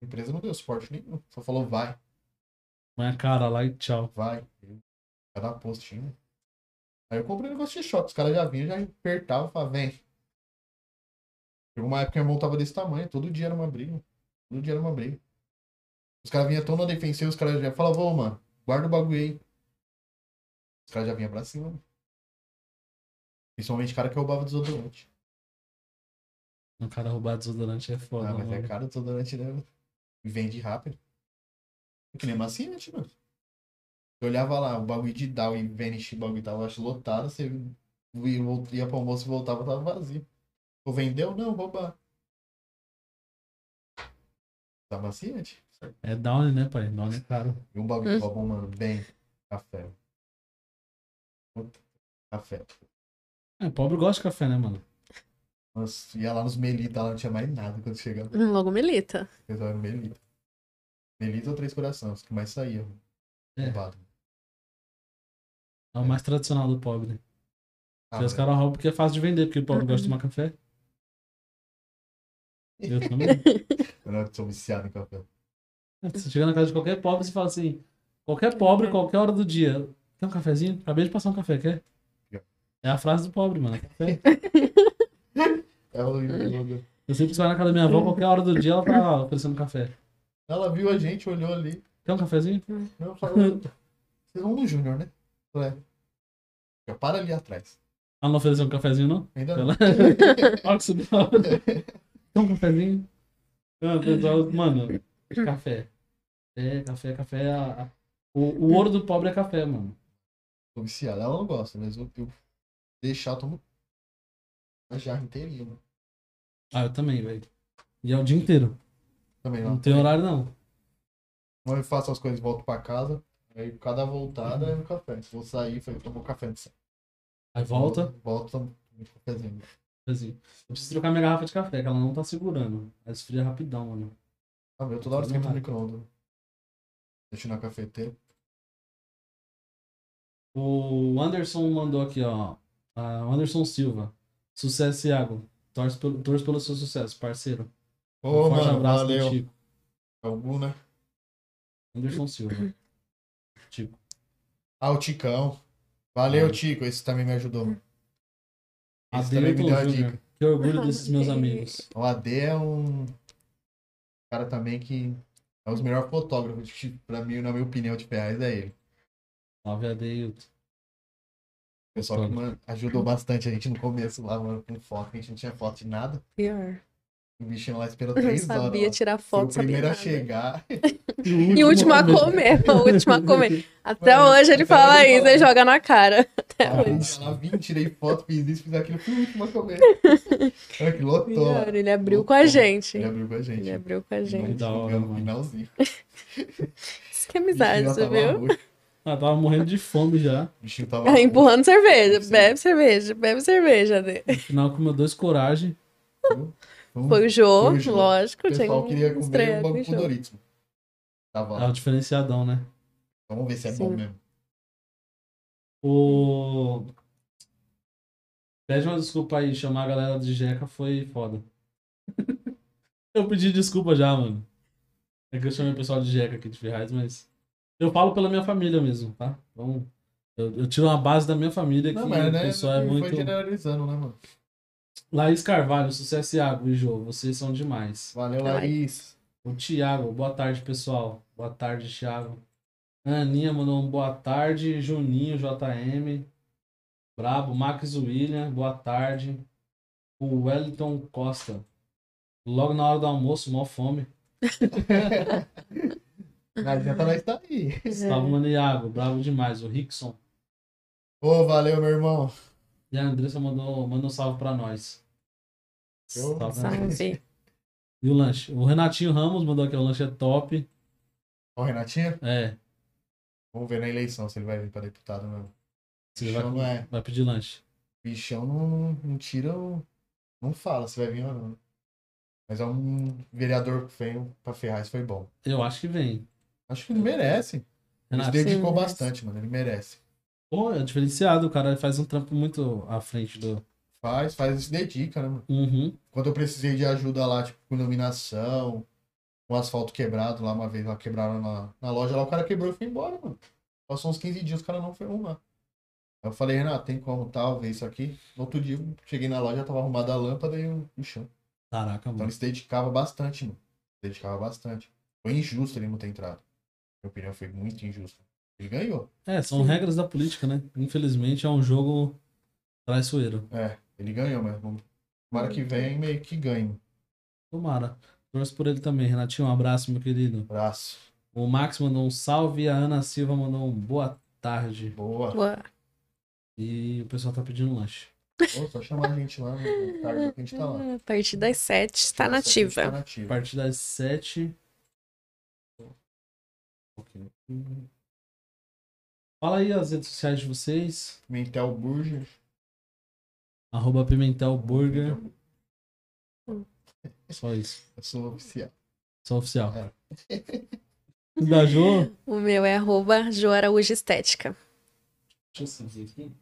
[SPEAKER 2] A empresa não deu suporte nenhum. Só falou, vai.
[SPEAKER 1] Põe a cara lá e tchau.
[SPEAKER 2] Vai. Cada um postinho. Aí eu comprei um negócio de choque. Os caras já vinham, já apertavam, falavam, vem. Chegou uma época que meu irmão tava desse tamanho. Todo dia era uma briga. Todo dia era uma briga. Os caras vinham tão na defensiva, os caras já falavam, ô, mano, guarda o bagulho aí. Os caras já vinham pra cima. mano. Principalmente cara que roubava desodorante.
[SPEAKER 1] Um cara roubar desodorante é foda.
[SPEAKER 2] ah, mas é
[SPEAKER 1] mano.
[SPEAKER 2] caro desodorante, né? mano? E vende rápido. É que nem maciante, mano. Eu olhava lá, o bagulho de Dow e Vanish, o bagulho tava acho, lotado, você ia, ia pro almoço e voltava, tava vazio. Ou vendeu? Não, roubar. Tá maciante?
[SPEAKER 1] É down, né, pai? Down é caro.
[SPEAKER 2] E um bagulho que roubou, mano, bem. Café. Puta, Café.
[SPEAKER 1] É, pobre gosta de café, né, mano?
[SPEAKER 2] Nós ia lá nos Melita, lá não tinha mais nada quando chegava.
[SPEAKER 3] Logo milita.
[SPEAKER 2] Eles eram Melita. Melita ou Três Corações, que mais saía.
[SPEAKER 1] É.
[SPEAKER 2] Roubado.
[SPEAKER 1] É o mais tradicional do pobre.
[SPEAKER 2] Ah,
[SPEAKER 1] E os
[SPEAKER 2] mano.
[SPEAKER 1] caras roubam porque é fácil de vender, porque o pobre gosta de tomar café. Eu também.
[SPEAKER 2] Eu não sou viciado em café.
[SPEAKER 1] Você chega na casa de qualquer pobre, você fala assim: qualquer pobre, qualquer hora do dia. Quer um cafezinho? Acabei de passar um café, quer? É a frase do pobre, mano. é café.
[SPEAKER 2] É o Yoga.
[SPEAKER 1] Eu sempre vai na casa da minha avó, qualquer hora do dia ela tá lá oferecendo café.
[SPEAKER 2] Ela viu a gente, olhou ali.
[SPEAKER 1] Quer um cafezinho?
[SPEAKER 2] Eu falei, vocês vão no Júnior, né? Eu Falei, "É." Eu, para ali atrás.
[SPEAKER 1] Ela não ofereceu um cafezinho, não?
[SPEAKER 2] Ainda não.
[SPEAKER 1] Ela. Olha que subiu. Quer um cafezinho? Ah, pessoal, Mano, café. É, café, café. a- a- O, o ouro do pobre é café, mano.
[SPEAKER 2] Tô viciado. Ela não gosta, mas eu, eu deixar, eu tomo a jarra inteirinha. mano.
[SPEAKER 1] Ah, eu também, velho. E é o dia inteiro.
[SPEAKER 2] Também
[SPEAKER 1] Não
[SPEAKER 2] não.
[SPEAKER 1] tem horário, não.
[SPEAKER 2] Como eu faço as coisas e volto pra casa, aí cada voltada é um café. Vou sair, falei, tomou café.
[SPEAKER 1] Aí volta.
[SPEAKER 2] Volta um cafezinho.
[SPEAKER 1] Assim, eu preciso trocar minha garrafa de café, que ela não tá segurando. Ela esfria rapidão, mano.
[SPEAKER 2] Ah, meu, toda hora esquenta no micro-ondas. Deixa na cafeteira.
[SPEAKER 1] O Anderson mandou aqui, ó. Ah, o Anderson Silva. Sucesso, Iago. Torço pelo, torço pelo seu sucesso, parceiro. Um
[SPEAKER 2] Ô,
[SPEAKER 1] forte
[SPEAKER 2] mano,
[SPEAKER 1] abraço
[SPEAKER 2] valeu.
[SPEAKER 1] do Tico.
[SPEAKER 2] Algum, né?
[SPEAKER 1] Anderson Silva. Tico.
[SPEAKER 2] Ah, o Ticão. Valeu,
[SPEAKER 1] Ah.
[SPEAKER 2] Tico. Esse também me ajudou.
[SPEAKER 3] Hum.
[SPEAKER 2] mano. Esse também me
[SPEAKER 1] Adeilton
[SPEAKER 2] deu a né?
[SPEAKER 1] Júnior.
[SPEAKER 2] dica.
[SPEAKER 1] né? Que orgulho desses meus amigos.
[SPEAKER 2] O AD é um cara também que é um dos melhores fotógrafos, de- pra mim, na minha opinião, de Ferraz é ele.
[SPEAKER 1] Salve, Adeilton.
[SPEAKER 2] O pessoal que mano, ajudou bastante a gente no começo lá, mano, com foto. A gente não tinha foto de nada.
[SPEAKER 3] Pior.
[SPEAKER 2] O bichinho lá esperou
[SPEAKER 3] Eu não
[SPEAKER 2] três horas.
[SPEAKER 3] sabia
[SPEAKER 2] lá.
[SPEAKER 3] tirar
[SPEAKER 2] Foi o
[SPEAKER 3] foto, sabia
[SPEAKER 2] primeiro a
[SPEAKER 3] nada.
[SPEAKER 2] chegar.
[SPEAKER 3] E o último a comer, o último a comer. Até
[SPEAKER 2] Mano,
[SPEAKER 3] hoje ele
[SPEAKER 2] até
[SPEAKER 3] fala
[SPEAKER 2] hoje
[SPEAKER 3] isso
[SPEAKER 2] fala.
[SPEAKER 3] e joga na cara. Até
[SPEAKER 2] Ah,
[SPEAKER 3] hoje.
[SPEAKER 2] lá vim, tirei foto, fiz isso, fiz aquilo, fui o último a comer. Olha que lotou. lá.
[SPEAKER 3] Pior, ele abriu com a gente.
[SPEAKER 2] Ele abriu com a gente.
[SPEAKER 3] Ele abriu com a gente.
[SPEAKER 1] Da hora,
[SPEAKER 2] Comeu no
[SPEAKER 1] mano.
[SPEAKER 2] finalzinho.
[SPEAKER 3] Isso que é amizade,
[SPEAKER 2] O bichinho tava
[SPEAKER 3] você viu? Ah,
[SPEAKER 2] roxo,
[SPEAKER 1] Ah, tava morrendo de fome já.
[SPEAKER 2] O bichinho tava
[SPEAKER 3] Aí,
[SPEAKER 2] roxo.
[SPEAKER 3] empurrando cerveja.
[SPEAKER 2] Sim.
[SPEAKER 3] Bebe cerveja, bebe cerveja. né? Dê.
[SPEAKER 1] No final comeu dois coragem.
[SPEAKER 2] Então,
[SPEAKER 3] Foi o Jô,
[SPEAKER 2] Foi o Jô.
[SPEAKER 3] lógico.
[SPEAKER 2] O pessoal
[SPEAKER 3] tinha
[SPEAKER 2] queria
[SPEAKER 3] um
[SPEAKER 2] comer um
[SPEAKER 3] estreia
[SPEAKER 2] banco
[SPEAKER 3] com
[SPEAKER 2] com
[SPEAKER 3] o Jô.
[SPEAKER 2] Doritos. Tava
[SPEAKER 1] É o
[SPEAKER 2] lá.
[SPEAKER 1] diferenciadão, né?
[SPEAKER 2] Vamos ver se é bom
[SPEAKER 3] Sim.
[SPEAKER 2] mesmo.
[SPEAKER 1] O. Pede uma desculpa aí, chamar a galera de Jeca foi foda. eu pedi desculpa já, mano. É que eu chamei o pessoal de Jeca aqui de Ferraz, mas. Eu falo pela minha família mesmo, tá? Então, eu, eu tiro uma base da minha família que
[SPEAKER 2] Não, mas
[SPEAKER 1] o
[SPEAKER 2] né,
[SPEAKER 1] pessoal é
[SPEAKER 2] foi
[SPEAKER 1] muito.
[SPEAKER 2] generalizando, né, mano?
[SPEAKER 1] Laís Carvalho, sucesso Iago e Jô, vocês são demais.
[SPEAKER 2] Valeu,
[SPEAKER 3] Ai.
[SPEAKER 2] Laís.
[SPEAKER 1] O Thiago, boa tarde, pessoal. Boa tarde, Thiago. A Aninha mandou um boa tarde. Juninho, JM. Brabo. Max William, boa tarde. O Wellington Costa. Logo na hora do almoço, mó fome.
[SPEAKER 2] Não adianta nós tá aí.
[SPEAKER 3] É.
[SPEAKER 1] Gustavo Maniago, bravo demais. O Rickson.
[SPEAKER 2] Ô, valeu, meu irmão.
[SPEAKER 1] E a Andressa mandou, mandou um salve pra nós.
[SPEAKER 2] Eu-
[SPEAKER 1] Salve.
[SPEAKER 3] Salve.
[SPEAKER 1] E o lanche? O Renatinho Ramos mandou aqui, o lanche é top.
[SPEAKER 2] Ó, Renatinho,
[SPEAKER 1] É,
[SPEAKER 2] vamos ver na eleição se ele vai vir pra deputado né? mesmo.
[SPEAKER 1] Se ele vai-
[SPEAKER 2] Bichão não é.
[SPEAKER 1] vai pedir lanche.
[SPEAKER 2] Bichão não, não tira o. Não fala se vai vir ou não. Mas é um vereador feio pra Ferraz, foi bom.
[SPEAKER 1] Eu acho que vem.
[SPEAKER 2] Acho que ele merece. Ele se
[SPEAKER 1] Renato,
[SPEAKER 2] dedicou
[SPEAKER 3] merece.
[SPEAKER 2] bastante, mano. Ele merece.
[SPEAKER 1] pô, é diferenciado. O cara faz um trampo muito à frente do...
[SPEAKER 2] Faz, faz e se dedica, né, mano?
[SPEAKER 1] Uhum.
[SPEAKER 2] Quando eu precisei de ajuda lá, tipo, com iluminação, com asfalto quebrado lá uma vez, lá quebraram na, na loja lá, o cara quebrou e foi embora, mano. Passou uns 15 dias, o cara não foi arrumar. Aí eu falei, Renato, tem como tal, ver isso aqui. No outro dia, eu cheguei na loja, tava arrumada a lâmpada e o o chão.
[SPEAKER 1] Caraca,
[SPEAKER 2] Então
[SPEAKER 1] mano.
[SPEAKER 2] ele se dedicava bastante, mano. Se dedicava bastante. Foi injusto ele não ter entrado. Minha opinião foi muito injusto. Ele ganhou.
[SPEAKER 1] É, são regras da política, né? Infelizmente é um jogo traiçoeiro.
[SPEAKER 2] É, ele ganhou, mas vamos- tomara que vem meio que ganhe.
[SPEAKER 1] Tomara. Torço por ele também, Renatinho. Um abraço, meu querido.
[SPEAKER 2] Abraço.
[SPEAKER 1] O Max mandou um salve e a Ana Silva mandou um boa tarde.
[SPEAKER 2] Boa.
[SPEAKER 3] Boa.
[SPEAKER 1] E o pessoal tá pedindo lanche.
[SPEAKER 2] Ô, só chamar a gente lá no tarde que a gente tá lá.
[SPEAKER 3] A partir das sete está
[SPEAKER 2] Nossa, a gente Tá
[SPEAKER 3] nativa.
[SPEAKER 1] A
[SPEAKER 2] nativa.
[SPEAKER 1] partir das sete. Ok. Fala aí as redes sociais de vocês.
[SPEAKER 2] Mentel Burger.
[SPEAKER 1] Arroba Pimentel Burger. Só isso.
[SPEAKER 2] Eu sou oficial.
[SPEAKER 1] Só oficial.
[SPEAKER 2] É.
[SPEAKER 1] Da Jo?
[SPEAKER 3] O meu é arroba Jô Araújo Estética.
[SPEAKER 1] Deixa eu ver aqui.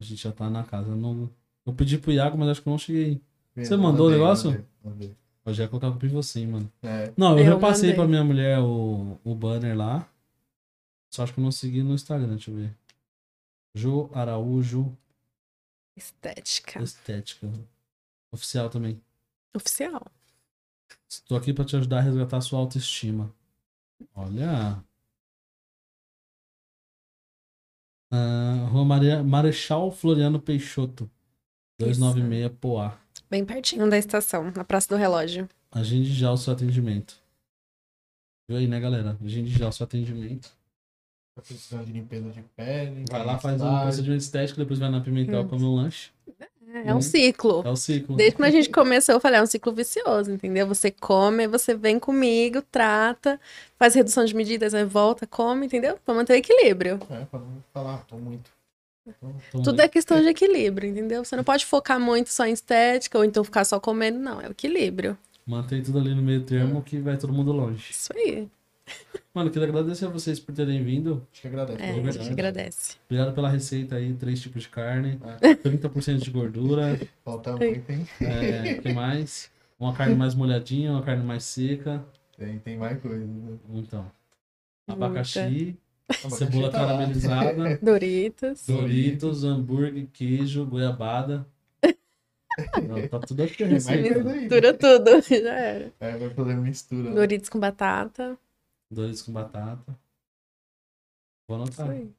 [SPEAKER 1] A gente já tá na casa. Eu, não... eu pedi pro Iago, mas acho que eu não cheguei. Você mandou o
[SPEAKER 2] Mandei,
[SPEAKER 1] negócio?
[SPEAKER 2] mandei, mandei.
[SPEAKER 1] Eu já colocava pra você, hein, mano.
[SPEAKER 2] É,
[SPEAKER 1] Não, eu,
[SPEAKER 3] Eu
[SPEAKER 1] repassei
[SPEAKER 3] mandei.
[SPEAKER 1] pra minha mulher o, o banner lá. Só acho que eu não segui no Instagram, deixa eu ver. Jo Araújo
[SPEAKER 3] Estética.
[SPEAKER 1] Estética. Oficial também.
[SPEAKER 3] Oficial.
[SPEAKER 1] Estou aqui pra te ajudar a resgatar sua autoestima. Olha. Ah, Rua Maria, Marechal Floriano Peixoto. 296 Poá.
[SPEAKER 3] Bem pertinho da estação, na Praça do Relógio.
[SPEAKER 1] Agende já o seu atendimento. Viu aí, né, galera? Agende já o seu atendimento.
[SPEAKER 2] tá precisando de limpeza de pele.
[SPEAKER 1] Vai lá, faz um
[SPEAKER 2] massagem.
[SPEAKER 1] procedimento estético, depois vai na Pimentel
[SPEAKER 3] Hum.
[SPEAKER 1] comer um lanche.
[SPEAKER 3] É, é
[SPEAKER 1] Hum.
[SPEAKER 3] um ciclo.
[SPEAKER 1] É o ciclo.
[SPEAKER 3] Desde quando a gente começou, eu falei, é um ciclo vicioso, entendeu? Você come, você vem comigo, trata, faz redução de medidas, aí volta, come, entendeu? Pra manter o equilíbrio.
[SPEAKER 2] É, pra não falar, tô muito.
[SPEAKER 1] Então,
[SPEAKER 3] Tudo é questão de equilíbrio, entendeu? Você não pode focar muito só em estética ou então ficar só comendo, não. É o equilíbrio.
[SPEAKER 1] Mantém tudo ali no meio
[SPEAKER 3] Hum.
[SPEAKER 1] termo que vai todo mundo longe.
[SPEAKER 3] Isso aí.
[SPEAKER 1] Mano, queria agradecer a vocês por terem vindo.
[SPEAKER 2] Acho que agradece. né?
[SPEAKER 3] É, a gente
[SPEAKER 1] verdade.
[SPEAKER 3] agradece.
[SPEAKER 1] Obrigado pela receita aí, três tipos de carne,
[SPEAKER 2] É.
[SPEAKER 1] 30% de gordura,
[SPEAKER 2] Falta muito, hein?
[SPEAKER 1] é, que mais? Uma carne mais molhadinha, uma carne mais seca,
[SPEAKER 2] Tem, tem mais coisa. né?
[SPEAKER 1] então.
[SPEAKER 3] Muita.
[SPEAKER 1] Abacaxi,
[SPEAKER 2] Abacaxi
[SPEAKER 1] cebola
[SPEAKER 2] tá lá.
[SPEAKER 1] caramelizada,
[SPEAKER 3] Doritos.
[SPEAKER 1] Doritos, hambúrguer, queijo, goiabada. Não, tá tudo aqui a
[SPEAKER 2] Tem mais coisa
[SPEAKER 1] receita.
[SPEAKER 2] aí.
[SPEAKER 3] Mistura tudo. Já era.
[SPEAKER 2] É, vai fazer mistura. né?
[SPEAKER 3] Doritos com batata.
[SPEAKER 1] Doritos com batata. Vou
[SPEAKER 3] Isso
[SPEAKER 1] anotar.
[SPEAKER 3] aí.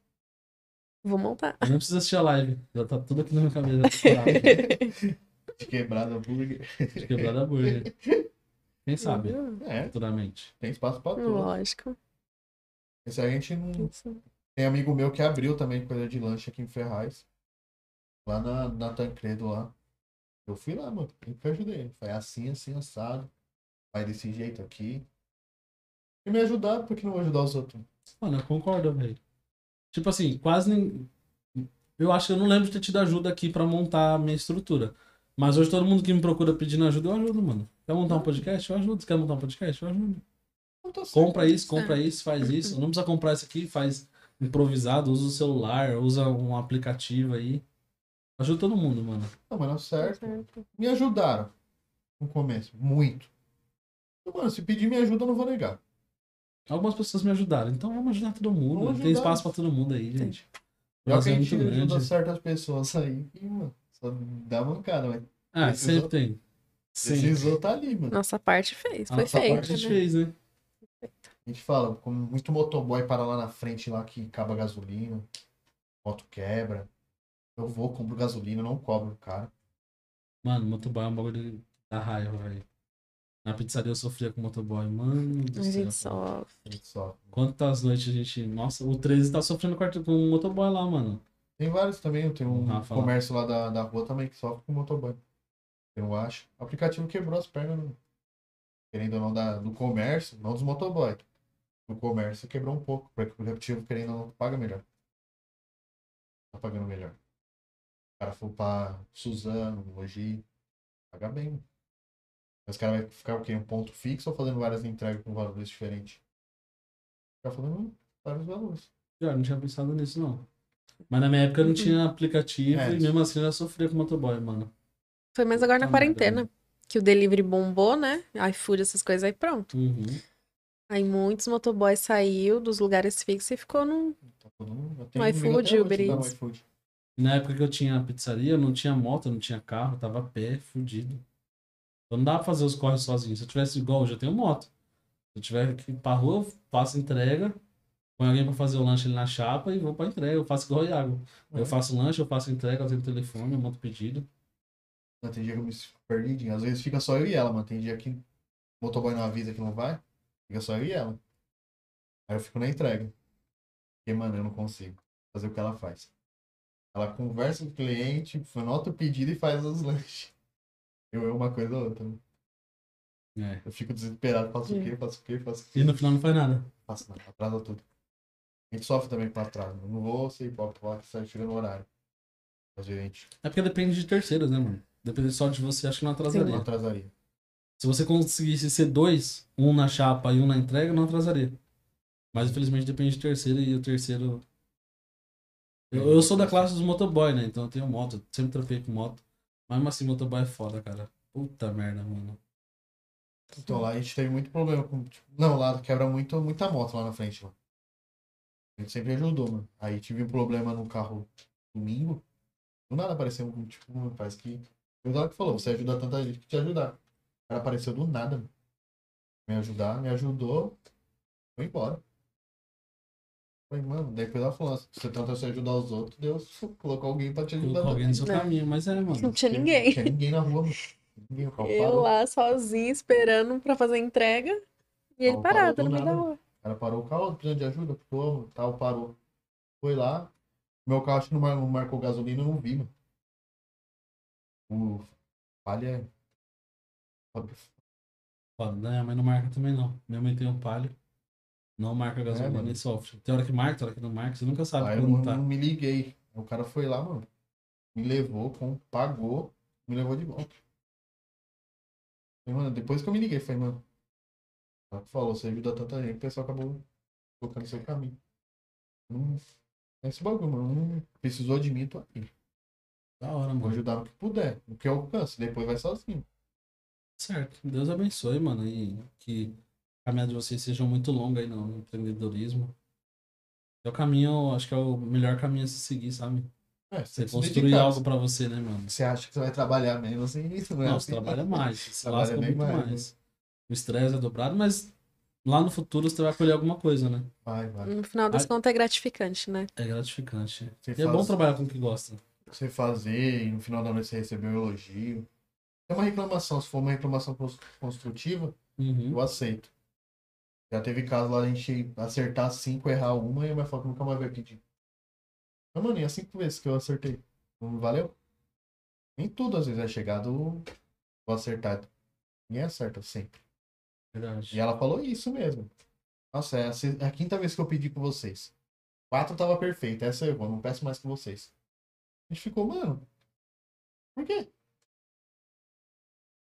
[SPEAKER 3] Vou montar.
[SPEAKER 1] Eu não preciso assistir a live. Já tá tudo aqui na minha cabeça. já tá preparado.
[SPEAKER 2] De quebrada hambúrguer.
[SPEAKER 1] De quebrada hambúrguer. Quem sabe,
[SPEAKER 3] Hum,
[SPEAKER 2] É,
[SPEAKER 1] futuramente.
[SPEAKER 2] tem espaço pra tudo.
[SPEAKER 3] Lógico.
[SPEAKER 2] Esse a gente não.
[SPEAKER 3] Isso.
[SPEAKER 2] Tem amigo meu que abriu também coisa de lanche aqui em Ferraz. Lá na, na Tancredo lá. Eu fui lá, mano. Eu que ajudei. ele. Falei assim, assim, assado. Vai desse jeito aqui. E me ajudar, porque não vou ajudar os outros.
[SPEAKER 1] Mano, eu concordo, velho. Tipo assim, quase nem. Eu acho que eu não lembro de ter tido ajuda aqui pra montar a minha estrutura. Mas hoje todo mundo que me procura pedindo ajuda, eu ajudo, mano. Quer montar um podcast? Eu ajudo. Quer montar um podcast? Eu ajudo.
[SPEAKER 2] Não tá certo.
[SPEAKER 1] Compra isso, compra isso, faz isso. Não precisa comprar isso aqui, faz improvisado, usa o celular, usa um aplicativo aí. Ajuda todo mundo, mano.
[SPEAKER 2] Não, mas não serve. Me ajudaram no começo, muito. Então, mano, se pedir minha ajuda, eu não vou negar.
[SPEAKER 1] Algumas pessoas me ajudaram, então vamos ajudar todo mundo.
[SPEAKER 2] Vamos
[SPEAKER 1] Tem
[SPEAKER 2] ajudar.
[SPEAKER 1] espaço pra todo mundo aí, gente. O
[SPEAKER 2] Já que
[SPEAKER 1] Brasil
[SPEAKER 2] a
[SPEAKER 1] é
[SPEAKER 2] gente
[SPEAKER 1] muito grande.
[SPEAKER 2] ajuda certas pessoas aí, e, mano, só dá mancada, mas
[SPEAKER 1] Ah,
[SPEAKER 2] Precisou.
[SPEAKER 1] sempre tem. Sempre.
[SPEAKER 2] precisou tá ali, mano.
[SPEAKER 3] Nossa parte fez.
[SPEAKER 1] A
[SPEAKER 3] Foi
[SPEAKER 1] nossa
[SPEAKER 3] feita.
[SPEAKER 1] parte a gente
[SPEAKER 3] né?
[SPEAKER 1] fez, né?
[SPEAKER 2] A gente fala, como muito motoboy para lá na frente, lá que acaba a gasolina, moto quebra. Eu vou, compro gasolina, não cobro, cara.
[SPEAKER 1] Mano, motoboy é um bagulho da raiva, velho. Na pizzaria eu sofria com motoboy, mano do
[SPEAKER 3] A
[SPEAKER 1] céu.
[SPEAKER 3] gente só.
[SPEAKER 2] A gente só.
[SPEAKER 1] Quantas noites a gente. Nossa, o 13 tá sofrendo com arte- com o motoboy lá, mano.
[SPEAKER 2] Tem vários também, eu tenho um
[SPEAKER 1] Rafa lá.
[SPEAKER 2] comércio lá da, da rua também que sofre com motoboy. Eu acho. O aplicativo quebrou as pernas, não. querendo ou não, da, do comércio, não dos motoboy. Do comércio quebrou um pouco, porque o aplicativo, querendo ou não, paga melhor. Tá pagando melhor. O cara for pra Suzano, Mogi, paga bem. Mas o cara vai ficar o quê? Um ponto fixo ou fazendo várias entregas com valores diferentes? Ficar fazendo vários valores.
[SPEAKER 1] Já, não tinha pensado nisso, não. Mas na minha época
[SPEAKER 3] Uhum.
[SPEAKER 1] não tinha aplicativo
[SPEAKER 2] É.
[SPEAKER 1] e mesmo assim eu já sofria com motoboy, mano.
[SPEAKER 3] Foi mais agora na
[SPEAKER 1] Puta merda,
[SPEAKER 3] quarentena. Que o delivery bombou, né? iFood, essas coisas aí, pronto.
[SPEAKER 1] Uhum.
[SPEAKER 3] Aí muitos motoboys saiu dos lugares fixos e ficou num.
[SPEAKER 2] Tá todo mundo. eu
[SPEAKER 3] No
[SPEAKER 2] tenho amigo
[SPEAKER 3] iFood,
[SPEAKER 2] até hoje
[SPEAKER 3] Uber
[SPEAKER 2] que dá no
[SPEAKER 3] Eats.
[SPEAKER 2] iFood.
[SPEAKER 1] E Na época que eu tinha a pizzaria, eu não tinha moto, eu não tinha carro, eu tava a pé, fudido. Então não dá pra fazer os corres sozinho. Se eu tivesse igual, eu já tenho moto. Se eu tiver que ir pra rua, eu faço entrega, põe alguém pra fazer o lanche ali na chapa e vou pra entrega. Eu faço igual o Iago. Eu faço lanche, eu faço entrega, eu tenho telefone, eu monto pedido.
[SPEAKER 2] Não, Né, tem dia que eu me fico perdidinho. Às vezes fica só eu e ela, mano. Tem dia que o motoboy não avisa que não vai. Fica só eu e ela. Aí eu fico na entrega. Porque, mano, eu não consigo fazer o que ela faz. Ela conversa com o cliente, anota o pedido e faz os lanches. Eu é uma coisa ou outra. né?
[SPEAKER 1] É.
[SPEAKER 2] Eu fico desesperado, faço o
[SPEAKER 3] Sim.
[SPEAKER 2] quê, faço o quê, faço o
[SPEAKER 1] E
[SPEAKER 2] quê.
[SPEAKER 1] no final não faz nada.
[SPEAKER 2] Faço nada, atrasa tudo. A gente sofre também pra atraso. Não vou ser hipócrita, falar que sai chegando no horário. Às vezes a gente
[SPEAKER 1] É porque depende de terceiros, né, mano? Depende só de você, acho que não
[SPEAKER 2] não
[SPEAKER 1] atrasaria.
[SPEAKER 2] atrasaria.
[SPEAKER 1] Se você conseguisse ser dois, um na chapa e um na entrega, não atrasaria. Mas infelizmente depende de terceiro e o terceiro. Eu, eu sou da classe dos motoboy, né? Então eu tenho moto, sempre trafei com moto. Mas mesmo assim, motoboy é foda, cara. Puta merda, mano.
[SPEAKER 2] Então lá a gente teve muito problema com. tipo, não, lá quebra muito, muita moto lá na frente, mano. A gente sempre ajudou, mano. Aí tive um problema no carro domingo. Do nada apareceu um tipo, um rapaz que. Foi lá que falou, você ajuda tanta gente que te ajudar. O cara apareceu do nada, mano. Me ajudar, me ajudou, foi embora. Falei, mano, daí depois ela falou, "Nossa, você tenta se ajudar os outros, Deus colocou alguém pra te ajudar.
[SPEAKER 1] Colocou alguém no seu
[SPEAKER 3] Não.
[SPEAKER 1] caminho, mas é, mano.
[SPEAKER 3] Não tinha
[SPEAKER 2] Tinha-
[SPEAKER 3] ninguém.
[SPEAKER 2] Tinha ninguém na rua, mano. Ninguém, o carro
[SPEAKER 3] Eu
[SPEAKER 2] parou.
[SPEAKER 3] lá sozinha esperando pra fazer a entrega. E ele
[SPEAKER 2] Não, parou
[SPEAKER 3] parado
[SPEAKER 2] do
[SPEAKER 3] no meio da
[SPEAKER 2] nada.
[SPEAKER 3] rua.
[SPEAKER 2] O cara parou o carro, precisando de ajuda, ficou, tal, parou. Foi lá. Meu carro acho que não mar- não marcou gasolina, eu não vi, mano. O falha. é.
[SPEAKER 1] Foda, né? Minha mãe não marca também, não. Minha mãe tem um palio. Não marca gasolina
[SPEAKER 2] mano.
[SPEAKER 1] nem sofre. Tem hora que marca, tem hora que não marca. Você nunca sabe
[SPEAKER 2] Aí eu
[SPEAKER 1] quando
[SPEAKER 2] não,
[SPEAKER 1] tá.
[SPEAKER 2] não me liguei. O cara foi lá, mano. Me levou, com, pagou, me levou de volta. Falei, mano, depois que eu me liguei, falei, mano. é ela Falou, você ajuda tanta gente, o pessoal acabou colocando seu caminho. Não, é esse bagulho, mano. Não precisou de mim, tô aqui.
[SPEAKER 1] Da hora,
[SPEAKER 2] Vou
[SPEAKER 1] mano.
[SPEAKER 2] ajudar o que puder, o que eu alcance, depois vai sozinho.
[SPEAKER 1] Certo. Deus abençoe, mano. E que a caminhada de vocês seja muito longa aí no empreendedorismo. É o caminho, acho que é o melhor caminho a se seguir, sabe?
[SPEAKER 2] É,
[SPEAKER 1] Você
[SPEAKER 2] tem que se
[SPEAKER 1] construir
[SPEAKER 2] dedicar.
[SPEAKER 1] algo pra você, né, mano?
[SPEAKER 2] Você acha que você vai trabalhar menos e isso, não é
[SPEAKER 1] Não,
[SPEAKER 2] assim,
[SPEAKER 1] você trabalha
[SPEAKER 2] não.
[SPEAKER 1] mais, você
[SPEAKER 2] Trabalha
[SPEAKER 1] lasca
[SPEAKER 2] bem
[SPEAKER 1] muito
[SPEAKER 2] mais, né?
[SPEAKER 1] mais. O estresse é dobrado, mas lá no futuro você vai colher alguma coisa, né?
[SPEAKER 2] Vai, vai.
[SPEAKER 3] No final das
[SPEAKER 1] Ai.
[SPEAKER 3] contas é gratificante, né?
[SPEAKER 1] É gratificante.
[SPEAKER 2] Você
[SPEAKER 1] E é bom
[SPEAKER 2] faz-
[SPEAKER 1] trabalhar com o que gosta.
[SPEAKER 2] você fazer e no final da noite você receber um elogio. É uma reclamação, se for uma reclamação cons- construtiva,
[SPEAKER 1] Uhum.
[SPEAKER 2] eu aceito. Já teve caso lá a gente acertar cinco, errar uma e a minha falar que nunca mais vai pedir. Mas, mano, e as cinco vezes que eu acertei? Não valeu? Nem tudo às vezes é chegado o acertado. Ninguém acerta sempre. E
[SPEAKER 1] Verdade.
[SPEAKER 2] ela falou isso mesmo. Nossa, é a, se- é a quinta vez que eu pedi com vocês. Quatro tava perfeita, essa eu vou, não peço mais com vocês. A gente ficou, mano. Por quê?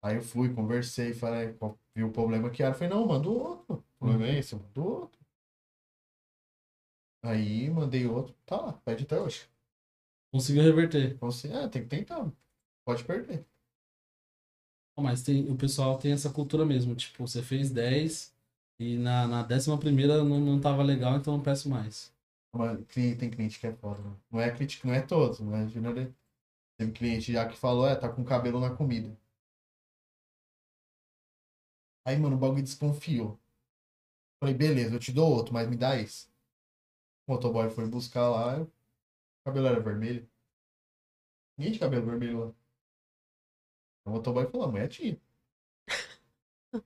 [SPEAKER 2] Aí eu fui, conversei, falei, qual- vi o problema que era. Falei, não, manda o outro. O problema é esse, manda o outro. Aí mandei outro. Tá lá, pede até hoje.
[SPEAKER 1] Conseguiu reverter.
[SPEAKER 2] Então, assim, é, tem que tentar. Pode perder.
[SPEAKER 1] Mas tem, o pessoal tem essa cultura mesmo. Tipo, você fez 10 e na, na décima primeira não, não tava legal, então não peço mais.
[SPEAKER 2] Mas cli- tem cliente que é foda, né? Não é crítico, não é todos, mas generalmente. Teve cliente já que falou, é, tá com cabelo na comida. Aí, mano, o bagulho desconfiou. Falei, beleza, eu te dou outro, mas me dá esse. O motoboy foi buscar lá, o cabelo era vermelho. Ninguém de cabelo vermelho lá. O motoboy falou, mas é tia.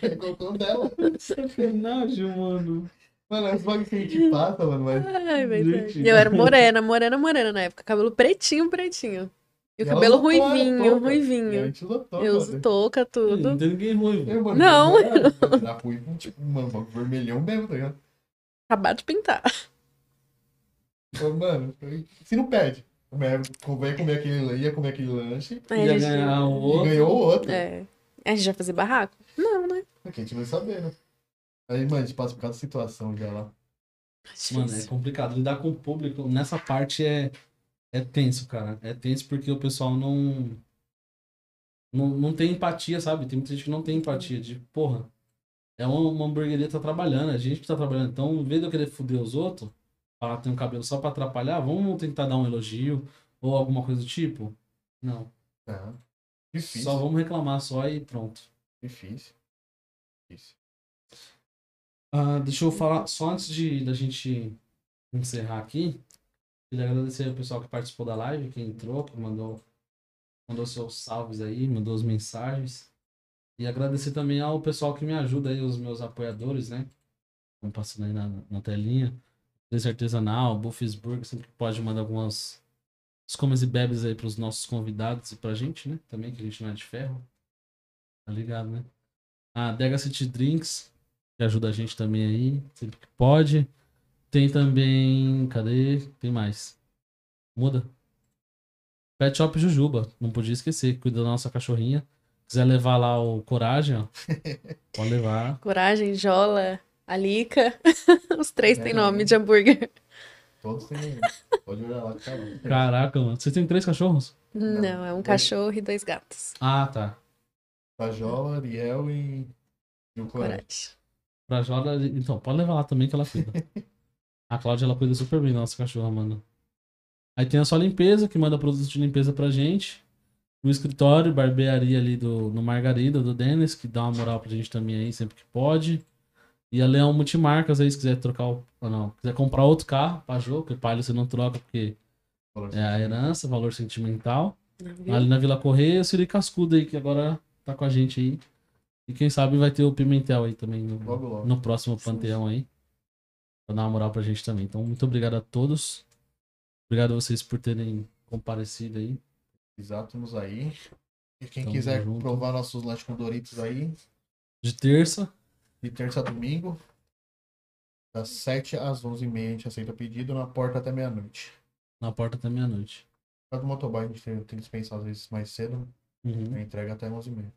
[SPEAKER 2] Ele colocou o dela.
[SPEAKER 1] Sacanagem, mano.
[SPEAKER 2] Mano, é os bagulhos que a gente passa, mano, mas
[SPEAKER 3] Ai, verdade.
[SPEAKER 1] Gente.
[SPEAKER 3] E eu era morena, morena, morena na época. Cabelo pretinho, pretinho. E o
[SPEAKER 2] E ela
[SPEAKER 3] cabelo
[SPEAKER 2] usou touca,
[SPEAKER 3] ruivinho,
[SPEAKER 2] touca.
[SPEAKER 3] ruivinho.
[SPEAKER 2] gente lotou,
[SPEAKER 3] Hum. Eu uso touca,
[SPEAKER 1] Não
[SPEAKER 3] tudo.
[SPEAKER 1] tem ninguém ruim.
[SPEAKER 2] mano,
[SPEAKER 3] Não.
[SPEAKER 2] mano, Na rua, tipo, mano, bagulho vermelhão mesmo, tá ligado?
[SPEAKER 3] Acabar de pintar.
[SPEAKER 2] Falei, mano, se não perde. Mas Convém comer aquele, lan- ia comer aquele lanche
[SPEAKER 3] Aí
[SPEAKER 1] Ia
[SPEAKER 3] a gente-
[SPEAKER 1] ganhar o
[SPEAKER 2] e
[SPEAKER 1] outro.
[SPEAKER 2] ganhou o outro.
[SPEAKER 3] É. A gente já fazer barraco? Não, né?
[SPEAKER 2] Porque a gente vai saber, né? Aí, mano, a gente passa por causa da situação já lá.
[SPEAKER 1] Mano, é complicado. Lidar com o público nessa parte é, é tenso, cara. É tenso porque o pessoal não, não. Não tem empatia, sabe? Tem muita gente que não tem empatia. De, porra, é uma, uma hamburgueria que tá trabalhando, a gente que tá trabalhando. Então, em vez de eu querer foder os outros, falar que tem um cabelo só pra atrapalhar, vamos tentar dar um elogio ou alguma coisa do tipo? Não.
[SPEAKER 2] Tá. Difícil,
[SPEAKER 1] Só vamos reclamar só e pronto.
[SPEAKER 2] difícil. Difícil.
[SPEAKER 1] Ah, deixa eu falar, só antes de da gente encerrar aqui, queria agradecer ao pessoal que participou da live, que entrou, que mandou, mandou seus salves aí, mandou as mensagens. E agradecer também ao pessoal que me ajuda aí, os meus apoiadores, né? Estão passando aí na, na telinha. Desse Artesanal, Buffisburg, sempre que pode mandar algumas os comes e bebes aí para os nossos convidados e pra gente, né? Também, que a gente não é de ferro. Tá ligado, né? A Dega City Drinks, que ajuda a gente também aí, sempre que pode. Tem também. Cadê? Tem mais. Muda. Pet Shop Jujuba, não podia esquecer, que cuida da nossa cachorrinha. Quiser levar lá o Coragem, ó, pode levar.
[SPEAKER 3] Coragem, Jola, Alica. Os três têm
[SPEAKER 2] É,
[SPEAKER 3] nome
[SPEAKER 2] né?
[SPEAKER 3] de hambúrguer.
[SPEAKER 2] Todos têm. né? Pode olhar lá que tá bom.
[SPEAKER 1] Caraca, mano. Vocês têm três cachorros?
[SPEAKER 3] Não, é um
[SPEAKER 2] Não.
[SPEAKER 3] cachorro e dois gatos.
[SPEAKER 1] Ah, tá.
[SPEAKER 2] Tajola, Ariel e. E o Clara.
[SPEAKER 3] Coragem.
[SPEAKER 1] Pra Jora, então, pode levar lá também que ela cuida. A Cláudia, ela cuida super bem da nossa cachorra, mano. Aí tem a sua limpeza, que manda produtos de limpeza pra gente. O escritório, barbearia ali do, no Margarida, do Denis, que dá uma moral pra gente também aí sempre que pode. E a Leão Multimarcas aí, se quiser trocar o. Ou não, quiser comprar outro carro, Pajô, porque Palio você não troca porque
[SPEAKER 2] assim,
[SPEAKER 1] é a herança, valor sentimental. Ali na Vila Correia, o Siri Cascudo aí, que agora tá com a gente aí. E quem sabe vai ter o Pimentel aí também no,
[SPEAKER 2] Logo, logo.
[SPEAKER 1] no próximo Panteão aí. Pra dar uma moral pra gente também. Então, muito obrigado a todos. Obrigado a vocês por terem comparecido aí.
[SPEAKER 2] Exatos aí. E quem
[SPEAKER 1] Tamo
[SPEAKER 2] quiser
[SPEAKER 1] junto.
[SPEAKER 2] provar nossos lanches com Doritos aí,
[SPEAKER 1] De terça,
[SPEAKER 2] de terça a domingo, Das 7 às 11h30 a gente aceita pedido, na porta até meia-noite.
[SPEAKER 1] Na porta até meia-noite.
[SPEAKER 2] Por causa do motoboy, a gente tem, tem que dispensar às vezes mais cedo,
[SPEAKER 1] Uhum.
[SPEAKER 2] né? entrega até 11h30.